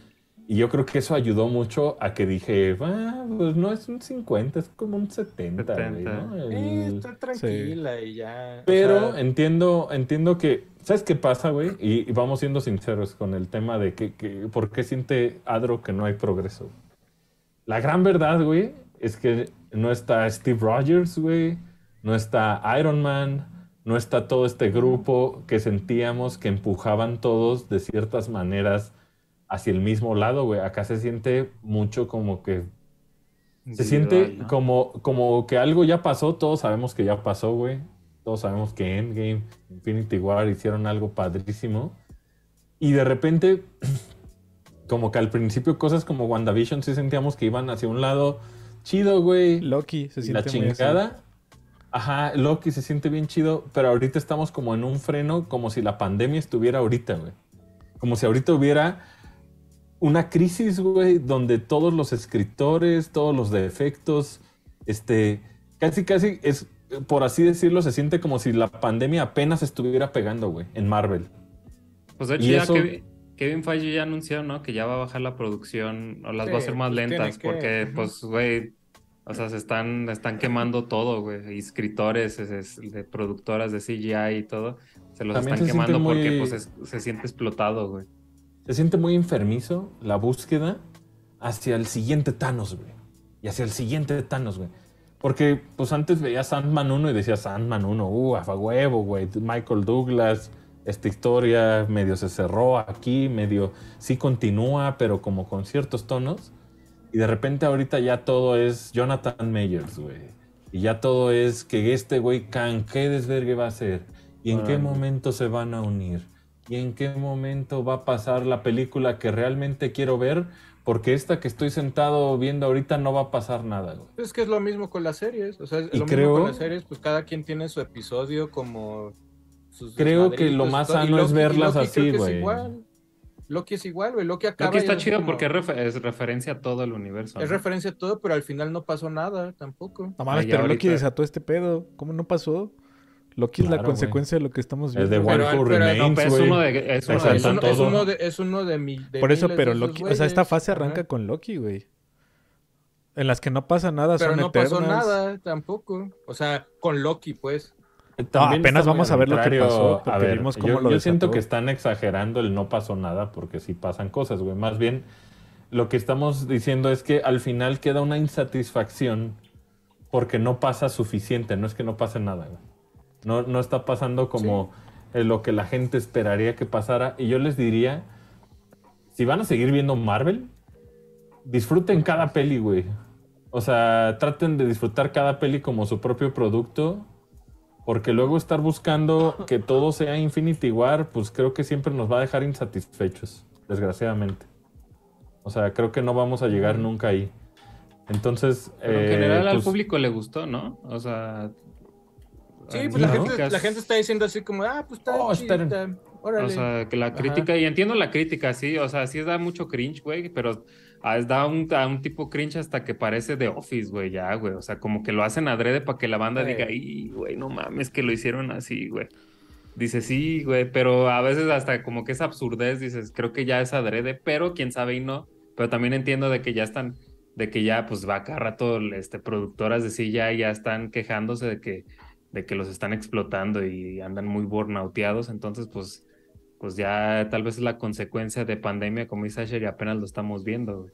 S4: Y yo creo que eso ayudó mucho a que dije, "Ah, pues no es un 50, es como un 70, güey,
S3: 70.
S4: ¿no? El-
S1: Eh, está tranquila y ya. o
S4: pero
S1: sea,
S4: entiendo, entiendo que. ¿Sabes qué pasa, güey? Y, y vamos siendo sinceros con el tema de que, que- por qué siente Adro que no hay progreso. La gran verdad, güey, es que no está Steve Rogers, güey. No está Iron Man. No está todo este grupo que sentíamos que empujaban todos de ciertas maneras hacia el mismo lado, güey. Acá se siente mucho como que se siente
S3: ¿no?
S4: como, como que algo ya pasó, todos sabemos que ya pasó, güey. Todos sabemos que Endgame, Infinity War hicieron algo padrísimo. Y de repente, como que al principio cosas como WandaVision sí sentíamos que iban hacia un lado chido, güey.
S2: Loki se
S4: Y
S2: siente
S4: la
S2: muy así.
S4: chingada. Ajá, Loki se siente bien chido, pero ahorita estamos como en un freno, como si la pandemia estuviera ahorita, güey. Como si ahorita hubiera una crisis, güey, donde todos los escritores, todos los defectos, este, casi, casi es, por así decirlo, se siente como si la pandemia apenas estuviera pegando, güey, en Marvel.
S3: Pues de hecho,
S4: Y
S3: ya
S4: eso-
S3: Kevin, Kevin Feige ya anunció, ¿no? Que ya va a bajar la producción o las va a
S1: Sí,
S3: hacer más
S1: pues tiene
S3: lentas
S1: que,
S3: porque,
S1: ajá.
S3: pues, güey, o sea, se están, están quemando todo, güey. Y escritores, es- es- de productoras de CGI y todo, se los
S4: También
S3: están
S4: se
S3: quemando
S4: sienten
S3: porque,
S4: muy-
S3: pues, es- se siente explotado, güey.
S4: Se siente muy enfermizo la búsqueda hacia el siguiente Thanos, güey. Y hacia el siguiente Thanos, güey. Porque, pues antes veías Sandman 1 y decías Sandman 1, uh, a huevo, güey. Michael Douglas, esta historia medio se cerró aquí, medio sí continúa, pero como con ciertos tonos. Y de repente ahorita ya todo es Jonathan Meyers, güey. Y ya todo es que este güey Khan, ¿qué desvergue va a hacer? ¿Y en qué
S3: Órale.
S4: momento se van a unir? ¿Y en qué momento va a pasar la película que realmente quiero ver? Porque esta que estoy sentado viendo ahorita no va a pasar nada, güey.
S1: Es que es lo mismo con las series, o sea, es
S4: Y
S1: lo mismo
S4: creo-
S1: con las series, pues cada quien tiene su episodio como sus
S4: Creo que lo
S1: desmadritos y
S4: más
S1: todo, y
S4: sano es
S1: Loki- y Loki
S4: verlas
S1: creo
S4: así,
S1: que es
S4: güey.
S1: igual. Loki es igual, güey, Loki acaba
S3: Loki
S1: y
S3: está
S1: es
S3: chido
S1: como-
S3: porque es, refer- es referencia a todo el universo.
S1: es
S3: ¿no?
S1: referencia a todo, pero al final no pasó nada tampoco.
S2: No mames,
S3: Ay, ya
S2: pero Loki
S3: ahorita.
S2: desató este pedo. ¿Cómo no pasó? Loki es la
S4: Claro, güey.
S2: consecuencia de lo que estamos
S4: El
S2: viendo.
S4: de One
S1: Pero-
S4: Who
S1: pero-
S4: Remains,
S3: No, pero es
S4: güey.
S3: uno de. Es uno
S1: O sea, es,
S4: Exacto.
S1: uno,
S3: de
S1: es
S4: todo.
S1: uno de, es uno de mi de
S2: Por eso,
S1: miles de
S2: pero
S1: esos
S2: Loki, o sea, esta
S1: güeyes,
S2: fase arranca
S1: ajá.
S2: con Loki, güey. En las que no pasa nada,
S1: Pero
S2: son
S1: no
S2: eternas.
S1: pasó nada tampoco, o sea, con Loki pues.
S4: También
S2: apenas
S4: está muy
S2: vamos a ver lo que
S4: arbitrario.
S2: pasó, porque
S4: A ver,
S2: vimos cómo
S4: yo,
S2: lo
S4: yo siento
S2: desató.
S4: que están exagerando el no pasó nada porque sí pasan cosas, güey. Más bien, lo que estamos diciendo es que al final queda una insatisfacción porque no pasa suficiente. No es que no pase nada, güey. No, no está pasando como eh, lo que la gente esperaría que pasara. Y yo les diría, si van a seguir viendo Marvel, disfruten cada peli, güey. O sea, traten de disfrutar cada peli como su propio producto Porque luego estar buscando que todo sea Infinity War, pues creo que siempre nos va a dejar insatisfechos, desgraciadamente. O sea, creo que no vamos a llegar nunca ahí. Entonces,
S3: Pero en
S4: eh,
S3: general al
S4: pues,
S3: público le gustó, ¿no? O sea.
S1: Sí,
S3: en
S1: pues la,
S4: No.
S1: gente,
S3: críticas-
S1: la gente está diciendo así como, ah, pues está
S4: Oh,
S1: chida,
S4: esperen.
S1: órale.
S3: O sea, que la crítica, y entiendo la crítica, sí, o sea, sí da mucho cringe, güey, pero ah, es- da un, a un tipo cringe hasta que parece de Office, güey, ya, güey, o sea, como que lo hacen adrede para que la banda
S1: Güey.
S3: diga, y, güey, no mames, que lo hicieron así, güey. Dice, sí, güey, pero a veces hasta como que es absurdez, dices, creo que ya es adrede, pero quién sabe y no, pero también entiendo de que ya están, de que ya, pues, va cada rato, este, productoras de sí ya, ya están quejándose de que, de que los están explotando y andan muy burnouteados, entonces, pues, pues ya tal vez es la consecuencia de pandemia, como dice Asher, y apenas lo estamos viendo. güey.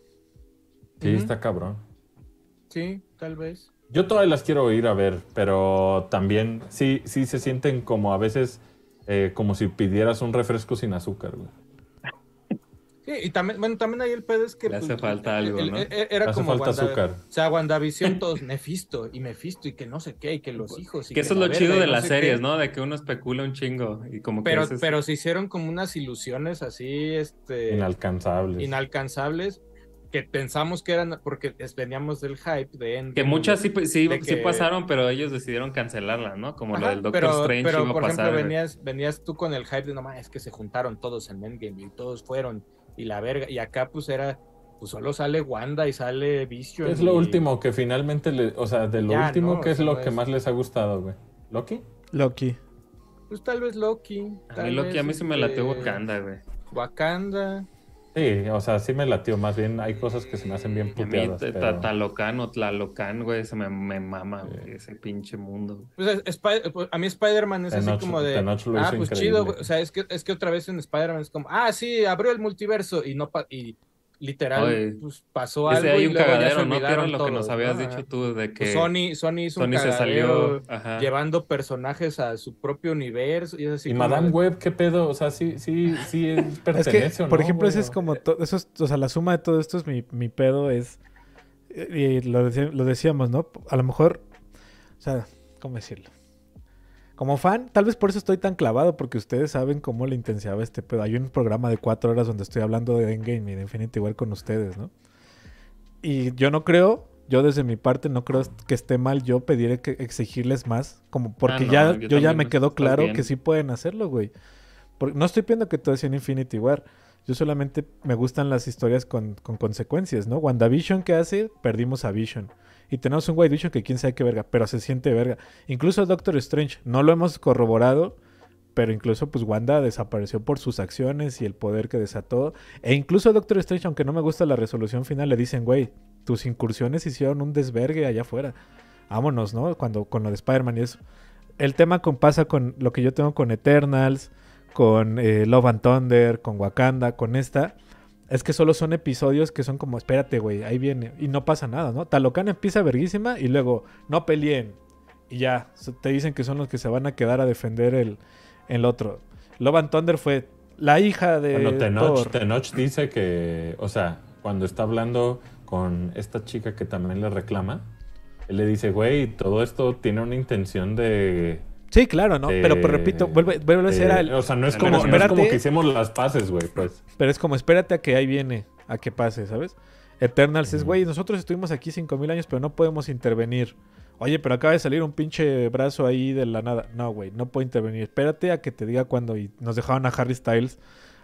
S4: sí,
S1: Ujú.
S4: está cabrón.
S1: Sí, tal vez.
S4: Yo todavía las quiero ir a ver, pero también sí, sí se sienten como a veces eh, como si pidieras un refresco sin azúcar, güey.
S1: Sí, y también, bueno, también ahí el pedo es que... pues,
S3: Le hace falta algo, ¿no?
S1: e- era
S4: Hace
S1: como
S4: falta
S1: Wanda-
S4: azúcar.
S1: O sea, WandaVision todos Nefisto y Mefisto y que no sé qué, y que los hijos. Y
S3: que eso es
S1: la
S3: lo
S1: verga,
S3: chido
S1: y
S3: de
S1: no
S3: las
S1: sé qué.
S3: series, ¿no? De que uno especula un chingo y como que
S1: Pero,
S3: haces-
S1: pero se hicieron como unas ilusiones así, este...
S4: Inalcanzables.
S1: inalcanzables que pensamos que eran porque es- veníamos del hype de Endgame.
S3: que muchas sí, pues, sí,
S1: de
S3: sí
S1: que-
S3: pasaron, pero ellos decidieron cancelarla, ¿no? Como la
S1: Ajá,
S3: del Doctor
S1: pero,
S3: Strange
S1: pero,
S3: iba a
S1: por
S3: pasar.
S1: ejemplo
S3: güey.
S1: venías venías tú con el hype de no mames, es que se juntaron todos en Endgame y todos fueron y la verga y acá pues era pues solo sale Wanda y sale Vision
S4: Es lo
S1: y-
S4: último que finalmente, le, o sea, de lo
S1: Ya,
S4: último
S1: ¿no?
S4: que es
S1: Eso
S4: lo
S1: no
S4: que
S1: es-
S4: más les ha gustado, güey. ¿Loki?
S2: Loki.
S1: pues tal vez Loki
S3: A mí
S1: tal
S3: lo que a mí
S1: vez,
S3: se me lateó
S1: este,
S3: Wakanda, güey.
S1: Wakanda
S4: Sí, o sea, sí me latió. Más bien hay cosas que se me hacen bien
S1: Y
S3: A mí
S4: puteadas.
S3: Ta-
S4: pero-
S3: Tatalocan o Tlalocan, güey, se me, me mama
S4: Sí.
S3: güey, ese pinche mundo. güey.
S1: Pues, es- Spi- pues, a mí Spider-Man es así
S4: Tenoch-
S1: como de.
S4: Tenoch lo
S1: ah,
S4: hizo
S1: pues
S4: increíble.
S1: chido, güey. O sea, es que, es que otra vez en Spider-Man es como, ah, sí, abrió el multiverso y no pa- y literal
S3: Oye.
S1: pues, pasó algo.
S3: Ese hay
S1: y
S3: un
S1: luego ya se
S3: cagadero, ¿no? Que era
S1: olvidaron
S3: lo que nos
S1: todos,
S3: habías
S1: ¿no?
S3: dicho
S1: Ajá.
S3: tú de que
S1: Pues Sony, Sony hizo un
S3: Sony se
S1: cagadero
S3: salió. Ajá.
S1: llevando personajes a su propio universo. Y, es así
S4: Y
S1: como
S4: Madame
S1: de-
S4: Web, ¿qué pedo? O sea, sí, sí, sí es-
S2: Es
S4: pertenece
S2: que,
S4: o
S2: por
S4: no,
S2: ejemplo,
S4: güey?
S2: ese es como. to- Eso es- o sea, la suma de todo esto es mi, mi pedo. Es. Y y lo, deci- lo decíamos, ¿no? A lo mejor. O sea, ¿cómo decirlo? Como fan, tal vez por eso estoy tan clavado, porque ustedes saben cómo le intensiaba este pedo. Hay un programa de cuatro horas donde estoy hablando de Endgame y de Infinity War con ustedes, ¿no? Y yo no creo, yo desde mi parte no creo que esté mal yo pedir que exigirles más, como porque
S3: Ah, no,
S2: ya
S3: yo
S2: yo, ya
S3: también
S2: me
S3: no-
S2: quedó
S3: estás
S2: claro
S3: bien.
S2: que sí pueden hacerlo, güey. Porque no estoy pidiendo que todo sea en Infinity War. Yo solamente me gustan las historias con, con consecuencias, ¿no? WandaVision que hace, perdimos a Vision. Y tenemos un White Vision que quién sabe qué verga, pero se siente verga. Incluso Doctor Strange, no lo hemos corroborado, pero incluso pues Wanda desapareció por sus acciones y el poder que desató. E incluso Doctor Strange, aunque no me gusta la resolución final, le dicen, güey, tus incursiones hicieron un desvergue allá afuera. Vámonos, ¿no? Cuando con lo de Spider-Man y eso. El tema con, pasa con lo que yo tengo con Eternals, con eh, Love and Thunder, con Wakanda, con esta. Es que solo son episodios que son como, espérate, güey, ahí viene. Y no pasa nada, ¿no? Talocan empieza verguísima y luego, no peleen. Y ya, so- te dicen que son los que se van a quedar a defender el, el otro. Love and Thunder fue la hija de.
S4: Bueno, Tenoch,
S2: Thor.
S4: Tenoch dice que, o sea, cuando está hablando con esta chica que también le reclama, él le dice, güey, todo esto tiene una intención de...
S2: Sí, claro, ¿no? Pero, pero
S4: de-
S2: repito, vuelve, vuelve a ser
S4: de-
S2: al-
S4: Eh, O sea, eh, no es,
S3: al-
S4: como, no es
S2: espérate.
S4: como que hicimos las paces, güey, pues.
S2: Pero es como, espérate a que ahí viene, a que pase, ¿sabes? Eternals es,
S4: Ujú.
S2: güey, nosotros estuvimos aquí 5000 años, pero no podemos intervenir. Oye, pero acaba de salir un pinche brazo ahí de la nada. No, güey, no puedo intervenir. Espérate a que te diga cuándo. Y nos dejaron a Harry Styles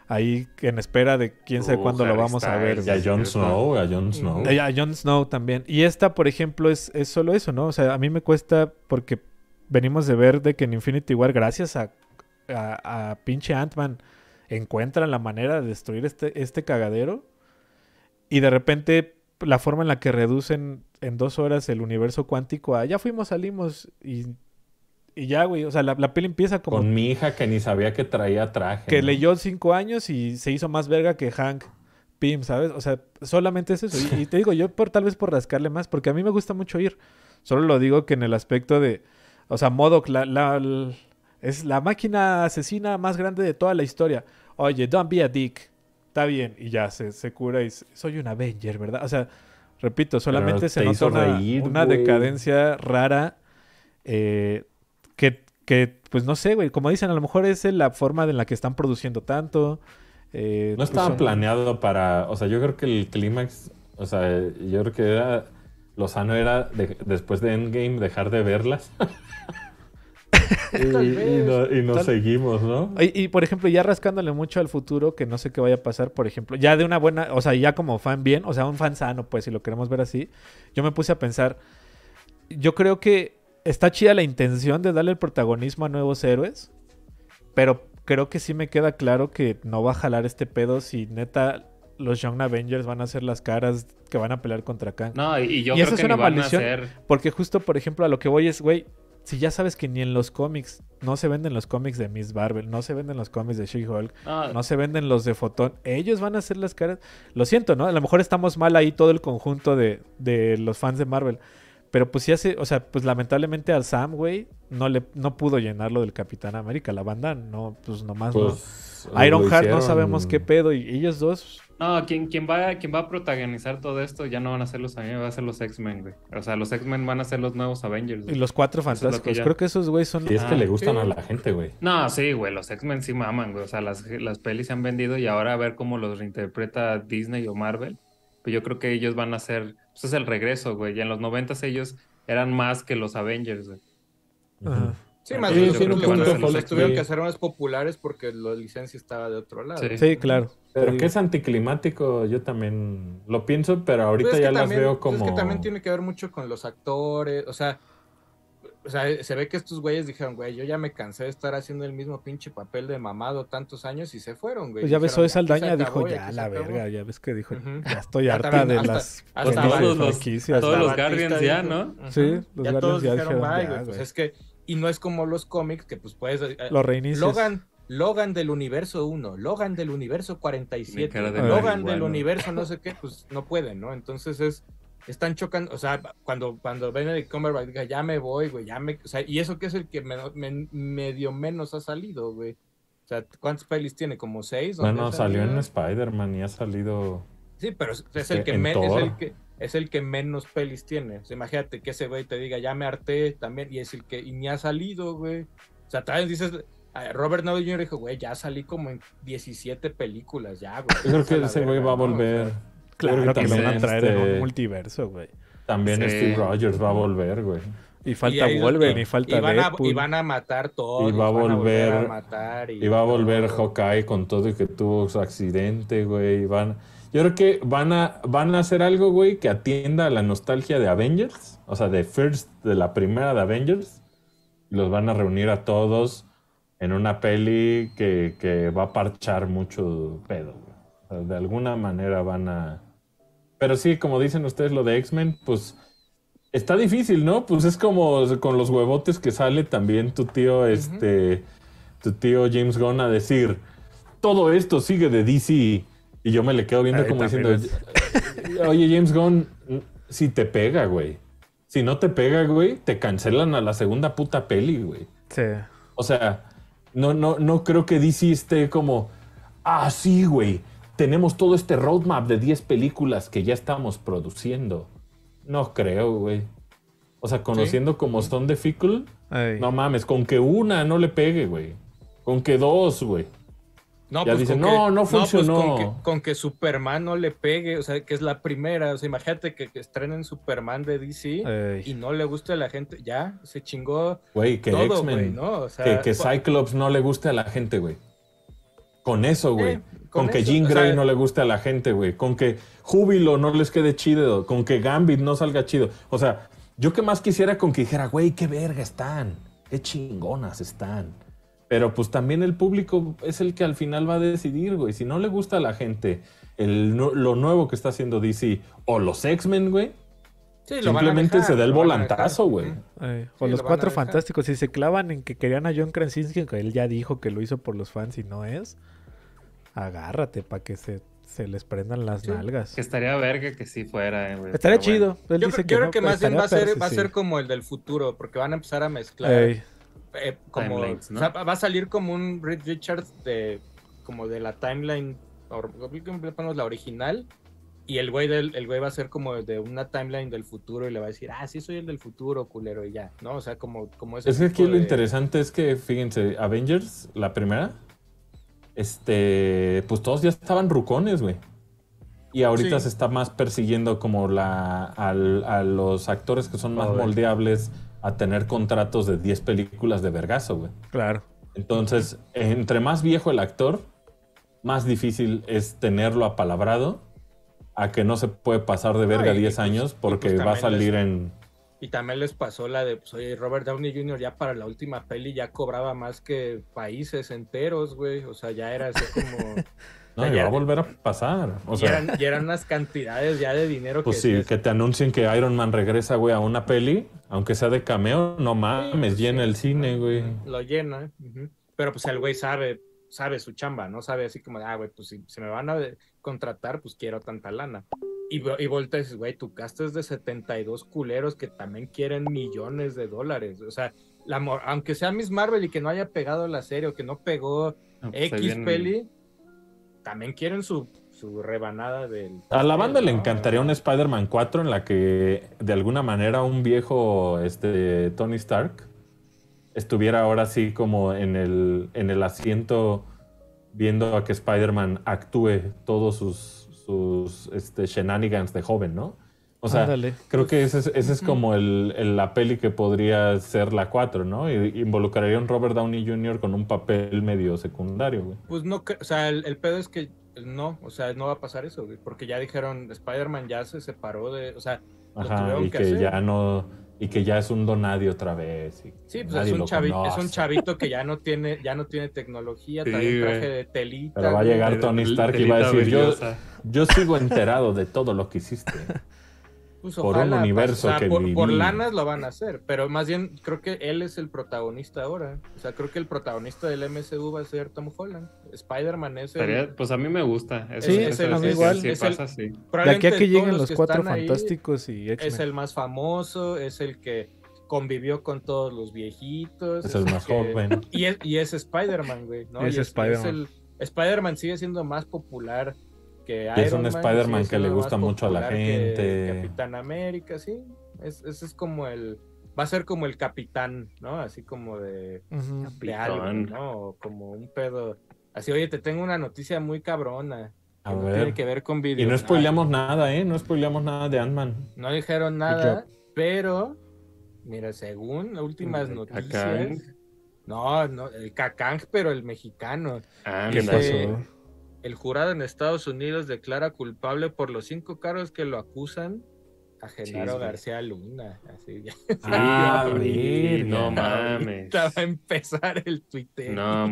S2: ahí en espera de quién sabe
S3: Uh,
S2: cuándo lo
S3: Harry
S2: vamos a ver.
S3: Styles,
S4: Y a
S3: Sí,
S4: Jon
S3: sí,
S4: Snow, güey, a Jon Snow.
S2: Ya, Jon Snow también. Y esta, por ejemplo, es, es solo eso, ¿no? O sea, a mí me cuesta porque venimos de ver de que en Infinity War, gracias a, a, a pinche Ant-Man, encuentran la manera de destruir este, este cagadero. Y de repente, la forma en la que reducen en dos horas el universo cuántico a ya fuimos, salimos y, y ya, güey. O sea, la, la peli empieza como
S4: Con mi hija que ni sabía que traía traje.
S2: que
S4: ¿no?
S2: leyó cinco años y se hizo más verga que Hank Pym, ¿sabes? O sea, solamente es eso. Y, y te digo, yo por tal vez por rascarle más, porque a mí me gusta mucho ir. Solo lo digo que en el aspecto de, o sea, Modoc la, la- l- es la máquina asesina más grande de toda la historia. Oye, don't be a dick. Está bien. Y ya se, se cura y se- soy un Avenger, ¿verdad? O sea, repito, solamente
S4: Pero
S2: se
S4: te
S2: nota
S4: hizo
S2: una,
S4: reír,
S2: una
S4: güey.
S2: decadencia rara eh, que, Que, pues no sé, güey, como dicen, a lo mejor es la forma en la que están produciendo tanto. eh,
S4: No
S2: pues,
S4: estaba
S2: son-
S4: planeado para. O sea, yo creo que el clímax. O sea, yo creo que era. Lo sano era de- después de Endgame dejar de verlas. y, y no- y nos
S2: Tal-
S4: seguimos, ¿no?
S2: Y, y, por ejemplo, ya rascándole mucho al futuro, que no sé qué vaya a pasar, por ejemplo, ya de una buena, o sea, ya como fan bien, o sea, un fan sano, pues, si lo queremos ver así, yo me puse a pensar, yo creo que está chida la intención de darle el protagonismo a nuevos héroes, pero creo que sí me queda claro que no va a jalar este pedo si neta los Young Avengers van a ser las caras que van a pelear contra Kang.
S3: No, y- y yo
S2: Y
S3: creo
S2: esa es
S3: que ni
S2: una
S3: van a
S2: maldición.
S3: hacer.
S2: Porque justo, por ejemplo, a lo que voy es, güey, si ya sabes que ni en los cómics, no se venden los cómics de Miss Marvel, no se venden los cómics de She-Hulk,
S3: No,
S2: no se venden los de Fotón. Ellos van a hacer las caras. Lo siento, ¿no? A lo mejor estamos mal ahí todo el conjunto de, de los fans de Marvel. Pero pues sí hace, o sea, pues lamentablemente al Sam, güey, no le no pudo llenarlo del Capitán América. La banda no, pues nomás
S4: Pues,
S2: no.
S4: lo
S2: Ironheart no
S4: hicieron-
S2: sabemos qué pedo. Y ellos dos,
S3: no, quien, quien, va, quien va a protagonizar todo esto ya no van a ser los Avengers, va a ser los X-Men, güey. O sea, los X-Men van a ser los nuevos Avengers.
S2: y
S3: güey.
S2: los cuatro
S3: es lo que
S2: fantásticos.
S3: ya-
S2: Creo que esos güey son.
S4: Y es que
S3: Ah,
S4: le gustan
S1: sí.
S4: a la gente, güey.
S3: No, sí, güey, los X-Men sí maman, güey. O sea, las, las pelis se han vendido y ahora a ver cómo los reinterpreta Disney o Marvel. Pues yo creo que ellos van a ser. Pues es el regreso, güey. Y en los 90 ellos eran más que los Avengers, güey.
S2: Ajá.
S1: Sí, más
S3: Sí,
S1: bien yo
S3: Ah, sí, en
S1: creo
S3: un
S1: que
S3: punto
S1: los-
S3: fue lo
S1: los tuvieron
S4: que-
S1: que hacer más populares porque la licencia estaba de otro lado.
S3: Sí.
S2: Sí, claro.
S4: Pero que es anticlimático, yo también lo pienso, pero
S1: Pero
S4: ahorita
S1: Pues es
S4: ya
S1: que
S4: las
S1: también-
S4: veo
S1: pues
S4: como.
S1: Es que también tiene que ver mucho con los actores, o sea, o sea, se ve que estos güeyes dijeron, güey, yo ya me cansé de estar haciendo el mismo pinche papel de mamado tantos años y se fueron, güey.
S2: Pues ya
S1: Dijeron,
S2: besó de
S1: "Aquí se
S2: Saldaña, dijo,
S1: acabó,
S2: ya
S1: aquí se
S2: la
S1: acabó".
S2: verga, ya ves que dijo,
S1: Ujú.
S2: ya estoy
S1: Ya
S2: harta
S1: también
S2: de
S1: hasta-
S2: las
S1: hasta
S2: películas
S3: todos
S2: de
S3: los-
S2: franquicias,
S3: todos
S2: ¿no?
S3: los
S1: Batista
S3: Guardians
S1: dijo,
S3: ya, ¿no?
S1: ujú.
S2: Sí, los
S1: ya
S2: Guardians
S1: todos
S2: ya
S1: dijeron,
S2: dijeron,
S1: "Bye,
S2: ya,
S1: güey", pues
S2: güey.
S1: es que, y no es como los cómics, que pues puedes... eh,
S2: Los reinicios.
S1: Logan, Logan del universo 1, Logan del universo 47,
S3: Mi cara de
S1: Logan
S3: marihuana.
S1: del universo no sé qué, pues no pueden, ¿no? Entonces es, están chocando, o sea, cuando, cuando Benedict Cumberbatch diga, ya me voy, güey, ya me, o sea, y eso que es el que me- me- medio menos ha salido, güey. O sea, ¿cuántas pelis tiene? ¿Como seis?
S4: No,
S1: ¿Dónde ha
S4: no, salió en
S1: salido?
S4: Spider-Man y ha salido.
S1: Sí, pero es, es
S4: Este,
S1: el que
S4: en
S1: me- es
S4: Thor.
S1: el que es el que menos pelis tiene. O sea, imagínate que ese güey te diga, ya me harté también, y es el que y ni ha salido, güey. O sea, tal vez dices, a Robert Downey Jr. dijo, güey, ya salí como en 17 películas, ya, güey.
S4: Yo creo
S1: Vete a
S4: que
S1: la
S4: ese
S1: verga,
S4: güey va a
S1: ¿no? O sea,
S4: volver. Yo creo
S2: Claro que lo
S4: también,
S2: van a traer en
S4: este,
S2: un multiverso, güey.
S4: También
S3: Sí.
S4: Steve Rogers va a volver, güey.
S2: Y
S1: y
S2: falta
S1: ahí-
S2: Wolverine, y falta
S1: y van, a,
S2: Deadpool.
S1: y van a matar todo.
S4: Y va a volver-
S1: matar. Y,
S4: Y va a volver
S1: todo.
S4: Hawkeye con todo y que tuvo su accidente, güey. y Van... Yo creo que van a, van a hacer algo, güey, que atienda a la nostalgia de Avengers. O sea, de First, de la primera de Avengers. Y los van a reunir a todos en una peli que, que va a parchar mucho pedo, güey. O sea, de alguna manera van a... Pero sí, como dicen ustedes, lo de X-Men, pues... Está difícil, ¿no? Pues es como con los huevotes que sale también tu tío, este tu tío James Gunn a decir todo esto sigue de DC y yo me le quedo viendo
S2: Ay,
S4: como diciendo
S2: también
S4: oye James Gunn si te pega güey si no te pega güey te cancelan a la segunda puta peli güey
S2: Sí.
S4: o sea no no no creo que DC esté como ah sí güey tenemos todo este roadmap de 10 películas que ya estamos produciendo no creo güey o sea conociendo como son de Fickle
S2: Ay.
S4: no mames, con que una no le pegue, güey. Con que dos, güey.
S1: No, pues,
S4: Ya dicen, "No, no funcionó".
S1: con, que, con que Superman no le pegue, o sea, que es la primera. O sea, imagínate que, que estrenen Superman de DC
S2: Ay.
S1: y no le gusta a la gente. Ya, se chingó
S4: Güey, que
S1: todo, güey,
S4: X-Men.
S1: ¿no? O sea, pues,
S4: que, que
S1: cu-
S4: Cyclops no le guste a la gente, güey. Con eso, güey.
S1: Eh,
S4: con
S1: con
S4: que
S1: eso,
S4: Jean
S1: o sea-
S4: Grey no le guste a la gente, güey. Con que Júbilo no les quede chido. Con que Gambit no salga chido. O sea, yo que más quisiera con que dijera, güey, qué verga están. Qué chingonas están. Pero pues también el público es el que al final va a decidir, güey. Si no le gusta a la gente el nu- lo nuevo que está haciendo DC o los X-Men, güey,
S1: sí, lo van a
S4: simplemente
S1: dejar,
S4: se da el
S1: lo van a dejar.
S4: volantazo, güey.
S1: Ujú.
S2: Ay.
S1: Sí,
S2: O los
S1: lo van
S2: cuatro
S1: a dejar.
S2: fantásticos, si se clavan en que querían a John Krasinski, que él ya dijo que lo hizo por los fans y no es, agárrate para que se, se les prendan las
S1: Sí.
S2: nalgas.
S3: Que estaría verga que sí fuera, eh, güey.
S2: Estaría
S3: pero
S2: chido.
S3: bueno.
S2: Él
S1: Yo, creo-
S2: dice
S1: yo creo
S2: no,
S1: que
S2: pero
S1: más bien va a
S2: estaría
S1: ser, va a
S2: perro,
S1: ser
S2: sí.
S1: como el del futuro, porque van a empezar a mezclar
S2: Ey,
S1: eh, como
S3: Timelines, ¿no?
S1: o sea, va a salir como un Reed Richards de como de la timeline or- ¿cómo le llamamos? la original Y el güey, del, el güey va a ser como de una timeline del futuro y le va a decir, ah, sí soy el del futuro, culero, y ya, ¿no? O sea, como, como ese
S4: Pues Es que aquí
S1: tipo
S4: lo
S1: de-
S4: interesante es que, fíjense, Avengers, la primera, este, pues todos ya estaban rucones, güey. Y ahorita
S1: Sí.
S4: se está más persiguiendo como la, al- a los actores que son más
S2: Joder.
S4: moldeables a tener contratos de 10 películas de vergazo, güey.
S2: Claro.
S4: Entonces, entre más viejo el actor, más difícil es tenerlo apalabrado a que no se puede pasar de verga
S1: y- y
S4: 10
S1: pues-
S4: años
S1: y
S4: porque
S1: pues
S4: va a
S1: también
S4: salir
S1: les-
S4: en...
S1: Y también les pasó la de, pues, oye, Robert Downey Jr. ya para la última peli ya cobraba más que países enteros, güey. O sea, ya era así como...
S4: No,
S1: sea,
S4: y
S1: ya-
S4: va a volver a pasar. O sea,
S1: y, eran, y eran unas cantidades ya de dinero
S4: Pues
S1: que...
S4: sí,
S1: decías,
S4: que te anuncien que Iron Man regresa, güey, a una peli, aunque sea de cameo, no mames, llena el cine, güey.
S1: Lo llena. ujú. Pero pues el güey sabe, sabe su chamba, ¿no? Sabe así como, ah, güey, pues si se me van a de- contratar, pues quiero tanta lana. Y, vo- y volteas y dices, güey, tu gasto es de 72 culeros que también quieren millones de dólares. O sea, la, mo- aunque sea Miss Marvel y que no haya pegado la serie o que no pegó
S3: No, pues,
S1: X
S3: ahí viene-
S1: peli, también quieren su, su rebanada del...
S4: A la
S1: pastel,
S4: banda le
S1: ¿no?
S4: encantaría un Spider-Man 4 en la que de alguna manera un viejo este, Tony Stark estuviera ahora sí como en el, en el asiento viendo a que Spider-Man actúe todos sus, sus este, shenanigans de joven, ¿no? O sea,
S2: Ándale.
S4: Creo que ese es, ese es como el, el- la peli que podría ser la 4, ¿no? Y- involucraría a un Robert Downey Jr. con un papel medio secundario, güey.
S1: Pues no, cre- o sea, el, el pedo es que no, o sea, no va a pasar eso, güey, porque ya dijeron, Spider-Man ya se separó de, o sea, Lo
S4: Ajá,
S1: tuvieron
S4: y
S1: que
S4: que,
S1: hacer.
S4: ya no... Y que ya es un Donadi otra vez. y
S1: sí, pues
S4: nadie
S1: es un,
S4: lo
S1: chavi- es
S4: conoce.
S1: un chavito que ya no tiene, ya no tiene tecnología,
S3: Sí,
S1: trae un
S3: güey.
S1: traje de telita.
S4: Pero va a
S1: güey.
S4: llegar Tony Stark y va a
S3: Telita
S4: decir, yo-
S3: brillosa.
S4: Yo sigo enterado de todo lo que hiciste.
S1: Pues
S4: por un
S1: ojalá,
S4: universo que
S1: por, por
S4: viví.
S1: lanas lo van a hacer, pero más bien creo que él es el protagonista ahora. O sea, creo que el protagonista del MCU va a ser Tom Holland. Spider-Man es el...
S3: Estaría- pues a mí me gusta. Eso,
S2: Sí,
S3: eso-
S2: a mí
S3: eso- eso
S2: igual.
S3: sí
S1: Es el-
S3: pasa, sí.
S2: De aquí
S1: probablemente
S2: a que
S1: todos
S2: lleguen los
S1: que
S2: cuatro
S1: están ahí,
S2: fantásticos y
S1: es
S2: X-Men.
S1: el más famoso, es el que convivió con todos los viejitos.
S4: Es el más
S1: que-
S4: joven.
S1: Y es, y es Spider-Man, güey. ¿no?
S2: Y
S1: Y
S2: es Spider-Man.
S1: el- Spider-Man sigue siendo más popular que Iron
S4: Y es un
S1: Man,
S4: Spider-Man
S1: sigue
S4: que le
S1: siendo
S4: gusta
S1: más
S4: mucho a la
S1: popular que
S4: gente.
S1: Capitán América, sí. Es- ese es como el. Va a ser como el capitán, ¿no? Así como de,
S2: Ujú.
S1: de algo,
S3: Capitán.
S1: ¿no? O Como un pedo. Así, oye, te tengo una noticia muy cabrona. Que
S4: A
S1: no
S4: ver.
S1: tiene que ver con
S4: Y
S1: video.
S4: no spoileamos nada, ¿eh? No spoileamos nada de Ant-Man.
S1: No dijeron nada, pero mira, según últimas
S3: Ujú,
S1: noticias,
S3: Cacán.
S1: no, no, el Cacang, pero el mexicano.
S2: ¿Qué
S1: Sí.
S3: Ándale.
S2: pasó?
S1: El jurado en Estados Unidos declara culpable por los cinco cargos que lo acusan a Genaro
S3: Sí, güey.
S1: García Luna. Así ya
S4: Ah,
S3: Sí,
S4: verga.
S3: no mames.
S1: ahorita va a empezar el tuiteo.
S3: No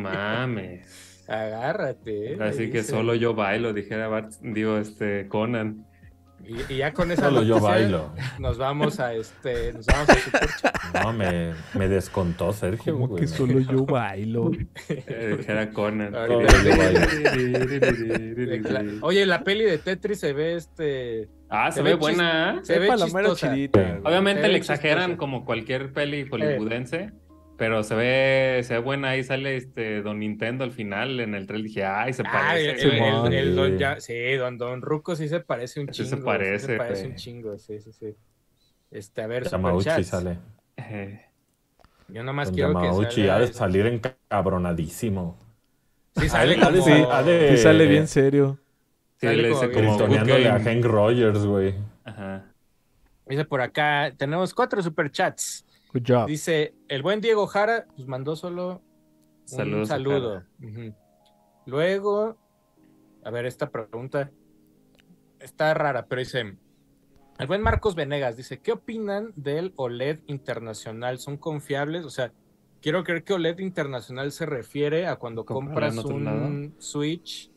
S3: mames.
S1: Agárrate. eh, le
S3: Así que
S1: dice.
S3: solo yo bailo, dijera Bart, digo, este, Conan.
S1: Y, y ya con esa
S4: Solo yo
S1: noticia
S4: bailo.
S1: Nos vamos a este, nos vamos a Superchat.
S4: No, me, me descontó Sergio,
S2: Como
S4: güey.
S2: que solo yo bailo.
S3: Eh, dijera Conan.
S1: Ahorita
S4: le
S1: Decla- Oye, la peli de Tetris se ve este
S3: Ah, se
S1: Oh, Se
S3: ve
S1: ve
S3: buena. ¿eh?
S1: Se ve
S2: palomero
S1: chistosa.
S2: chidita,
S4: Sí.
S2: güey.
S3: Obviamente
S1: se ve
S3: le exageran
S1: chistosa.
S3: como cualquier peli hollywoodense, pero se ve, se ve buena. Ahí sale este Don Nintendo al final en el trailer. Dije, ay, se
S1: Ah, el,
S3: parece.
S1: el-
S3: güey.
S1: el- el
S4: Sí.
S1: don ya, sí, don, don Ruco sí se parece un
S3: Sí
S1: chingo.
S3: se parece,
S1: sí se parece
S3: güey.
S1: un chingo, sí, sí, sí. Este, a ver,
S4: Yamauchi
S1: superchats.
S4: sale.
S3: Eh,
S1: Yo nomás
S4: Don
S1: quiero que
S4: Yamauchi ha
S1: salga,
S4: de salir encabronadísimo.
S1: Sí sale
S4: ha de-
S1: como...
S4: sí, ha de-
S2: Sí, sale bien
S4: Eh,
S2: serio.
S3: sí,
S1: Sale
S3: le
S1: como
S3: dice como good
S4: Gritoneándole a
S3: game.
S4: Hank Rogers, güey.
S3: Ajá.
S1: Dice por acá, tenemos cuatro superchats.
S2: Good job.
S1: Dice, el buen Diego Jara, pues mandó solo un
S3: Saludos.
S1: saludo. Ujú. Luego, a ver, esta pregunta está rara, pero dice: El buen Marcos Venegas dice: ¿Qué opinan del OLED internacional? ¿Son confiables? O sea, quiero creer que OLED internacional se refiere a cuando
S3: Comprarla en
S1: compras
S3: otro
S1: un
S3: lado.
S1: Switch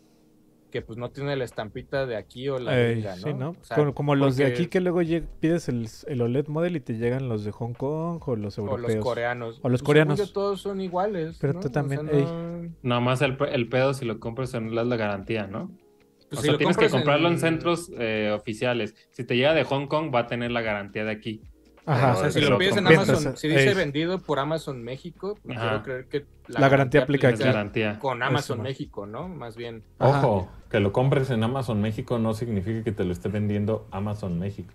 S1: que pues no tiene la estampita de aquí o la
S2: Ey,
S1: gringa, ¿no?
S2: sí, ¿no?
S1: O sea,
S2: como, como los de
S1: porque-
S2: aquí que luego lleg- pides el, el OLED model y te llegan los de Hong Kong o los
S1: o
S2: europeos.
S1: los coreanos. Pues,
S2: O los
S1: Según
S2: coreanos.
S1: yo, todos son iguales.
S2: Pero
S1: ¿no?
S2: tú
S1: O sea,
S2: también,
S1: no-
S3: Nada más el, pe- el pedo si lo compras en la, la garantía, ¿no?
S1: pues,
S3: o
S1: si
S3: sea,
S1: lo
S3: tienes que
S1: compras
S3: comprarlo en, centros eh, oficiales. Si te llega de Hong Kong, va a tener la garantía de aquí.
S2: Ajá.
S1: o sea, si lo
S3: Pero
S1: pides en
S3: con-
S1: Amazon,
S2: Mientras-
S1: si dice
S2: Ey.
S1: vendido por Amazon México, pues
S3: Ajá.
S1: quiero creer que
S2: La garantía aplica
S3: Es garantía.
S1: con Amazon
S2: Eso.
S1: México, ¿no? Más bien.
S2: Ajá.
S4: Ojo, que lo compres en Amazon México no significa que te lo esté vendiendo Amazon México.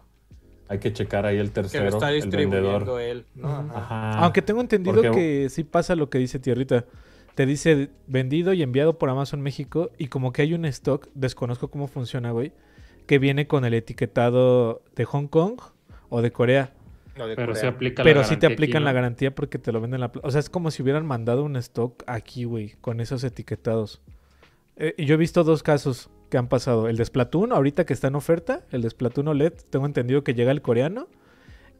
S4: Hay que checar ahí el
S1: que lo
S4: tercero,
S1: está
S4: el vendedor.
S1: distribuyendo él, ¿no? Ajá.
S4: Ajá.
S2: Aunque tengo entendido
S4: Ah, Porque-
S2: que sí pasa lo que dice Tierrita. Te dice vendido y enviado por Amazon México y como que hay un stock, desconozco cómo funciona, güey, que viene con el etiquetado de Hong Kong o de Corea.
S1: Lo de
S3: Pero
S1: Corea.
S3: sí aplica la
S2: Pero sí te
S3: garantía aquí,
S2: aplican
S3: ¿no?
S2: la garantía porque te lo venden la... pla- O sea, es como si hubieran mandado un stock aquí, güey, con esos etiquetados. Eh, y yo he visto dos casos que han pasado. El de Splatoon, ahorita que está en oferta, el de Splatoon OLED, tengo entendido que llega el coreano.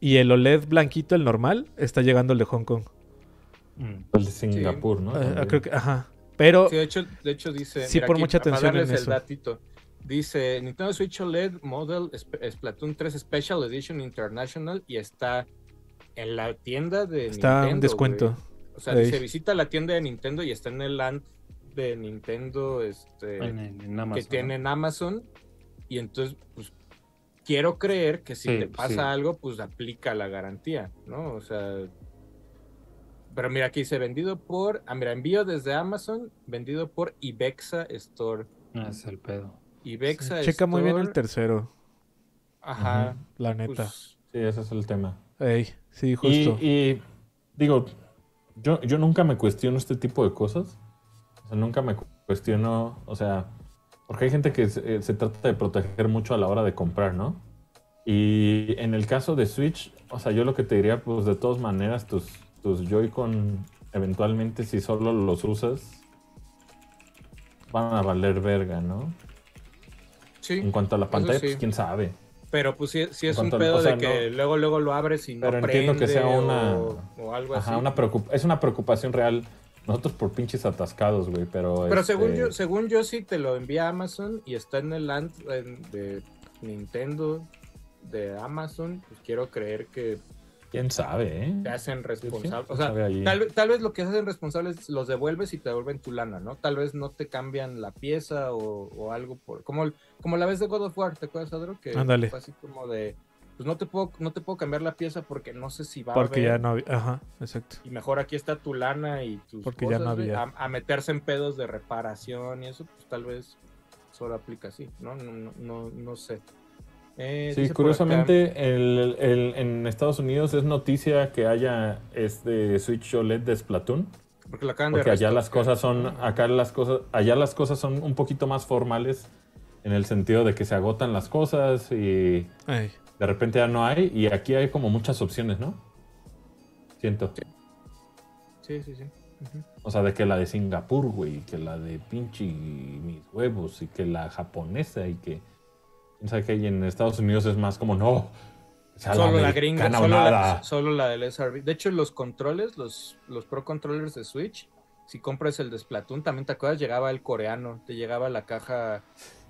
S2: Y el OLED blanquito, el normal, está llegando el de Hong Kong.
S3: Mm.
S1: Pues,
S4: El de Singapur, ¿no?
S2: Ah,
S4: También.
S2: creo que, ajá. Pero,
S1: Sí, de hecho, de hecho dice.
S2: Sí, por mucha
S1: para
S2: atención en
S1: darles el
S2: eso.
S1: datito. Dice Nintendo Switch OLED Model Sp- Splatoon 3 Special Edition International y está en la tienda de
S2: está
S1: Nintendo,
S2: un descuento.
S1: güey. O sea,
S2: Ahí.
S1: dice visita la tienda de Nintendo y está en el land de Nintendo este,
S3: En, en- en Amazon.
S1: que tienen Amazon. Y entonces, pues, quiero creer que si
S3: Sí,
S1: te pasa
S3: sí.
S1: algo, pues aplica la garantía, ¿no? O sea. Pero mira, aquí dice vendido por. Ah, mira, envío desde Amazon, vendido por Ibexa Store.
S3: Ah, es el pedo.
S1: Ibexa
S2: Checa muy bien el
S1: Store,
S2: tercero,
S1: Ajá.
S2: la neta.
S1: pues,
S4: Sí, ese es el tema.
S2: Ey, sí,
S4: Y,
S2: justo.
S4: y, digo, yo, yo nunca me cuestiono este tipo de cosas. O sea, nunca me cu- cuestiono, o sea, porque hay gente que se, eh, se trata de proteger mucho a la hora de comprar, ¿no? Y en el caso de Switch, o sea, yo lo que te diría, pues de todas maneras, tus, tus Joy-Con, eventualmente, si solo los usas, van a valer verga, ¿no? En
S1: sí,
S4: cuanto a la pantalla,
S1: sí.
S4: pues quién sabe.
S1: pero pues sí, sí es
S4: En
S1: un
S4: cuanto al-
S1: pedo
S4: o sea,
S1: de que luego luego lo abres y no
S4: Pero entiendo que sea
S1: prende
S4: una-
S1: o, o algo
S4: Ajá,
S1: así.
S4: una preocup- es una preocupación real. Nosotros por pinches atascados, güey, pero...
S1: Pero
S4: este,
S1: según yo, según yo sí te lo envía a Amazon y está en el land en- de Nintendo, de Amazon, pues quiero creer que
S4: ¿Quién sabe, eh?
S1: te hacen responsable. O sea,
S4: Sabe allí.
S1: tal, ve- tal vez lo que hacen responsables los devuelves y te devuelven tu lana, ¿no? Tal vez no te cambian la pieza o, o algo por como, el- como la vez de God of War, ¿te acuerdas, Adro? Que
S2: Ándale.
S1: fue así como de pues no te puedo, no te puedo cambiar la pieza porque no sé si va
S2: Porque
S1: a haber,
S2: ya no había... Ajá, exacto.
S1: y mejor aquí está tu lana y tus
S2: Porque ya no
S1: cosas, güey,
S2: había.
S1: A, a meterse en pedos de reparación y eso, pues tal vez solo aplica así, ¿no? No, no, no, no sé. Eh,
S4: Sí,
S1: dice por
S4: curiosamente el- el- en Estados Unidos es noticia que haya este Switch OLED de Splatoon,
S1: acá, porque lo acaban de
S4: porque allá
S1: restaurar.
S4: las cosas son acá las cosas allá las cosas son un poquito más formales en el sentido de que se agotan las cosas y
S2: Ey.
S4: de repente ya no hay y aquí hay como muchas opciones, ¿no? Siento.
S1: Sí, sí, sí. Ujú.
S4: O sea, de que la de Singapur, güey, y que la de pinche mis huevos, y que la japonesa, y que. O sea, que ahí en Estados Unidos es más como, no. que sea
S1: Solo la
S4: americana
S1: gringa,
S4: o
S1: solo la,
S4: nada.
S1: solo la del SRB. De hecho, los controles, los, los Pro Controllers de Switch, si compras el de Splatoon, también te acuerdas, llegaba el coreano, te llegaba la caja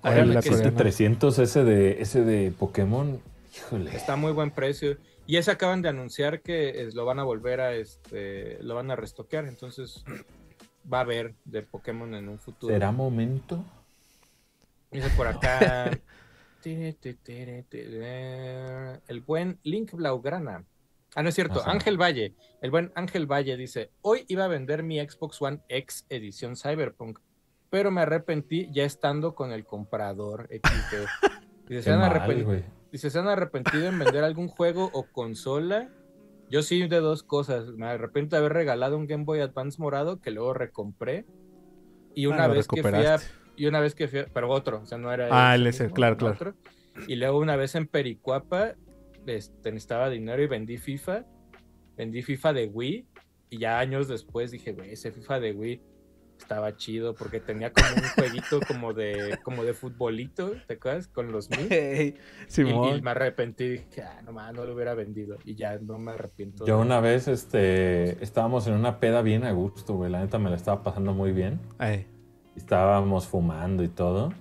S2: Ahí
S4: Oye,
S2: la
S4: el
S1: que
S4: que este
S2: coreana.
S4: 300 ese de, ese de Pokémon, híjole.
S1: Está a muy buen precio. Y ese acaban de anunciar que es- lo van a volver a este. Lo van a restoquear. Entonces va a haber de Pokémon en un futuro.
S4: ¿Será momento?
S1: Dice por acá. tire, tire, tire, tire, El buen Link Blaugrana. Ah, no es cierto.
S4: Ajá.
S1: Ángel Valle. El buen Ángel Valle dice: Hoy iba a vender mi Xbox One X edición Cyberpunk, pero me arrepentí ya estando con el comprador. XD". Dice, "Ah,
S4: Qué
S1: "Se han
S4: mal,
S1: arrepentido".
S4: güey.
S1: Dice, ¿se han arrepentido en vender algún juego o consola? Yo sí de dos cosas. Me arrepiento de haber regalado un Game Boy Advance morado que luego recompré. Y una
S2: Ah, lo
S1: vez que fui a,
S2: recuperaste.
S1: y una vez que fui a- pero otro, o sea, no era
S2: Ah,
S1: ese
S2: el ese,
S1: mismo,
S2: claro,
S1: era
S2: claro.
S1: otro. Y luego una vez en Pericuapa este, necesitaba dinero y vendí FIFA. Vendí FIFA de Wii y ya años después dije, güey, ese FIFA de Wii estaba chido porque tenía como un jueguito como de como de futbolito, ¿te acuerdas? Con los mil.
S2: Ey,
S1: Y- Y,
S2: Simón.
S1: me arrepentí y dije, ah, no mames, no lo hubiera vendido. Y ya no me arrepiento.
S4: Yo una vez este, estábamos en una peda bien a gusto, güey. La neta me la estaba pasando muy bien.
S2: Ey.
S4: estábamos fumando y todo.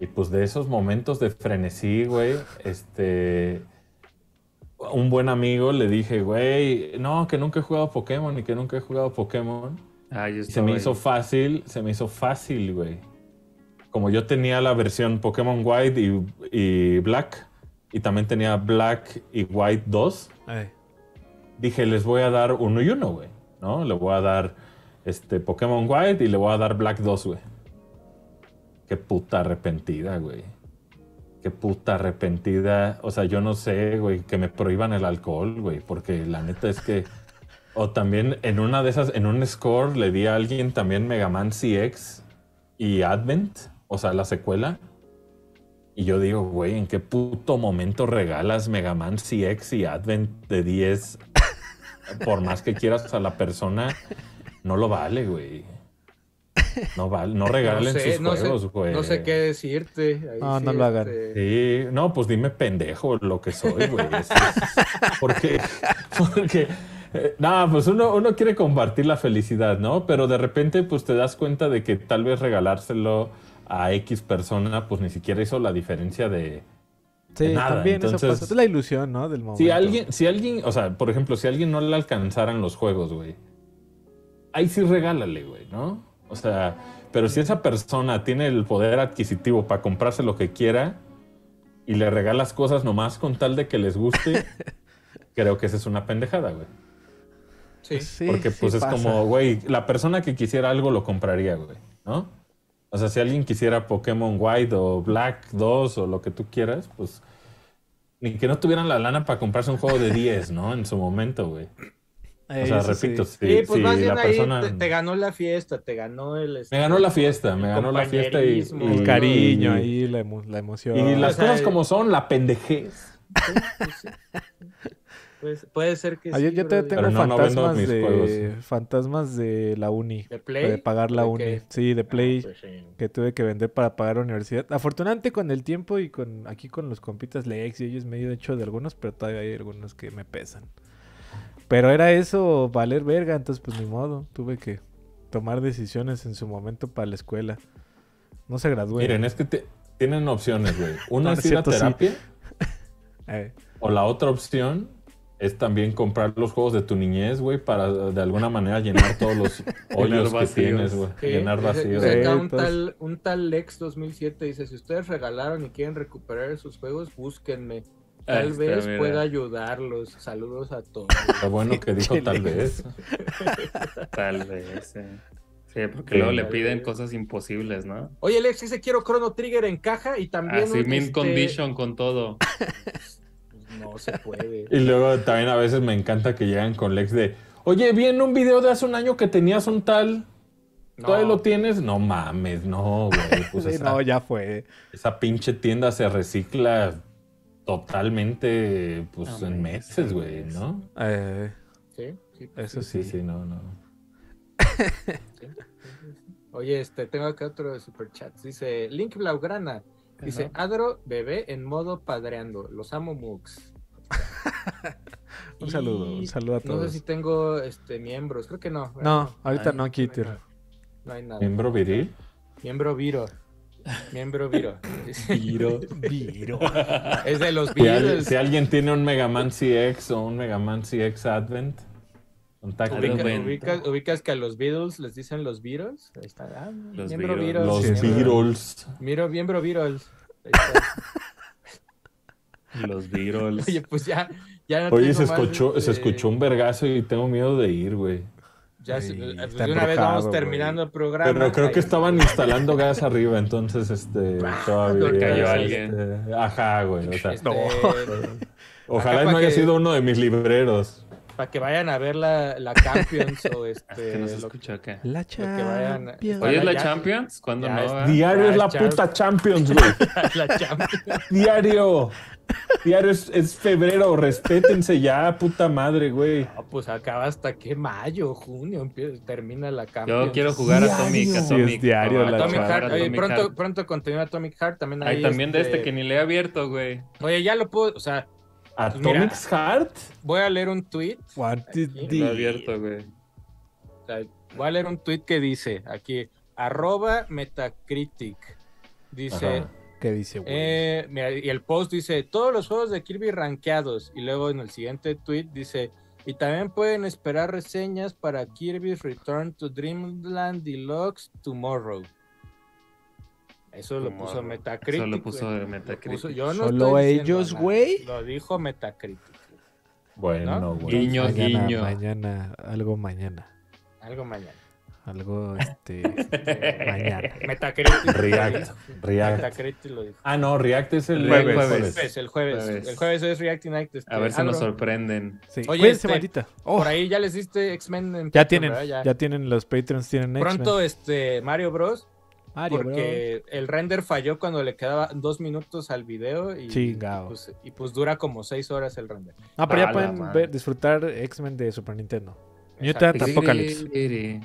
S4: Y pues de esos momentos de frenesí, güey, este. Un buen amigo le dije, güey, no, que nunca he jugado Pokémon y que nunca he jugado Pokémon.
S3: Ah, yo
S4: Y se me
S3: estaba
S4: hizo
S3: ahí.
S4: fácil, se me hizo fácil, güey. Como yo tenía la versión Pokémon White y, y Black, y también tenía Black y White 2,
S2: Ay,
S4: dije, les voy a dar uno y uno, güey, ¿no? Le voy a dar este Pokémon White y le voy a dar Black 2, güey. Qué puta arrepentida, güey. Qué puta arrepentida. O sea, yo no sé, güey, que me prohíban el alcohol, güey, porque la neta es que... O también en una de esas, en un score, le di a alguien también Mega Man CX y Advent, o sea, la secuela. Y yo digo, güey, ¿en qué puto momento regalas Mega Man CX y Advent de 10? Por más que quieras a la persona, no lo vale, güey. No vale, no regalen sus
S1: no,
S4: juegos,
S1: sé,
S4: güey.
S1: no sé qué decirte. Ahí
S2: No,
S1: sí,
S2: no lo hagan.
S1: este,
S4: Sí, no, pues dime pendejo lo que soy, güey. Es- es- Porque, porque, eh, no, pues uno, uno quiere compartir la felicidad, ¿no? Pero de repente, pues te das cuenta de que tal vez regalárselo a X persona, pues ni siquiera hizo la diferencia de...
S2: Sí,
S4: Nada,
S2: también eso
S4: entonces-
S2: pasa. Es la ilusión, ¿no? Del momento.
S4: Si alguien, si alguien, o sea, por ejemplo, si alguien no le alcanzaran los juegos, güey, ahí sí regálale, güey, ¿no? O sea, pero si esa persona tiene el poder adquisitivo para comprarse lo que quiera y le regalas cosas nomás con tal de que les guste, creo que esa es una pendejada, güey.
S1: sí.
S2: Sí,
S4: Porque
S2: sí
S4: pues es
S2: pasa.
S4: como, güey, la persona que quisiera algo lo compraría, güey, ¿no? O sea, si alguien quisiera Pokémon White o Black 2 o lo que tú quieras, pues ni que no tuvieran la lana para comprarse un juego de 10, ¿no? En su momento, güey.
S2: Eh,
S4: O sea,
S2: eso sí.
S4: repito, si,
S1: Sí, pues
S4: si
S1: más bien
S4: la
S1: ahí
S4: persona...
S1: te, te ganó la fiesta, te ganó el... este,
S4: Me ganó la fiesta, me ganó la fiesta y...
S1: compañerismo,
S4: y-
S2: El cariño ahí, la, emo- la emoción.
S4: Y las
S1: O sea,
S4: cosas
S1: el-
S4: como son, la pendejez.
S1: pues, sí. Pues, puede ser que
S2: Ah, yo,
S1: sí,
S2: yo todavía
S1: brother.
S2: tengo
S4: Pero no, no vendo
S2: fantasmas
S4: mis
S2: de
S4: juegos.
S2: fantasmas de la uni.
S1: ¿De Play?
S2: De pagar la
S1: ¿De
S2: uni.
S1: qué?
S2: Sí, de Play.
S1: Ah, pues, sí.
S2: que tuve que vender para pagar la universidad. Afortunadamente con el tiempo y con aquí con los compitas Lex y ellos me he hecho de algunos, pero todavía hay algunos que me pesan. Pero era eso, valer verga, entonces pues ni modo, tuve que tomar decisiones en su momento para la escuela. No se eh. gradué.
S4: Miren, es que te- tienen opciones, güey. Una
S2: No,
S4: es
S2: no es
S4: ir a
S2: cierto, sí.
S4: terapia.
S2: Eh,
S4: O la otra opción es también comprar los juegos de tu niñez, güey, para de alguna manera llenar todos los hoyos que
S3: vacíos.
S4: tienes, güey.
S1: Sí,
S4: Llenar
S1: dice-
S4: vacíos.
S1: dice
S2: Sí,
S1: acá un,
S2: entonces-
S1: tal, un tal Lex 2007 dice, si ustedes regalaron y quieren recuperar sus juegos, búsquenme. Tal
S3: Ahí está,
S1: vez
S3: Este, mira.
S1: pueda ayudarlos. Saludos a todos.
S4: Lo bueno que dijo tal vez.
S3: Tal vez. eh. Sí, porque
S4: Sí.
S3: luego le piden cosas imposibles, ¿no?
S1: Oye, Lex dice, quiero Chrono Trigger en caja y también...
S3: Así,
S1: un,
S3: mint
S1: este, pues,
S3: condition con todo.
S1: No se puede.
S4: Y luego también a veces me encanta que llegan con Lex de, oye, vi en un video de hace un año que tenías un tal, ¿todavía
S1: No.
S4: lo tienes? No mames, no, güey. Pues
S2: sí,
S4: esa,
S2: no, ya fue. eh.
S4: esa pinche tienda se recicla totalmente, pues,
S3: No
S4: en
S3: mames,
S4: meses,
S3: no
S4: güey,
S3: mames.
S4: ¿no?
S2: Eh,
S1: Sí, sí, pues
S2: eso
S4: Sí,
S2: sí.
S4: sí, no, no.
S1: sí. Oye, este, tengo acá otro de superchats. Dice, Link Blaugrana. Dice, Adro, bebé en modo padreando. Los amo, Mux.
S2: Un saludo, un saludo a
S1: No sé
S2: todos.
S1: si tengo este miembros, creo que no. ¿verdad?
S2: No, ahorita
S4: Ay,
S2: no, Kitter.
S1: nada. No hay nada.
S4: Miembro viril.
S1: Miembro Viro. Miembro Viro.
S4: Tiro.
S2: Viro.
S1: es de los
S4: Si, al-
S1: Beatles.
S4: si alguien tiene un Mega Man CX o un Mega Man CX Advent,
S1: Ubica-
S4: contáctenme.
S3: Advent.
S1: ubicas, ubicas que a los Beatles les dicen los Viros. Ahí está. Ah,
S3: Los
S1: miembro
S3: Beatles.
S1: Viros.
S4: Los
S2: Sí,
S1: miembro-
S4: Beatles.
S1: Miro, miembro Viros. Ahí está.
S3: Los virals.
S1: Oye, pues ya. ya no
S4: Oye,
S1: tengo
S4: se
S1: más,
S4: escuchó, se
S1: este,
S4: escuchó un vergazo y tengo miedo de ir, güey.
S1: Ya,
S2: Sí,
S1: se- pues
S2: está
S1: de una vez
S2: embrujado,
S1: vamos terminando el programa.
S4: Pero creo que
S1: Ahí-
S4: estaban instalando gas arriba, entonces este todavía.
S1: le
S3: cayó
S4: este, ajá, güey. o sea,
S1: este,
S4: ojalá
S1: Acá
S4: y no
S1: pa'
S4: haya
S1: que-
S4: sido uno de mis libreros.
S1: Para que vayan a ver la, la Champions o
S3: Es
S1: este.
S3: que no se
S1: lo-
S3: escucha acá.
S2: La
S1: vayan-
S2: Champions.
S3: ¿Hoy es la
S1: ya-
S3: Champions? ¿Cuándo
S1: ya
S3: no?
S1: está.
S3: ah?
S4: Diario
S1: Ah,
S4: es la
S1: Charles.
S4: puta Champions, güey.
S1: la Champions.
S4: Diario. Diario es, es febrero. Respétense ya, puta madre, güey.
S1: No, pues acaba hasta que mayo, junio empieza- termina la Champions.
S3: Yo quiero jugar a Atomic.
S4: Diario.
S3: Atomic.
S2: Sí, es diario
S3: no,
S2: la
S1: Atomic
S2: Chava.
S1: Heart. Oye,
S3: Atomic
S1: pronto,
S3: Heart.
S1: pronto continúa Atomic Heart. También
S3: Ay,
S1: ahí,
S3: también de este que ni le he abierto, güey.
S1: Oye, ya lo puedo. O sea,
S3: Pues
S4: Atomic Heart.
S1: voy a leer un tweet.
S2: What did
S1: Aquí.
S3: Lo he
S2: the-
S3: abierto, güey.
S1: O sea, voy a leer un tweet que dice aquí: arroba Metacritic. Dice.
S4: Ajá.
S2: ¿Qué dice, güey?
S1: Eh, mira, y el post dice todos los juegos de Kirby rankeados y luego en el siguiente tweet dice y también pueden esperar reseñas para Kirby's Return to Dreamland Deluxe tomorrow. Eso lo
S3: Como-
S1: puso Metacritic.
S3: Eso lo puso
S1: güey.
S3: de
S1: Lo
S3: Metacritic.
S1: puso- yo no
S2: Solo
S1: estoy diciendo
S2: ellos,
S1: nada.
S2: güey.
S1: Lo dijo Metacritic.
S4: Bueno,
S1: ¿No?
S4: güey.
S3: Guiño,
S2: mañana,
S3: guiño.
S2: mañana, algo mañana.
S1: Algo mañana.
S2: Algo, este,
S1: Eh,
S2: mañana.
S1: Metacritic.
S4: React, React.
S1: Metacritic lo dijo.
S4: Ah, no, React es el jueves.
S3: Jueves.
S1: Jueves, el jueves.
S3: Jueves.
S1: El jueves es React Night. este,
S3: A ver si nos
S1: abro.
S3: sorprenden.
S2: Sí.
S1: Oye,
S2: Cuídense,
S1: este,
S2: maldita. Oh,
S1: Por ahí ya les diste X-Men. en
S2: ya
S1: Patreon,
S2: tienen,
S1: ¿verdad?
S2: ya.
S1: Ya.
S2: tienen, los Patreons tienen
S1: Pronto
S2: X-Men. Ah,
S1: este Mario Bros.
S2: Mario, bro.
S1: porque el render falló cuando le quedaban dos minutos al video y,
S2: Chingao.
S1: y pues, y pues dura como seis horas el render.
S2: Ah, pero ya
S3: A la
S2: pueden
S3: madre.
S2: ver- disfrutar X-Men de Super Nintendo.
S1: Exacto.
S2: Mutant Apocalypse.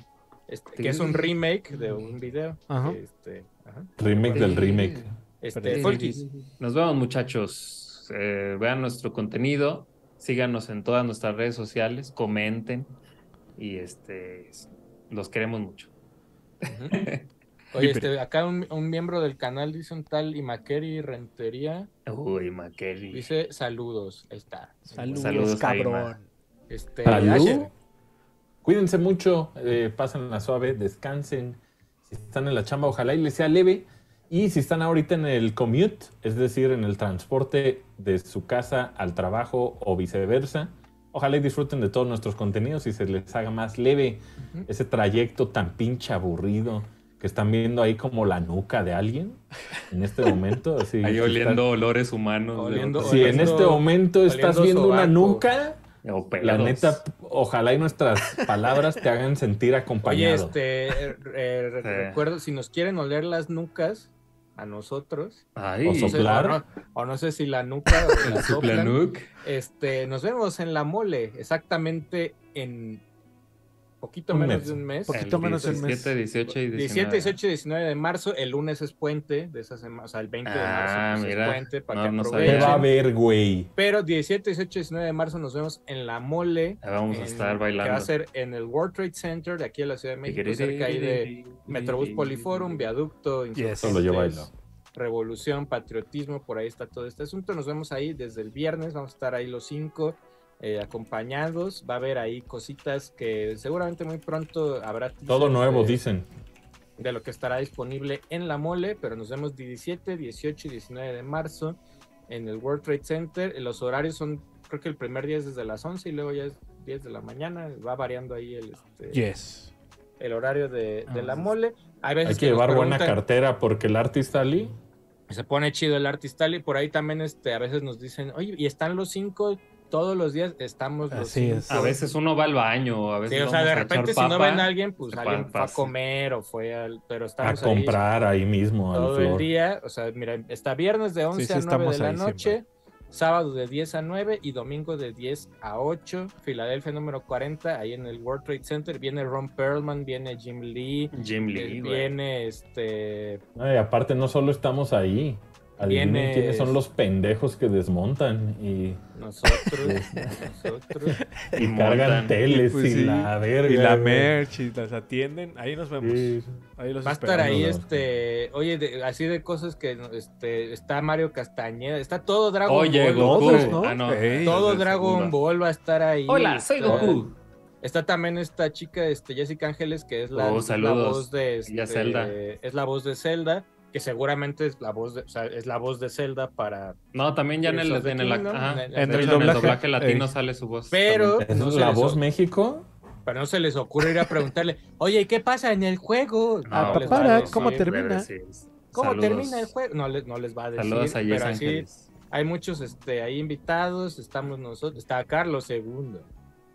S1: Este, que es un remake de un video.
S2: Ajá.
S1: Este, ajá.
S4: Remake del remake.
S1: Este,
S2: Pero-
S1: Folkis,
S3: Nos vemos, muchachos. Eh, vean nuestro contenido. Síganos en todas nuestras redes sociales. Comenten. Y este los queremos mucho.
S1: Oye, este, acá un, un miembro del canal dice un tal Imakeri Rentería.
S3: Uy, Makeli.
S1: Dice saludos. Ahí está.
S2: Saludos,
S3: Saludos,
S2: cabrón.
S3: Aima.
S1: Este,
S4: Salud.
S1: Asher,
S4: Eh, Cuídense mucho, eh, pasen la suave, descansen. Si están en la chamba, ojalá y les sea leve. Y si están ahorita en el commute, es decir, en el transporte de su casa al trabajo o viceversa, ojalá y disfruten de todos nuestros contenidos y se les haga más leve
S1: Ujú.
S4: ese trayecto tan pinche aburrido que están viendo ahí como la nuca de alguien en este momento. Así,
S3: Ahí
S4: si
S3: oliendo olores humanos. de
S1: Oliendo-
S4: estás-
S3: otros-
S4: si en
S1: oliendo-
S4: este momento estás
S1: oliendo
S4: viendo una
S1: sobaco.
S4: nuca,
S3: o
S4: la
S3: pedos.
S4: neta, ojalá y nuestras palabras te hagan sentir
S1: Oye,
S4: acompañado.
S1: este, eh, eh, re-
S3: Sí.
S1: recuerdo, si nos quieren oler las nucas a nosotros,
S3: Ay,
S1: no
S4: O
S1: sé-
S4: Soplar.
S1: no- o no sé si la nuca o la
S3: el
S1: soplan,
S3: Suplanuc.
S1: este, nos vemos en la mole, exactamente en poquito
S4: Un
S1: menos
S4: mes.
S1: de un mes.
S2: Poquito
S3: El
S2: menos el mes.
S3: 17, 18 y 19.
S1: 17, 18 y 19 de marzo, el lunes es puente de esa semana, o sea, el 20 de marzo
S3: Ah,
S1: pues,
S3: mira.
S1: es puente para
S3: No,
S1: que
S3: no sabía.
S4: Te
S1: aprovechen.
S4: va a ver, güey.
S1: Pero 17, 18 y 19 de marzo nos vemos en la mole.
S3: Ahí Vamos a
S1: en-
S3: estar
S1: Que va a
S3: bailando.
S1: ser en el World Trade Center de aquí en la Ciudad de México, cerca ahí de Metrobús Poliforum, Viaducto,
S2: Yes.
S4: Solo yo
S1: Insurgentes,
S4: bailo.
S1: Revolución, Patriotismo, por ahí está todo este asunto. Nos vemos ahí desde el viernes, vamos a estar ahí los cinco eh, acompañados. Va a haber ahí cositas que seguramente muy pronto habrá.
S4: Todo
S1: teasers
S4: nuevo,
S1: de-
S4: dicen.
S1: de lo que estará disponible en la mole, pero nos vemos 17, 18 y 19 de marzo en el World Trade Center. Los horarios son, creo que el primer día es desde las 11 y luego ya es 10 de la mañana. Va variando ahí el, este,
S2: Yes.
S1: el horario de,
S2: Ah,
S1: de la
S3: Vamos.
S1: mole. Hay veces
S4: Hay que
S1: este, nos
S4: llevar buena
S1: preguntan-
S4: cartera porque el artista Ali.
S1: Se pone chido el artista y por ahí también este, a veces nos dicen, oye, ¿y están los cinco todos los días? Estamos los
S2: Así es.
S3: A veces uno va al baño, a
S1: Sí,
S3: veces
S1: o sea,
S3: vamos
S1: de
S3: a
S1: repente
S3: echar
S1: si no
S3: papa.
S1: ven a alguien, pues
S3: se
S1: alguien fue a
S3: pasa.
S1: comer o fue al... Pero
S4: A
S1: estamos ahí.
S4: comprar ahí mismo al
S1: todo el
S4: flor.
S1: día. O sea, mira, está viernes de 11
S2: sí,
S1: a 9 de
S2: estamos
S1: la
S2: ahí
S1: noche, sábado de 10 a 9 y domingo de 10 a 8. Filadelfia número 40, ahí en el World Trade Center. Viene Ron Perlman, viene Jim Lee,
S3: Jim Lee,
S1: eh,
S3: güey.
S1: viene este.
S4: No, y aparte, no solo estamos ahí. Adivinen
S1: Vienes-
S4: quiénes son los pendejos que desmontan y,
S1: Nosotros, nosotros.
S4: y
S3: montan.
S4: cargan teles
S2: Pues
S4: y
S2: sí.
S4: la verga.
S2: Y la
S4: güey.
S2: merch, y las atienden. Ahí nos vemos.
S4: Sí.
S2: Ahí los
S1: Va a estar ahí,
S2: esperamos.
S1: este.
S4: esperando,
S1: Oye, de- así de cosas que este, está Mario Castañeda, está todo Dragon
S3: Oye,
S1: Ball.
S3: Goku.
S2: Todos, ¿no?
S3: Ah, no.
S2: Ey.
S1: Todo
S3: Es el
S1: Dragon
S3: segundo.
S1: Ball va a estar ahí.
S3: Hola, soy
S1: está-
S3: Goku.
S1: Está también esta chica, este, Jessica Ángeles, que es la,
S3: Oh,
S1: es la
S3: saludos.
S1: voz de
S3: Ella
S1: este,
S3: Zelda.
S1: Es la voz de Zelda, que seguramente es la voz de, o sea, es la voz de Zelda para.
S3: No, también ya en el,
S1: Tears of the
S3: en el,
S1: Kingdom,
S3: ajá.
S1: en-
S3: De
S2: en
S3: hecho,
S2: el doblaje.
S3: doblaje latino
S2: Ey.
S3: sale su voz.
S1: Pero
S4: ¿Esa
S1: no,
S4: es
S1: se
S4: la
S1: les,
S4: voz México?
S1: pero no se les ocurre ir a preguntarle, oye, ¿y ¿qué pasa en el juego? pues,
S3: también.
S2: Ah,
S1: No, les va a
S2: papara,
S1: decir.
S2: ¿cómo termina?
S1: ¿Cómo
S3: pues, Saludos.
S1: termina el juego? No, les- no les va a decir.
S3: Saludos a Yes
S1: pero sí,
S3: Ángeles.
S1: hay muchos este, ahí invitados, estamos nosotros, está Carlos Segundo,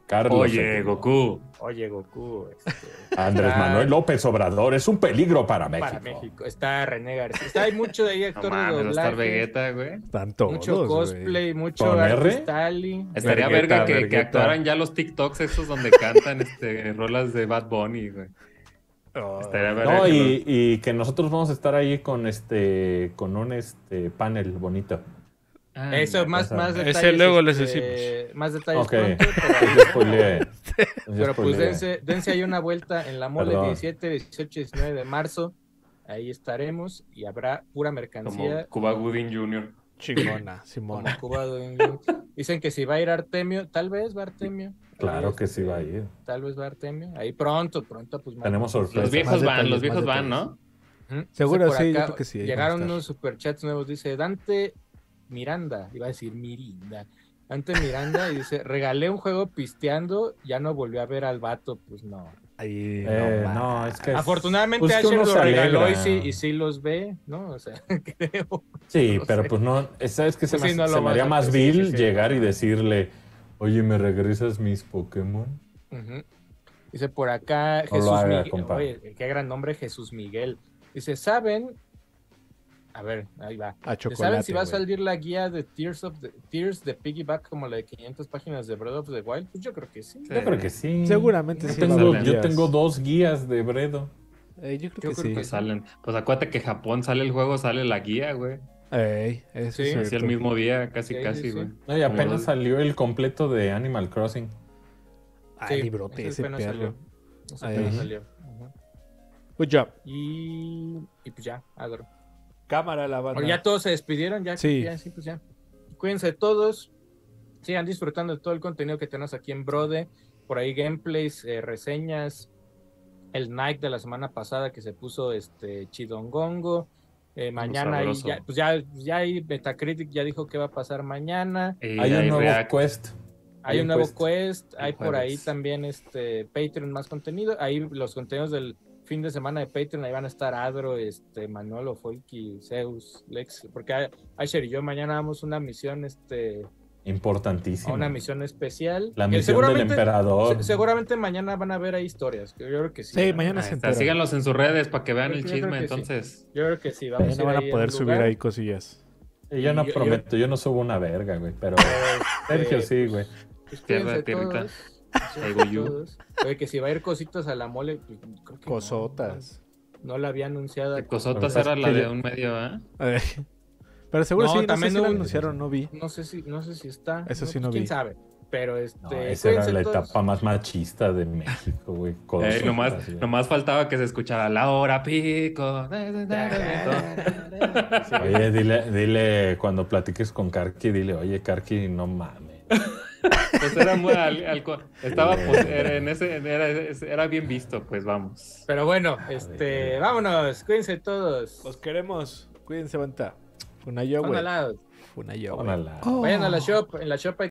S4: Carlos.
S3: Oye, Goku.
S1: oye Goku, este,
S4: Andrés
S1: Ah.
S4: Manuel López Obrador es un peligro para México.
S1: para México, está René García, está, hay mucho de ahí
S3: No
S1: actor de
S3: mames, va a estar
S1: doblaje.
S3: Vegeta, güey.
S2: Están todos,
S1: mucho
S2: güey.
S1: cosplay, mucho
S4: ¿Con R?
S1: artistali.
S4: Vergueta,
S3: Estaría verga que, que
S4: vergueta.
S3: actuaran ya los TikToks esos donde cantan este, rolas de Bad Bunny, güey.
S2: Ah,
S3: Estaría verga.
S4: No,
S3: que
S4: y, y que nosotros vamos a estar ahí con este con un este panel bonito.
S3: los- Ah,
S1: Eso,
S3: mira,
S1: más,
S4: cosa.
S1: más
S2: Ese
S1: detalles. este,
S2: luego les
S1: Más detalles
S4: Ok.
S1: pronto,
S4: Yo
S1: pero,
S4: spoileé. Yo
S1: pero pues
S4: spoileé.
S1: dense, dense ahí una vuelta en la mole
S4: Perdón.
S1: 17, 18 y 19 de marzo. Ahí estaremos y habrá pura mercancía
S3: Como Cuba Gooding Jr.
S2: Chingona,
S1: como
S2: Simona.
S1: Cuba Gooding Jr. Dicen que si va a ir Artemio, tal vez va Artemio. Tal
S4: Claro
S1: vez,
S4: que sí va a ir.
S1: Tal vez va Artemio. Ahí pronto, pronto, pues
S4: Tenemos
S3: Los
S4: sorpresas.
S3: viejos
S2: más
S3: van,
S2: detalles,
S3: los
S2: más
S3: viejos van,
S2: detalles.
S3: ¿no?
S1: Ujú.
S2: Seguro,
S1: Dice por
S2: sí, yo
S1: acá,
S2: creo que sí, ahí
S1: Llegaron
S2: van a
S1: unos superchats nuevos. Dice Dante Miranda. Iba a decir Mirinda. Dante Miranda y dice: Regalé un juego pisteando. Ya no volvió a ver al vato. Pues no.
S2: Ahí,
S4: Eh,
S2: no, ma.
S4: no, es que. es-
S1: Afortunadamente,
S4: pues que
S1: Asher
S4: uno
S1: lo
S4: se
S1: regaló y
S4: alegra.
S1: sí, y sí los ve, ¿no? O sea, creo.
S4: Sí,
S1: No
S4: pero
S1: sé.
S4: pues no, sabes que se,
S1: Pues
S4: me,
S1: sí, no lo
S4: se me
S1: vas
S4: haría
S1: a-
S4: más
S1: sí, sí,
S4: vil
S1: sí.
S4: llegar y decirle, oye, ¿me regresas mis Pokémon?
S1: Ujú. Dice por acá
S4: No lo
S1: Jesús
S4: haga,
S1: Miguel.
S4: compa.
S1: Oye, qué gran nombre, Jesús Miguel. Dice, ¿saben? A ver, ahí va.
S2: A
S1: ¿Te
S2: chocolate.
S1: ¿Saben si va a
S2: güey.
S1: salir la guía de Tears of the, Tears de Piggyback como la de 500 páginas de Breath of the Wild? Pues yo creo que sí.
S4: Yo creo que sí.
S2: Seguramente
S4: Yo,
S2: sí. va a
S4: tengo,
S2: haber
S4: yo
S2: guías.
S4: tengo dos guías de Bredo.
S2: Eh, yo
S1: Yo
S2: creo
S1: creo
S2: que sí.
S3: Que salen. Pues acuérdate que Japón sale el juego, sale la guía, güey.
S2: Ey,
S1: Sí,
S2: eso es
S3: Así el
S2: cierto.
S3: mismo día, casi,
S1: Sí, sí,
S3: casi,
S1: sí.
S3: güey.
S4: No, y apenas
S3: Órale.
S4: salió el completo de Animal Crossing.
S2: Ah,
S1: Sí,
S2: librote
S1: ese
S2: ese
S1: apenas
S2: perro.
S1: salió. Ese apenas
S2: Ahí.
S1: salió. Ujú.
S2: Good job.
S1: Y, y pues ya, adoro.
S2: Cámara la banda.
S1: Bueno, ya todos se despidieron, ya,
S2: Sí.
S1: ya, sí, pues ya. Cuídense todos. Sigan disfrutando de todo el contenido que tenemos aquí en Brode. Por ahí gameplays, eh, reseñas. El Nike de la semana pasada que se puso este chidongongo. Eh, mañana ahí
S3: sabroso.
S1: ya, pues ya, ya ahí Metacritic ya dijo qué va a pasar mañana.
S3: Y
S4: Hay un
S3: ahí
S4: nuevo
S3: React,
S4: quest.
S1: Hay
S4: Hay
S1: un
S4: un
S1: nuevo quest, hay
S3: El
S1: por ahí
S3: jueves.
S1: también este Patreon más contenido. Ahí los contenidos del fin de semana de Patreon, ahí van a estar Adro, este Manolo, Folky, Zeus, Lex, porque a- Asher y yo mañana vamos a una misión este a
S4: Importantísimo.
S1: una misión especial.
S4: La
S1: que
S4: misión del
S1: seguramente,
S4: emperador.
S1: se- seguramente mañana van a ver ahí historias, que yo creo que sí.
S2: Sí,
S1: ¿no?
S2: mañana
S3: ahí
S2: se
S3: está.
S2: entera.
S3: Síganlos en sus redes para que vean
S1: Yo
S3: el
S1: creo
S3: chisme,
S1: que sí.
S3: entonces.
S1: Yo creo que sí, vamos
S2: Mañana
S1: ir
S2: van a
S1: ahí
S2: poder
S1: al
S2: subir
S1: lugar.
S2: ahí cosillas.
S4: Y yo no
S1: Yo- yo-
S4: prometo, yo... no subo una verga, güey. Pero
S1: Este,
S4: Sergio sí, güey.
S1: pues,
S3: Tierra,
S1: cuídense
S3: tierrita.
S1: todos,
S3: Ahí
S1: cuídense
S3: voy yo.
S1: todos. Oye, que si va a ir cositas a la mole, pues, creo que no,
S2: Cosotas.
S1: No, la había anunciada.
S3: De Cosotas
S4: Pero
S3: era
S4: es
S3: la
S4: que
S3: de
S4: yo-
S3: un medio, ¿eh?
S2: Eh, Pero seguro
S1: No,
S2: sí, no sé
S1: también
S2: si lo
S1: no-
S2: anunciaron, no vi.
S1: No sé si, no sé si está.
S2: Eso sí
S1: pues,
S2: no
S1: ¿Quién
S2: vi.
S1: sabe? Pero este.
S4: No, esa era
S1: cuídense
S4: la
S1: todos.
S4: etapa más machista de México, güey.
S3: Eh,
S4: Cosas
S3: nomás,
S4: así.
S3: nomás faltaba que se escuchara la hora pico.
S4: Oye, dile, dile, cuando platiques con Karki, dile, oye, Karki, no mames.
S3: Pues era muy al- alco- Estaba pues, era en ese, era, era bien visto, pues vamos.
S1: Pero bueno, este, vámonos. Cuídense todos.
S4: Pues,
S2: Los queremos. Cuídense, banda. Una yo,
S1: Son
S2: güey.
S1: alados.
S2: Una yo, güey.
S4: Tómala.
S2: Oh.
S1: Vayan a la shop. En la shop hay